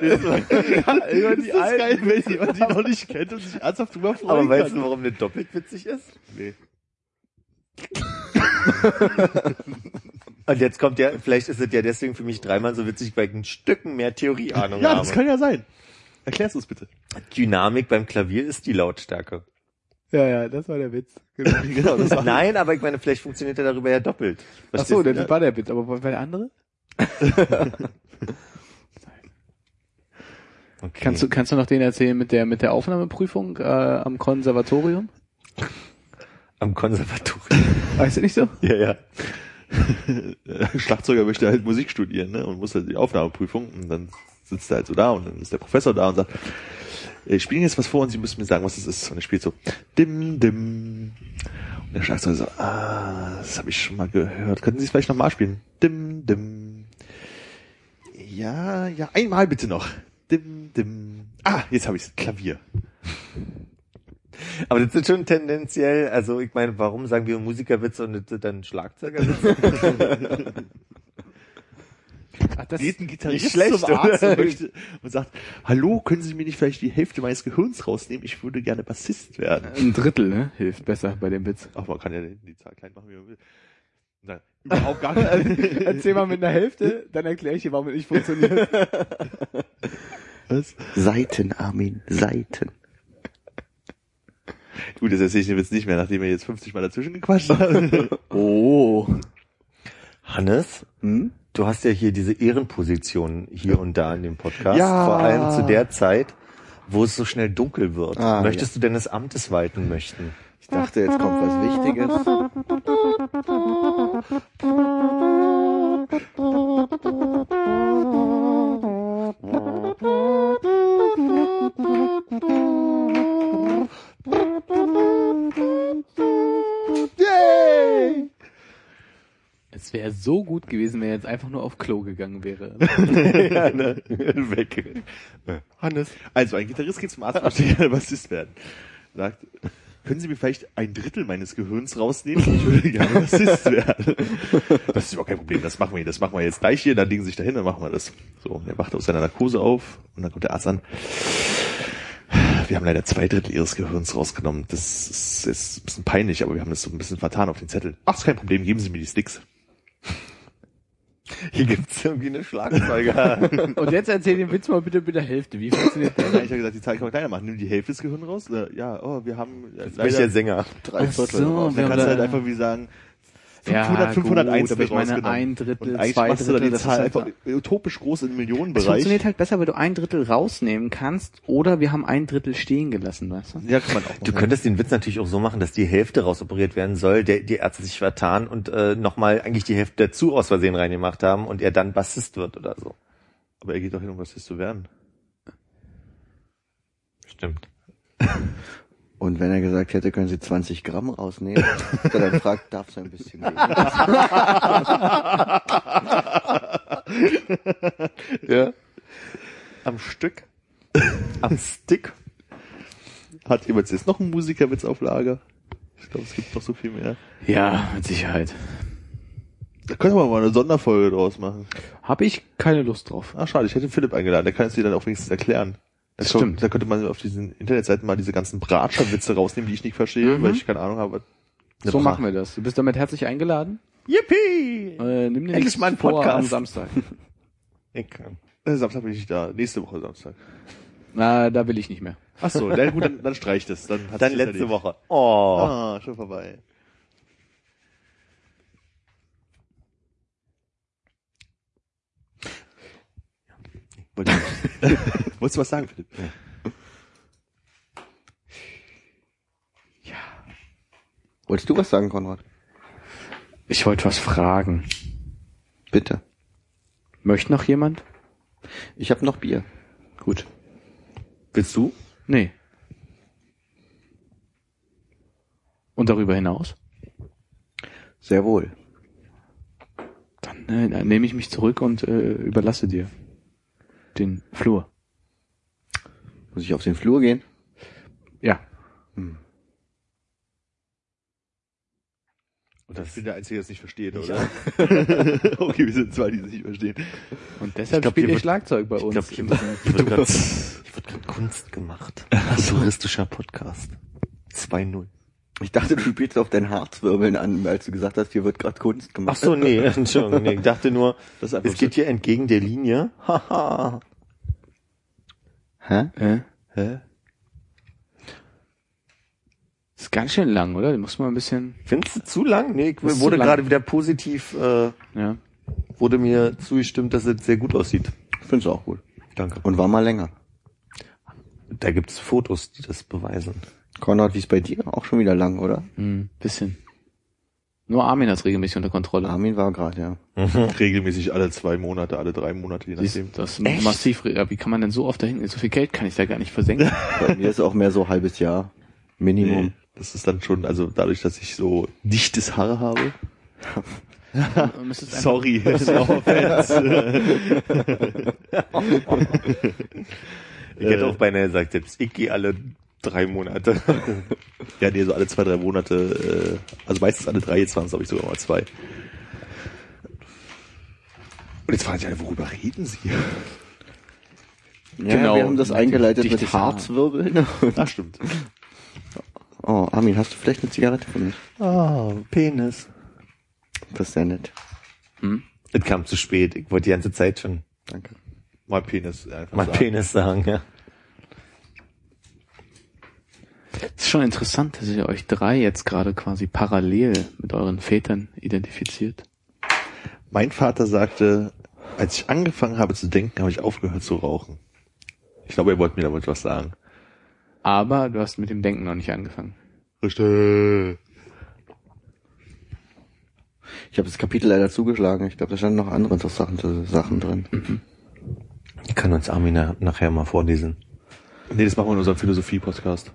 B: Über
E: Das ist geil, wenn jemand die noch nicht kennt und sich ernsthaft drüber freuen
B: Aber weißt
E: kann.
B: du, warum das doppelt witzig ist?
E: Nee.
B: Und jetzt kommt ja, vielleicht ist es ja deswegen für mich dreimal so witzig, weil ich ein Stücken mehr Theorieahnung
E: Ja,
B: habe.
E: das kann ja sein. Erklär's uns bitte.
B: Dynamik beim Klavier ist die Lautstärke.
C: Ja, ja, das war der Witz. Genau.
E: genau, das war
B: Nein, aber ich meine, vielleicht funktioniert er darüber ja doppelt.
C: Ach so,
B: Verstehst du?
C: das war der Witz. Aber war war der andere?
B: Okay.
C: Kannst du, kannst du noch den erzählen mit der, mit der Aufnahmeprüfung äh, am Konservatorium?
B: am Konservatorium?
C: Weißt du nicht so?
E: Ja, ja. Schlagzeuger möchte halt Musik studieren, ne? Und muss halt die Aufnahmeprüfung und dann sitzt er halt so da und dann ist der Professor da und sagt, ich spiele Ihnen jetzt was vor und Sie müssen mir sagen, was das ist. Und er spielt so dim, dim. Und der Schlagzeuger so, ah, das habe ich schon mal gehört. Könnten Sie es vielleicht nochmal spielen? Dim, dim. Ja, ja, einmal bitte noch. Dim, dim. Ah, jetzt habe ich's. Klavier.
B: Aber das sind schon tendenziell, also ich meine, warum sagen wir Musikerwitze und das sind dann Schlagzeugerwitze?
C: Ach, das,
E: geht ein Gitarrist
B: nicht schlecht,
E: zum Arzt
B: oder?
E: und, möchte, und sagt, hallo, können Sie mir nicht vielleicht die Hälfte meines Gehirns rausnehmen? Ich würde gerne Bassist werden.
C: ein Drittel, ne? Hilft besser bei dem Witz.
E: Ach, man kann ja die Zahl klein machen, wie man will. Nein, überhaupt gar nicht.
C: Erzähl mal mit einer Hälfte, dann erkläre ich dir, warum es nicht funktioniert.
E: Was?
D: Seiten, Armin, Seiten.
E: Gut, das erzähle ich dem jetzt nicht mehr, nachdem er jetzt 50 Mal dazwischen gequatscht hat.
C: Oh.
B: Hannes,
C: Hm?
B: du hast ja hier diese Ehrenposition hier und da in dem Podcast.
E: Ja.
B: Vor allem zu der Zeit, wo es so schnell dunkel wird.
D: Ah,
B: Möchtest du deines Amtes walten möchten?
D: Ich dachte, jetzt kommt was Wichtiges.
C: Es wäre so gut gewesen, wenn er jetzt einfach nur auf Klo gegangen wäre.
E: ja, ne? Weg. Hannes. Also, ein Gitarrist geht zum Arzt und möchte gerne Bassist werden. Sagt, können Sie mir vielleicht ein Drittel meines Gehirns rausnehmen? Ich würde gerne Bassist werden. Das ist überhaupt kein Problem, das machen wir, das machen wir jetzt gleich hier, dann legen Sie sich dahin, dann machen wir das. So, und er wacht aus seiner Narkose auf und dann kommt der Arzt an. Wir haben leider zwei Drittel Ihres Gehirns rausgenommen. Das ist, ist ein bisschen peinlich, aber wir haben das so ein bisschen vertan auf den Zettel. Ach, ist kein Problem, geben Sie mir die Sticks.
B: Hier gibt's irgendwie eine Schlagzeuger.
C: Und jetzt erzähl den Witz mal bitte mit der Hälfte. Wie funktioniert
E: Ja, ich habe gesagt, die Zahl kann man kleiner machen. Nimm die Hälfte des Gehirns raus. Äh, Ja, oh, wir haben äh,
B: Bin ich
E: leider,
B: ja Sänger.
D: Drei
C: Ach
D: Viertel.
C: so,
D: raus.
E: dann
C: wir-
E: kannst du halt einfach wie sagen, 500,
C: Ja,
E: 501
C: gut, aber ich meine,
E: rausgenommen.
C: ein Drittel,
E: Und eigentlich
C: zwei
E: machst du dann
C: Drittel,
E: die
C: das
E: Zahl
C: ist halt
E: einfach utopisch groß im
C: Es
E: Millionenbereich.
C: funktioniert halt besser, weil du ein Drittel rausnehmen kannst oder wir haben ein Drittel stehen gelassen, weißt du?
E: Ja, kann man auch
B: Du könntest den Witz natürlich auch so machen, dass die Hälfte rausoperiert werden soll, der die Ärzte sich vertan und äh, nochmal eigentlich die Hälfte dazu aus Versehen reingemacht haben und er dann Bassist wird oder so.
E: Aber er geht doch hin, um Bassist zu werden.
B: Stimmt.
D: Und wenn er gesagt hätte, können Sie 20 Gramm rausnehmen, hat er dann fragt, darf es ein bisschen weniger?
E: Ja.
B: Am Stück? Am Stick?
E: Hat jemand jetzt noch einen Musikerwitz auf Lager? Ich glaube, es gibt noch so viel mehr.
C: Ja, mit Sicherheit.
E: Da können wir mal eine Sonderfolge draus machen.
C: Habe ich keine Lust drauf.
E: Ah, schade, ich hätte Philipp eingeladen. Der kann es dir dann auch wenigstens erklären. Da
C: Das
E: kommt-
C: stimmt.
E: Da könnte man auf diesen Internetseiten mal diese ganzen Bratscherwitze rausnehmen, die ich nicht verstehe, weil ich keine Ahnung habe.
C: Mhm. So machen wir das. Du bist damit herzlich eingeladen.
B: Yippie!
C: Äh, nimm dir
B: Endlich
C: nichts
B: mal ein
C: vor am
B: Podcast.
C: Samstag.
E: wir. Samstag bin ich nicht da. Nächste Woche Samstag.
C: Na, da will ich nicht mehr.
E: Ach so, na gut, dann, dann streich das. Dann, hat's
B: Dann
E: sich
B: letzte
E: erledigt.
B: Woche. Oh.
E: Ah, schon vorbei. Wollte- Wolltest du was sagen, Philipp?
D: Wolltest du was sagen, Konrad?
C: Ich wollte was fragen.
D: Bitte.
C: Möchte noch jemand?
D: Ich habe noch Bier.
C: Gut.
B: Willst du?
C: Nee. Und darüber hinaus?
D: Sehr wohl.
C: Dann, äh, dann nehme ich mich zurück und äh, überlasse dir den Flur.
D: Muss ich auf den Flur gehen?
C: Ja.
E: Und ich bin der Einzige, der es nicht versteht, oder? okay, wir sind zwei, die es nicht verstehen.
C: Und deshalb
B: glaub,
C: spielt
B: hier
C: ihr
B: wird-
C: Schlagzeug bei
B: Ich
C: uns.
B: glaube, hier wird gerade Kunst gemacht. Touristischer Podcast. 2-0.
D: Ich dachte, du spielst auf dein Harzwirbeln an, als du gesagt hast, hier wird gerade Kunst
B: Ach
D: gemacht.
B: so, nee, Entschuldigung. Nee, ich dachte nur,
E: Das ist einfach
B: es geht hier entgegen der Linie. Haha.
D: Hä?
C: Äh?
E: Hä?
D: Es
C: ganz schön lang, oder? Den muss man ein bisschen,
B: Findest du zu lang? Nee, ich
C: Ist zu
B: wurde
C: lang.
B: gerade wieder positiv, äh,
C: ja.
B: wurde mir zugestimmt, dass es sehr gut aussieht.
D: Find's auch gut.
B: Danke.
D: Und war mal länger.
B: Da gibt's Fotos, die das beweisen.
D: Konrad, wie ist bei dir? Auch schon wieder lang, oder?
C: Hm, bisschen. Nur Armin hat regelmäßig unter Kontrolle.
D: Armin war gerade, ja.
E: Regelmäßig alle zwei Monate, alle drei Monate, je
C: Siehst du,
E: nachdem.
C: das
B: Echt?
C: ist massiv. Wie kann man denn so oft dahin? So viel Geld kann ich da gar nicht versenken.
D: Bei mir ist auch mehr so halbes Jahr. Minimum.
E: Nee, das ist dann schon, also dadurch, dass ich so dichtes Haar habe.
C: Man müsste es einfach-
E: Sorry, no offense.
B: Ich
E: Äh.
B: hätte auch beinahe gesagt, selbst ich gehe alle drei Monate.
E: ja, nee, so alle zwei, drei Monate, äh, also meistens alle drei, jetzt waren es, glaube ich, sogar mal zwei. Und jetzt fragen sich alle, worüber reden sie?
D: Ja,
C: Genau.
D: wir haben das eingeleitet
C: Dichtes
D: mit Harzwirbeln.
E: Das stimmt.
D: Oh, Armin, hast du vielleicht eine Zigarette für mich?
B: Ah, Penis.
D: Das ist ja nett.
B: Das kam zu spät. Ich wollte die ganze Zeit schon
D: Danke.
E: Mein Penis einfach.
B: mein
E: sagen.
B: Penis äh, sagen, ja.
C: Es ist schon interessant, dass ihr euch drei jetzt gerade quasi parallel mit euren Vätern identifiziert.
E: Mein Vater sagte, als ich angefangen habe zu denken, habe ich aufgehört zu rauchen. Ich glaube, er wollte mir damit was sagen.
C: Aber du hast mit dem Denken noch nicht angefangen.
E: Richtig.
D: Ich habe das Kapitel leider zugeschlagen. Ich glaube, da standen noch andere interessante Sachen drin.
B: Ich kann uns Armin na- nachher mal vorlesen.
E: Nee, das machen wir in unserem Philosophie-Podcast.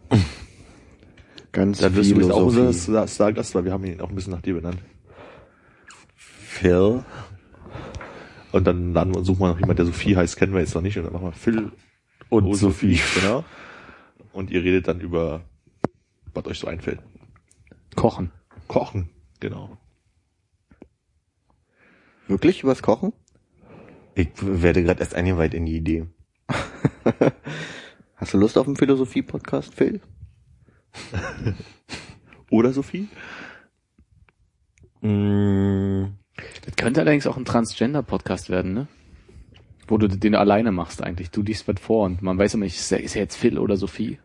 D: Ganz
E: Dann wirst du
D: viel
E: übrigens auch unser Star- Stargast, weil wir haben ihn auch ein bisschen nach dir benannt.
B: Phil.
E: Und dann laden wir, suchen wir noch jemanden, der Sophie heißt, kennen wir jetzt noch nicht. Und dann machen wir Phil
B: Und
E: und
B: Oh, Sophie.
E: Sophie. Genau. Und ihr redet dann über, was euch so einfällt.
C: Kochen.
E: Kochen. Genau.
D: Wirklich übers Kochen?
B: Ich werde gerade erst eingeweiht in die Idee.
D: Hast du Lust auf einen Philosophie-Podcast, Phil?
E: Oder Sophie?
B: Mm,
C: Das könnte allerdings auch ein Transgender-Podcast werden, ne? Wo du den alleine machst eigentlich. Du liest was vor und man weiß immer nicht, ist er ist er jetzt Phil oder Sophie?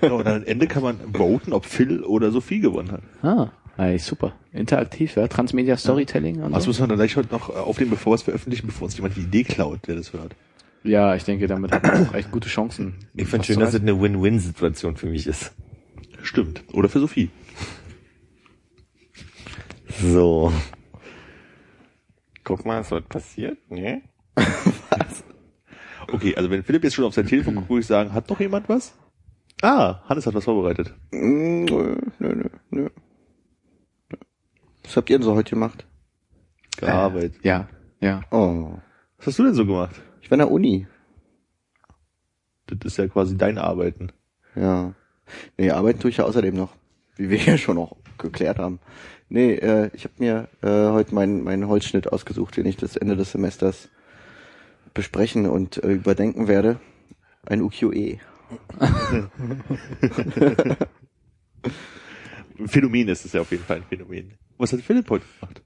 E: Genau, und dann am Ende kann man voten, ob Phil oder Sophie gewonnen hat.
C: Ah, ey, super. Interaktiv, ja. Transmedia Storytelling und
E: Das
C: so.
E: müssen wir dann gleich heute noch äh, aufnehmen, bevor wir es veröffentlichen, bevor uns jemand die Idee klaut, der das hört.
C: Ja, ich denke, damit hat man auch echt gute Chancen.
B: ich finde
C: Was
B: schön,
C: zu
B: dass es
C: reißen.
B: eine Win-Win-Situation für mich ist.
E: Stimmt. Oder für Sophie.
B: So. Guck mal, ist was passiert? Nee.
E: Okay, also wenn Philipp jetzt schon auf sein Telefon guckt, würde ich sagen, hat noch jemand was? Ah, Hannes hat was vorbereitet.
D: Mm, Nö, nö, nö, nö. Was habt ihr denn so heute gemacht?
B: Äh.
E: Gearbeitet.
C: Ja, ja.
D: Oh,
E: Was hast du denn so gemacht?
D: ich war in der Uni.
E: Das ist ja quasi dein Arbeiten.
D: Ja. Nee, arbeiten tue ich ja außerdem noch, wie wir ja schon auch geklärt haben. Nee, äh, ich habe mir äh, heute meinen meinen Holzschnitt ausgesucht, den ich das Ende des Semesters besprechen und äh, überdenken werde. Ein E. UQE.
E: Ein Phänomen ist es ja auf jeden Fall ein Phänomen. Was hat Philipp heute gemacht?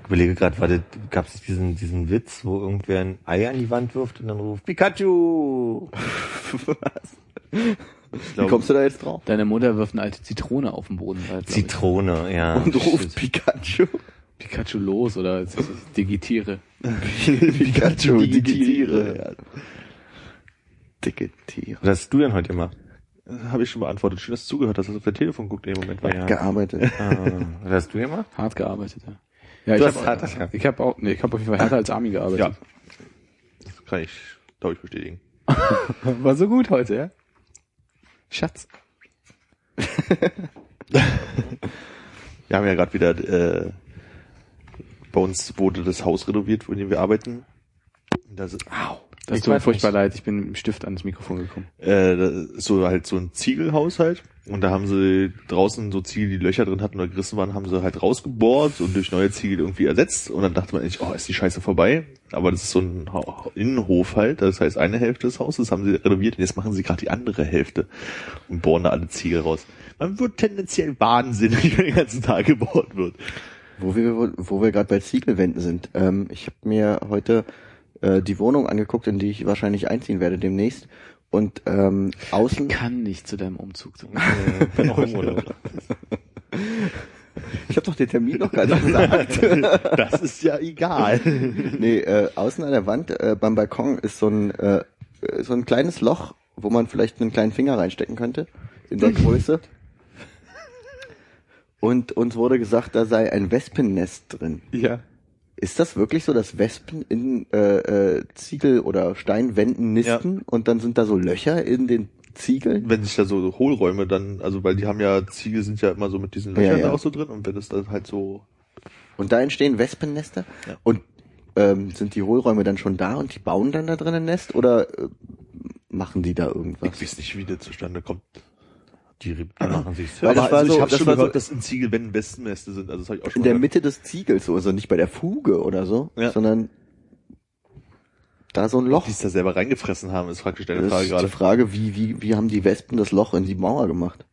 B: Ich überlege gerade, warte, gab es diesen, diesen Witz, wo irgendwer ein Ei an die Wand wirft und dann ruft Pikachu?
D: Wie kommst du da jetzt drauf?
C: Deine Mutter wirft eine alte Zitrone auf den Boden. Weil, glaub ich,
B: Zitrone, ja.
D: Und ruft
B: Shit.
D: Pikachu.
C: Pikachu los oder jetzt- ich digitiere.
D: Pikachu,
E: Ja,
D: Digitiere.
B: Was hast du denn heute gemacht?
E: das habe ich schon beantwortet. Schön, dass du zugehört hast, dass du auf dein Telefon guckt in dem Moment. Ja.
D: Gearbeitet.
B: Ah, was hast du gemacht?
C: Hart gearbeitet, ja. Ja,
B: Du
C: ich
B: hast hart
C: habe
B: gearbeitet.
C: ich hab auch, nee, ich habe auf jeden Fall härter als Armin gearbeitet.
E: Das kann ich, glaube ich, bestätigen.
C: Ja. War so gut heute, ja? Schatz.
E: Wir haben ja gerade wieder, äh, bei uns wurde das Haus renoviert, in dem wir arbeiten. Das,
C: Das
B: Ich
C: tut mir
B: weiß
C: furchtbar
B: nicht.
C: leid, ich bin mit dem Stift ans Mikrofon gekommen.
E: äh, das ist so halt so ein Ziegelhaushalt. Und da haben sie draußen so Ziegel, die Löcher drin hatten oder gerissen waren, haben sie halt rausgebohrt und durch neue Ziegel irgendwie ersetzt. Und dann dachte man eigentlich, oh, ist die Scheiße vorbei. Aber das ist so ein Hau- Innenhof halt. Das heißt, eine Hälfte des Hauses haben sie renoviert und jetzt machen sie gerade die andere Hälfte und bohren da alle Ziegel raus. Man wird tendenziell wahnsinnig, wenn den ganzen Tag gebohrt wird.
D: Wo wir, wo wir gerade bei Ziegelwänden sind. Ähm, ich habe mir heute äh, die Wohnung angeguckt, in die ich wahrscheinlich einziehen werde demnächst. Und ähm, außen,
C: Kann nicht zu deinem Umzug.
B: Noch im Urlaub.
D: ich habe doch den Termin noch gar nicht gesagt.
E: Das ist ja egal.
D: nee, äh, außen an der Wand äh, beim Balkon ist so ein äh, so ein kleines Loch, wo man vielleicht einen kleinen Finger reinstecken könnte in der Größe. Und uns wurde gesagt, da sei ein Wespennest drin.
E: Ja.
D: Ist das wirklich so, dass Wespen in äh, äh, Ziegel oder Steinwänden nisten und dann sind da so Löcher in den Ziegeln?
E: Wenn sich da so Hohlräume dann, also weil die haben ja, Ziegel sind ja immer so mit diesen Löchern
D: Ja, ja.
E: auch so drin und wenn es dann halt so,
D: Und da entstehen Wespennester?
E: Ja.
D: Und ähm, sind die Hohlräume dann schon da und die bauen dann da drin ein Nest oder äh, machen die da irgendwas?
E: ich weiß nicht, wie das zustande kommt.
B: Die Re- die machen sich's.
D: Weil das war so-
E: also, ich habe
D: das
E: schon
D: war so-
E: gehört, dass in Ziegel wenn Wespenneste sind, also das habe ich auch
D: in
E: schon mal
D: der
E: gehört.
D: Mitte des Ziegels, so, also nicht bei der Fuge oder so,
E: Ja.
D: sondern da so ein Loch.
E: Die es da selber reingefressen haben, ist praktisch deine
D: Das
E: Frage
D: ist die
E: gerade.
D: Frage, wie, wie, wie haben die Wespen das Loch in die Mauer gemacht?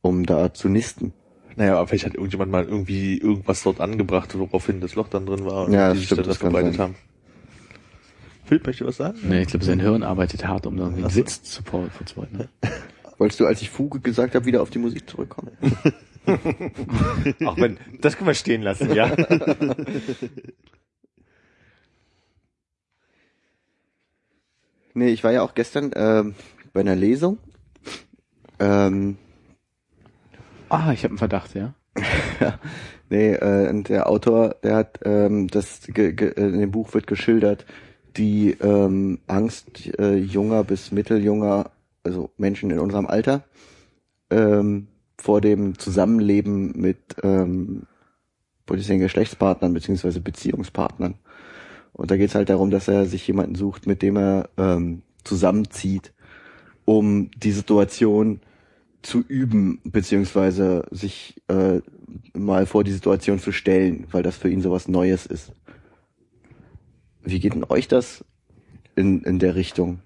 D: Um da zu nisten.
E: Naja, aber vielleicht hat irgendjemand mal irgendwie irgendwas dort angebracht, woraufhin das Loch dann drin war und
D: Ja, das
E: die sich
D: stimmt,
E: dann das
D: das kann
E: verbreitet
D: sein.
E: haben. Philipp, möchtest du was sagen?
C: Nee, ich glaube, sein Hirn arbeitet hart, um da irgendwie einen
E: Ach so.
C: Witz zu vor- vorzubereiten. Ne?
D: Wolltest du, als ich Fuge gesagt habe, wieder auf die Musik zurückkommen?
B: Auch wenn, das können wir stehen lassen, ja.
D: Nee, ich war ja auch gestern ähm, bei einer Lesung. Ähm,
C: Ah, ich habe einen Verdacht, ja.
D: nee, äh, und der Autor, der hat ähm, das ge, ge, äh, in dem Buch wird geschildert, die ähm, Angst äh, junger bis mitteljunger, also Menschen in unserem Alter, ähm, vor dem Zusammenleben mit ähm, potenziellen Geschlechtspartnern beziehungsweise Beziehungspartnern. Und da geht's halt darum, dass er sich jemanden sucht, mit dem er ähm, zusammenzieht, um die Situation zu üben, beziehungsweise sich äh, mal vor die Situation zu stellen, weil das für ihn sowas Neues ist. Wie geht denn euch das in, in der Richtung,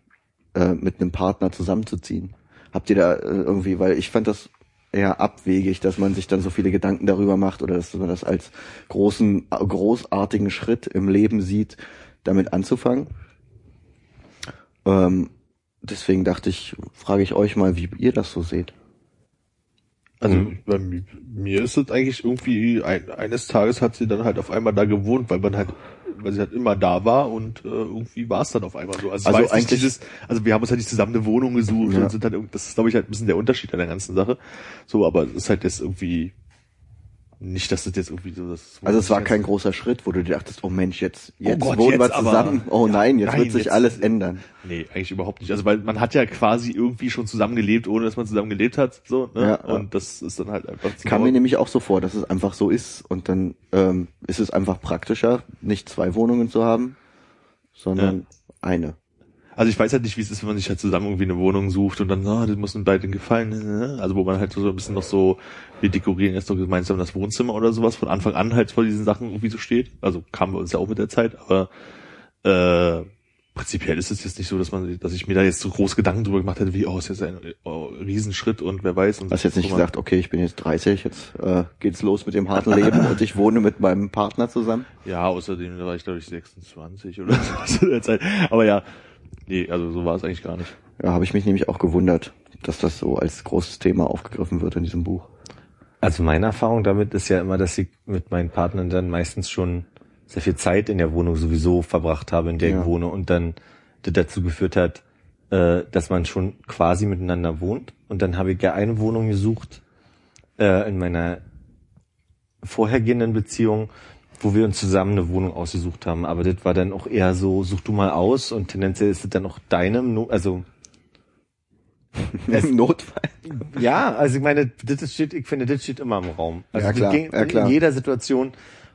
D: äh, mit einem Partner zusammenzuziehen? Habt ihr da äh, irgendwie, weil ich fand das eher abwegig, dass man sich dann so viele Gedanken darüber macht oder dass man das als großen, großartigen Schritt im Leben sieht, damit anzufangen. Ähm, deswegen dachte ich, frage ich euch mal, wie ihr das so seht.
E: Also
D: Mhm.
E: bei mi- mir ist es eigentlich irgendwie, ein, eines Tages hat sie dann halt auf einmal da gewohnt, weil man halt, weil sie halt immer da war und äh, irgendwie war es dann auf einmal so. Also, es
D: Also
E: war jetzt nicht
D: eigentlich-
E: dieses, also wir haben uns halt nicht zusammen eine Wohnung gesucht
D: Ja.
E: und sind halt irgendwie, das ist glaube ich halt ein bisschen der Unterschied an der ganzen Sache. So, aber es ist halt jetzt irgendwie nicht, dass das jetzt irgendwie so das
D: Also es war kein großer Schritt, wo du dir dachtest, oh Mensch, jetzt, jetzt
E: Gott,
D: wohnen wir
E: jetzt aber-
D: zusammen. Oh
E: Ja,
D: nein, jetzt
E: nein,
D: wird sich
E: jetzt-
D: alles ändern.
E: Nee, eigentlich überhaupt nicht. Also weil man hat ja quasi irgendwie schon zusammengelebt, ohne dass man zusammen gelebt hat. So, ne?
D: Ja, ja.
E: und das ist dann halt einfach
D: Es kam mir nämlich auch so vor, dass es einfach so ist und dann ähm, ist es einfach praktischer, nicht zwei Wohnungen zu haben, sondern eine.
E: Also ich weiß halt nicht, wie es ist, wenn man sich halt zusammen irgendwie eine Wohnung sucht und dann, ah, das muss einem beiden gefallen. ne? Also wo man halt so ein bisschen noch so, wir dekorieren jetzt noch gemeinsam das Wohnzimmer oder sowas, von Anfang an halt vor diesen Sachen irgendwie so steht. Also kamen wir uns ja auch mit der Zeit, aber äh, prinzipiell ist es jetzt nicht so, dass man, dass ich mir da jetzt so groß Gedanken drüber gemacht hätte, wie, oh, ist jetzt ein oh, Riesenschritt und wer weiß. Und
D: Du hast jetzt nicht
E: guck mal.
D: gesagt, okay, ich bin jetzt 30, jetzt äh, geht's los mit dem harten Leben und ich wohne mit meinem Partner zusammen.
E: Ja, außerdem war ich glaube ich 26 oder so zu der Zeit. Aber ja, nee, also so war es eigentlich gar nicht.
D: Ja, habe ich mich nämlich auch gewundert, dass das so als großes Thema aufgegriffen wird in diesem Buch.
B: Also meine Erfahrung damit ist ja immer, dass ich mit meinen Partnern dann meistens schon sehr viel Zeit in der Wohnung sowieso verbracht habe, in der
D: Ja.
B: ich wohne und dann das dazu geführt hat, äh, dass man schon quasi miteinander wohnt. Und dann habe ich ja eine Wohnung gesucht äh, in meiner vorhergehenden Beziehung, wo wir uns zusammen eine Wohnung ausgesucht haben. Aber das war dann auch eher so, such du mal aus und tendenziell ist das dann auch deinem, No- also
D: Im Notfall.
B: ja, also ich meine, das ist- steht, ich finde, das steht immer im Raum. Also
D: Ja,
B: das
D: klar,
B: ging
D: ja, klar.
B: in jeder Situation,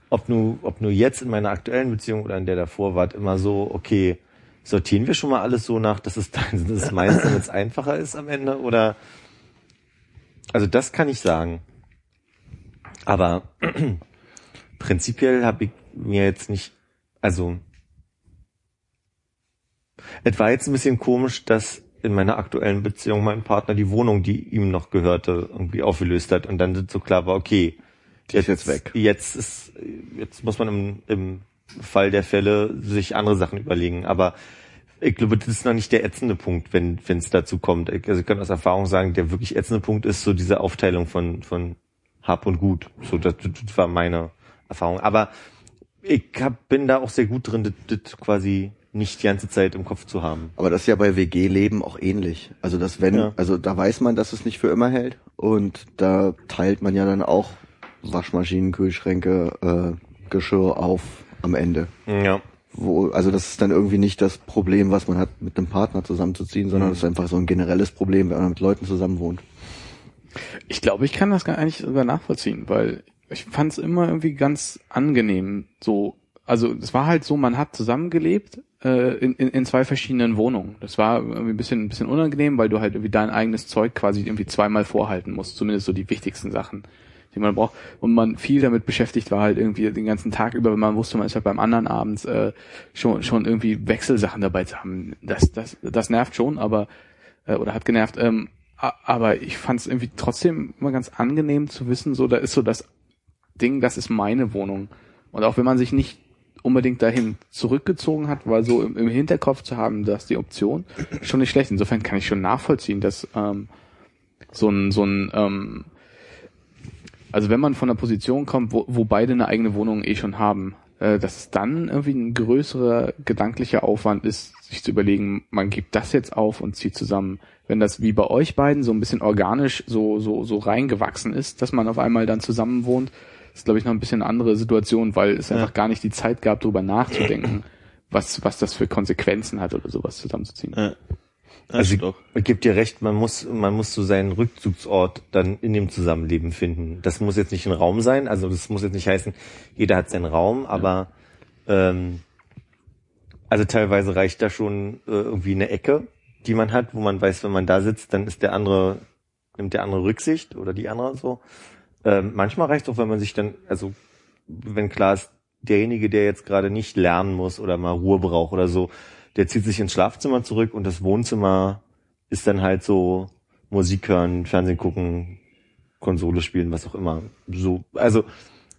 B: ob nur, ob nur jetzt in meiner aktuellen Beziehung oder in der davor, war es immer so, okay, sortieren wir schon mal alles so nach, dass es dein, dass es meins, damit es einfacher ist am Ende oder, also das kann ich sagen. Aber prinzipiell habe ich mir jetzt nicht, also es war jetzt ein bisschen komisch, dass in meiner aktuellen Beziehung mein Partner die Wohnung, die ihm noch gehörte, irgendwie aufgelöst hat und dann so klar war, okay,
D: Die ist jetzt weg.
B: Jetzt ist, jetzt muss man im, im Fall der Fälle sich andere Sachen überlegen. Aber ich glaube, das ist noch nicht der ätzende Punkt, wenn wenn es dazu kommt. Ich- Also ich kann aus Erfahrung sagen, der wirklich ätzende Punkt ist so diese Aufteilung von von Hab und Gut. So das, das war meine Erfahrung. Aber ich hab, bin da auch sehr gut drin, das, das quasi nicht die ganze Zeit im Kopf zu haben.
D: Aber das ist ja bei WG-Leben auch ähnlich. Also das wenn,
B: Ja.
D: also da weiß man, dass es nicht für immer hält und da teilt man ja dann auch Waschmaschinen, Kühlschränke, äh, Geschirr auf am Ende.
B: Ja.
D: Wo, also das ist dann irgendwie nicht das Problem, was man hat, mit einem Partner zusammenzuziehen, sondern es ist einfach so ein generelles Problem, wenn man mit Leuten zusammen wohnt.
C: Ich glaube, ich kann das gar eigentlich sogar nachvollziehen, weil ich fand es immer irgendwie ganz angenehm. So, also es war halt so, man hat zusammengelebt äh, in, in, in zwei verschiedenen Wohnungen. Das war irgendwie ein bisschen, ein bisschen unangenehm, weil du halt irgendwie dein eigenes Zeug quasi irgendwie zweimal vorhalten musst, zumindest so die wichtigsten Sachen, die man braucht. Und man viel damit beschäftigt war halt irgendwie den ganzen Tag über, wenn man wusste, man ist halt beim anderen abends äh, schon, schon irgendwie Wechselsachen dabei zu haben. Das, das, das nervt schon, aber äh, oder hat genervt. Ähm, a- aber ich fand es irgendwie trotzdem immer ganz angenehm zu wissen, so da ist so das Ding, das ist meine Wohnung. Und auch wenn man sich nicht unbedingt dahin zurückgezogen hat, weil so im, im Hinterkopf zu haben, dass die Option schon nicht schlecht. Insofern kann ich schon nachvollziehen, dass ähm, so ein so ein ähm, also wenn man von einer Position kommt, wo, wo beide eine eigene Wohnung eh schon haben, äh, dass es dann irgendwie ein größerer gedanklicher Aufwand ist, sich zu überlegen, man gibt das jetzt auf und zieht zusammen. Wenn das wie bei euch beiden so ein bisschen organisch so so so reingewachsen ist, dass man auf einmal dann zusammen wohnt, ist glaube ich noch ein bisschen eine andere Situation, weil es einfach gar nicht die Zeit gab, darüber nachzudenken, was was das für Konsequenzen hat oder sowas zusammenzuziehen.
E: Ja.
B: Also
E: Also doch.
B: ich gebe dir recht, man muss, man muss so seinen Rückzugsort dann in dem Zusammenleben finden. Das muss jetzt nicht ein Raum sein, also das muss jetzt nicht heißen, jeder hat seinen Raum, aber ähm, also teilweise reicht da schon äh, irgendwie eine Ecke, die man hat, wo man weiß, wenn man da sitzt, dann ist der andere, nimmt der andere Rücksicht oder die andere so. Ähm, manchmal reicht auch, wenn man sich dann, also wenn klar ist, derjenige, der jetzt gerade nicht lernen muss oder mal Ruhe braucht oder so, der zieht sich ins Schlafzimmer zurück und das Wohnzimmer ist dann halt so Musik hören, Fernsehen gucken, Konsole spielen, was auch immer. So, also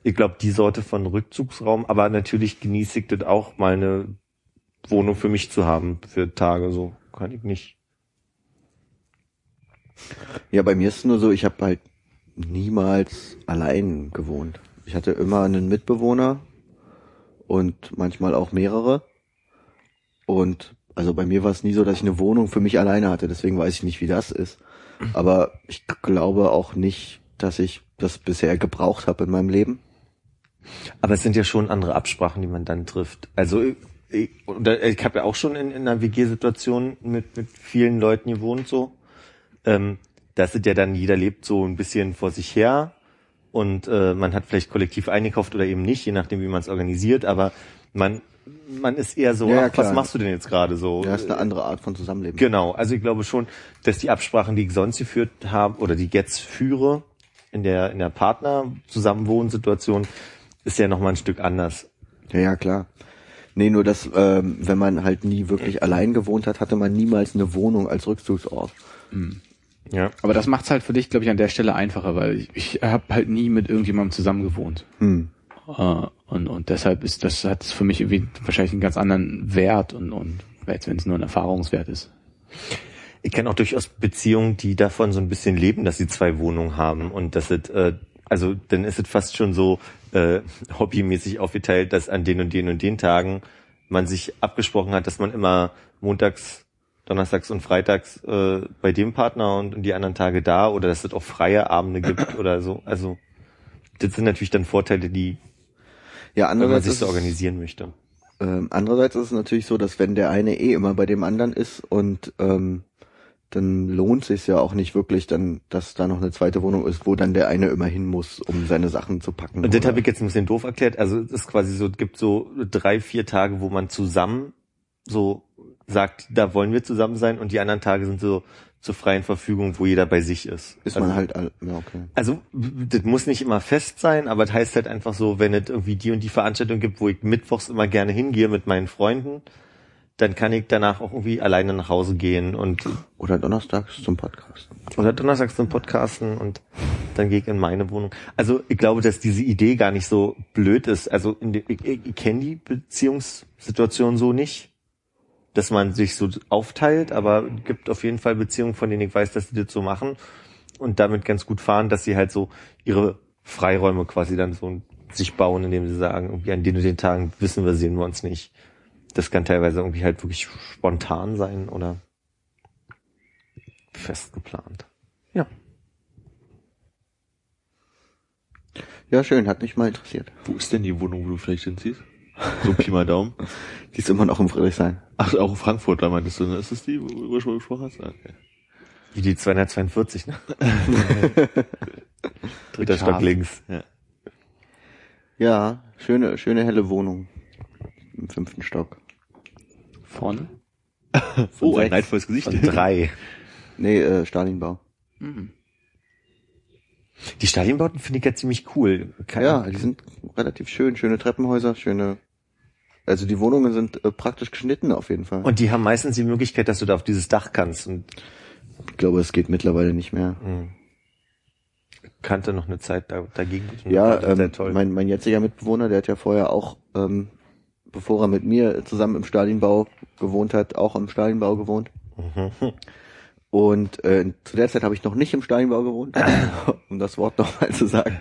B: ich glaube, die Sorte von Rückzugsraum, aber natürlich genieße ich das auch, mal eine Wohnung für mich zu haben, für Tage, so kann ich nicht.
D: Ja, bei mir ist es nur so, ich habe halt niemals allein gewohnt. Ich hatte immer einen Mitbewohner und manchmal auch mehrere. Und also bei mir war es nie so, dass ich eine Wohnung für mich alleine hatte, deswegen weiß ich nicht, wie das ist. Aber ich glaube auch nicht, dass ich das bisher gebraucht habe in meinem Leben.
B: Aber es sind ja schon andere Absprachen, die man dann trifft. Also ich, ich, und da- ich habe ja auch schon in, in einer WG-Situation mit, mit vielen Leuten gewohnt so. Ähm, da ist es ja dann, jeder lebt so ein bisschen vor sich her und äh, man hat vielleicht kollektiv eingekauft oder eben nicht, je nachdem, wie man es organisiert, aber man, man ist eher so,
D: Ja, ja,
B: ach, was
D: klar.
B: machst du denn jetzt gerade so?
D: Das ist eine andere Art von Zusammenleben.
B: Genau, also ich glaube schon, dass die Absprachen, die ich sonst geführt habe oder die ich jetzt führe in der in der Partner-Zusammenwohnsituation, ist ja nochmal ein Stück anders.
D: Ja, ja, klar. Nee, nur dass, ähm, wenn man halt nie wirklich allein gewohnt hat, hatte man niemals eine Wohnung als Rückzugsort.
B: Ja.
C: Aber das macht's halt für dich, glaube ich, an der Stelle einfacher, weil ich, ich habe halt nie mit irgendjemandem zusammen gewohnt.
D: Hm.
C: Äh, und, und deshalb ist das hat es für mich irgendwie wahrscheinlich einen ganz anderen Wert und, und vielleicht, wenn es nur ein Erfahrungswert ist.
B: Ich kenne auch durchaus Beziehungen, die davon so ein bisschen leben, dass sie zwei Wohnungen haben und dass es, äh, also dann ist es fast schon so äh, hobbymäßig aufgeteilt, dass an den und den und den Tagen man sich abgesprochen hat, dass man immer montags, donnerstags und freitags äh, bei dem Partner und, und die anderen Tage da oder dass es auch freie Abende gibt oder so. Also das sind natürlich dann Vorteile, die,
D: Ja,
B: wenn man
D: andererseits
B: sich so
D: ist es-
B: organisieren möchte.
D: Ähm, andererseits ist es natürlich so, dass wenn der eine eh immer bei dem anderen ist und ähm, dann lohnt sich ja auch nicht wirklich, dann, dass da noch eine zweite Wohnung ist, wo dann der eine immer hin muss, um seine Sachen zu packen.
B: Und das
D: oder-
B: habe ich jetzt ein bisschen doof erklärt. Also es ist quasi so, es gibt so drei, vier Tage, wo man zusammen so sagt, da wollen wir zusammen sein und die anderen Tage sind so zur freien Verfügung, wo jeder bei sich ist.
D: ist
B: also,
D: man halt all, ja, okay.
B: Also das muss nicht immer fest sein, aber das heißt halt einfach so, wenn es irgendwie die und die Veranstaltung gibt, wo ich mittwochs immer gerne hingehe mit meinen Freunden, dann kann ich danach auch irgendwie alleine nach Hause gehen und
D: Oder donnerstags zum Podcast.
B: oder donnerstags zum Podcasten und dann gehe ich in meine Wohnung. Also ich glaube, dass diese Idee gar nicht so blöd ist. Also in de, ich, ich, ich kenne die Beziehungssituation so nicht, dass man sich so aufteilt, aber es gibt auf jeden Fall Beziehungen, von denen ich weiß, dass die das so machen und damit ganz gut fahren, dass sie halt so ihre Freiräume quasi dann so sich bauen, indem sie sagen, irgendwie an den und den Tagen wissen wir, sehen wir uns nicht. Das kann teilweise irgendwie halt wirklich spontan sein oder fest geplant. Ja.
D: Ja, schön, hat mich mal interessiert.
E: Wo ist denn die Wohnung, wo du vielleicht hinziehst? So Pi mal Daumen.
D: Die ist immer noch im Friedrichshain.
E: Ach, auch in Frankfurt, da meintest du, ne? Ist es die, wo du schon gesprochen hast? Ah, Okay.
B: Wie die 242, ne?
E: Dritter Stock links. Ja.
D: Ja, schöne, schöne helle Wohnung. Im fünften Stock.
C: Vorne?
E: Oh, ein
D: sechs.
E: neidvolles Gesicht.
B: Von drei.
D: Nee, äh, Stalinbau.
C: Mhm.
B: Die Stadionbauten finde ich ja ziemlich cool. Keine-
D: Ja, die sind relativ schön. Schöne Treppenhäuser, schöne. Also die Wohnungen sind äh, praktisch geschnitten auf jeden Fall.
B: Und die haben meistens die Möglichkeit, dass du da auf dieses Dach kannst. Und hm,
D: ich glaube, es geht mittlerweile nicht mehr.
B: kannte noch eine Zeit da, dagegen.
D: Ja,
B: Das ist
D: ähm, mein, mein jetziger Mitbewohner, der hat ja vorher auch, ähm, bevor er mit mir zusammen im Stalinbau gewohnt hat, auch im Stalinbau gewohnt.
B: Mhm.
D: Und äh, zu der Zeit habe ich noch nicht im Stalinbau gewohnt, um das Wort nochmal zu sagen.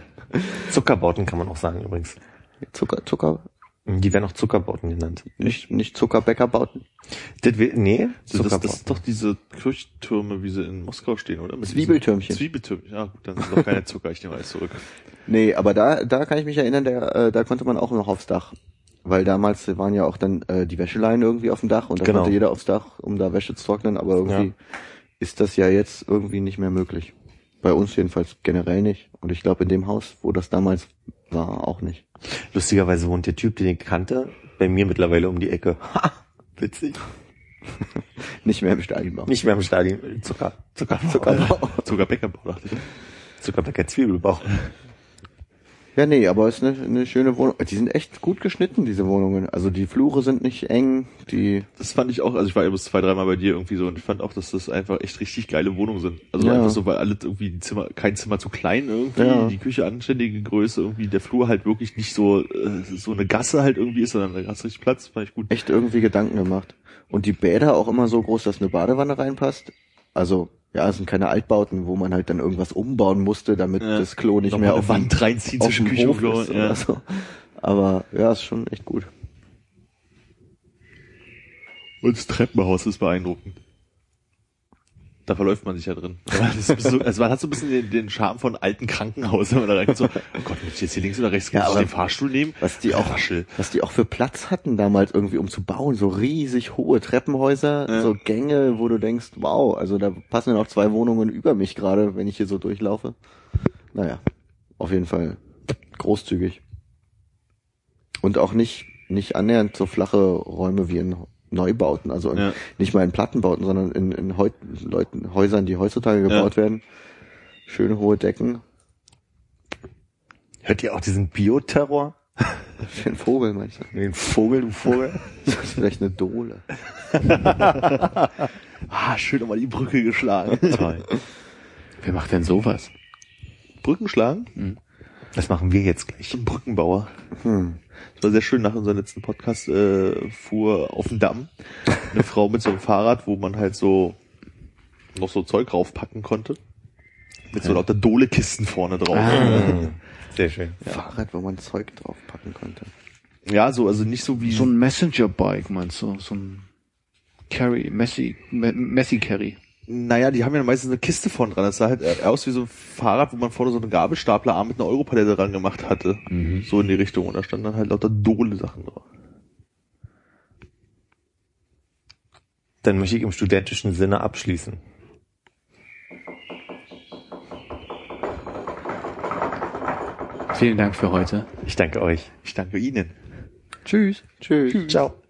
B: Zuckerbauten kann man auch sagen übrigens. Hm,
D: Zucker, Zucker,
B: Die werden auch Zuckerbauten genannt.
D: nicht, nicht Zuckerbäckerbauten.
B: Das will, nee,
E: Das, das, das
B: Zuckerbauten.
E: ist doch diese Kirchtürme, wie sie in Moskau stehen, oder? Mit
D: Zwiebeltürmchen.
E: diesen- Zwiebeltürmchen, ja gut, dann sind doch keine Zucker, ich nehme alles zurück.
D: Nee, aber da, da kann ich mich erinnern, der, äh, da konnte man auch noch aufs Dach. Weil damals waren ja auch dann äh, die Wäscheleinen irgendwie auf dem Dach und da
B: Genau.
D: konnte jeder aufs Dach, um da Wäsche zu trocknen, aber irgendwie ist das ja jetzt irgendwie nicht mehr möglich. Bei uns jedenfalls generell nicht. Und ich glaube in dem Haus, wo das damals war, auch nicht.
B: Lustigerweise wohnt der Typ, den ich kannte, bei mir mittlerweile um die Ecke. Ha, witzig.
D: Nicht mehr im Stadionbau.
B: Nicht mehr im Stadion. Zucker, Zucker, Zucker,
D: Zuckerbau.
E: Zuckerbäckerbau, dachte ich.
B: Zuckerbäcker, Zwiebelbauch.
D: Ja, nee, aber es ist eine, eine schöne Wohnung. Die sind echt gut geschnitten, diese Wohnungen. Also die Flure sind nicht eng, die
E: Das fand ich auch, also ich war ja bis zwei, dreimal bei dir irgendwie so und ich fand auch, dass das einfach echt richtig geile Wohnungen sind. Also
D: Ja.
E: einfach so, weil alle irgendwie die Zimmer, kein Zimmer zu klein irgendwie,
D: Ja.
E: die Küche anständige Größe, irgendwie der Flur halt wirklich nicht so, äh, so eine Gasse halt irgendwie ist, sondern da hast du richtig Platz, fand ich gut.
D: echt irgendwie Gedanken gemacht. Und die Bäder auch immer so groß, dass eine Badewanne reinpasst. Also, ja, es sind keine Altbauten, wo man halt dann irgendwas umbauen musste, damit
E: Ja.
D: das Klo nicht
E: Noch
D: mehr
E: mal eine
D: auf
E: Wand
D: dem,
E: reinziehen
D: auf
E: zwischen
D: dem
E: Küche und
D: Hof
E: Klo,
D: ist
E: ja.
D: oder so. Aber ja, ist schon echt gut.
E: Und das Treppenhaus ist beeindruckend. Da verläuft man sich ja drin. Das ist so, also man hat so ein bisschen den, den Charme von alten Krankenhaus, wenn man da reinkommt. So, oh Gott, muss ich jetzt hier links oder rechts
D: Ja,
E: muss ich
D: aber-
E: den Fahrstuhl nehmen?
D: Was die auch,
E: Raschel.
D: was die auch für Platz hatten damals irgendwie, um zu bauen. So riesig hohe Treppenhäuser,
E: Ja.
D: so Gänge, wo du denkst, wow, also da passen ja noch zwei Wohnungen über mich gerade, wenn ich hier so durchlaufe. Naja, auf jeden Fall großzügig. Und auch nicht, nicht annähernd so flache Räume wie in Neubauten, also in,
E: Ja.
D: nicht mal in Plattenbauten, sondern in, in heut, Leuten, Häusern, die heutzutage gebaut werden. Schöne hohe Decken.
B: Hört ihr auch diesen Bioterror?
D: Für einen Vogel, manchmal.
B: Den Vogel, du Vogel.
D: Das ist vielleicht eine Dohle.
E: Ah, schön nochmal die Brücke geschlagen.
B: Toll.
C: Wer macht denn sowas?
E: Brücken schlagen?
B: Hm. Das machen wir jetzt gleich.
E: Ein Brückenbauer.
D: Hm.
E: Das war sehr schön, nach unserem letzten Podcast äh, fuhr auf den Damm eine Frau mit so einem Fahrrad, wo man halt so noch so Zeug raufpacken konnte. Mit so lauter Dohlekisten vorne drauf.
B: Ah. Sehr schön.
D: Fahrrad, wo man Zeug draufpacken konnte.
E: Ja, so, also nicht so wie
C: So ein Messenger-Bike, meinst du? So ein Carry, Messi, Me Messi Carry.
E: Naja, die haben ja meistens eine Kiste vorne dran. Das sah halt eher aus wie so ein Fahrrad, wo man vorne so einen Gabelstaplerarm mit einer Europalette dran gemacht hatte.
B: Mhm.
E: So in die Richtung. Und da standen dann halt lauter Dohle-Sachen drauf.
B: Dann möchte ich im studentischen Sinne abschließen.
C: Vielen Dank für heute.
B: Ich danke euch.
E: Ich danke Ihnen.
C: Tschüss.
D: Tschüss.
B: Ciao.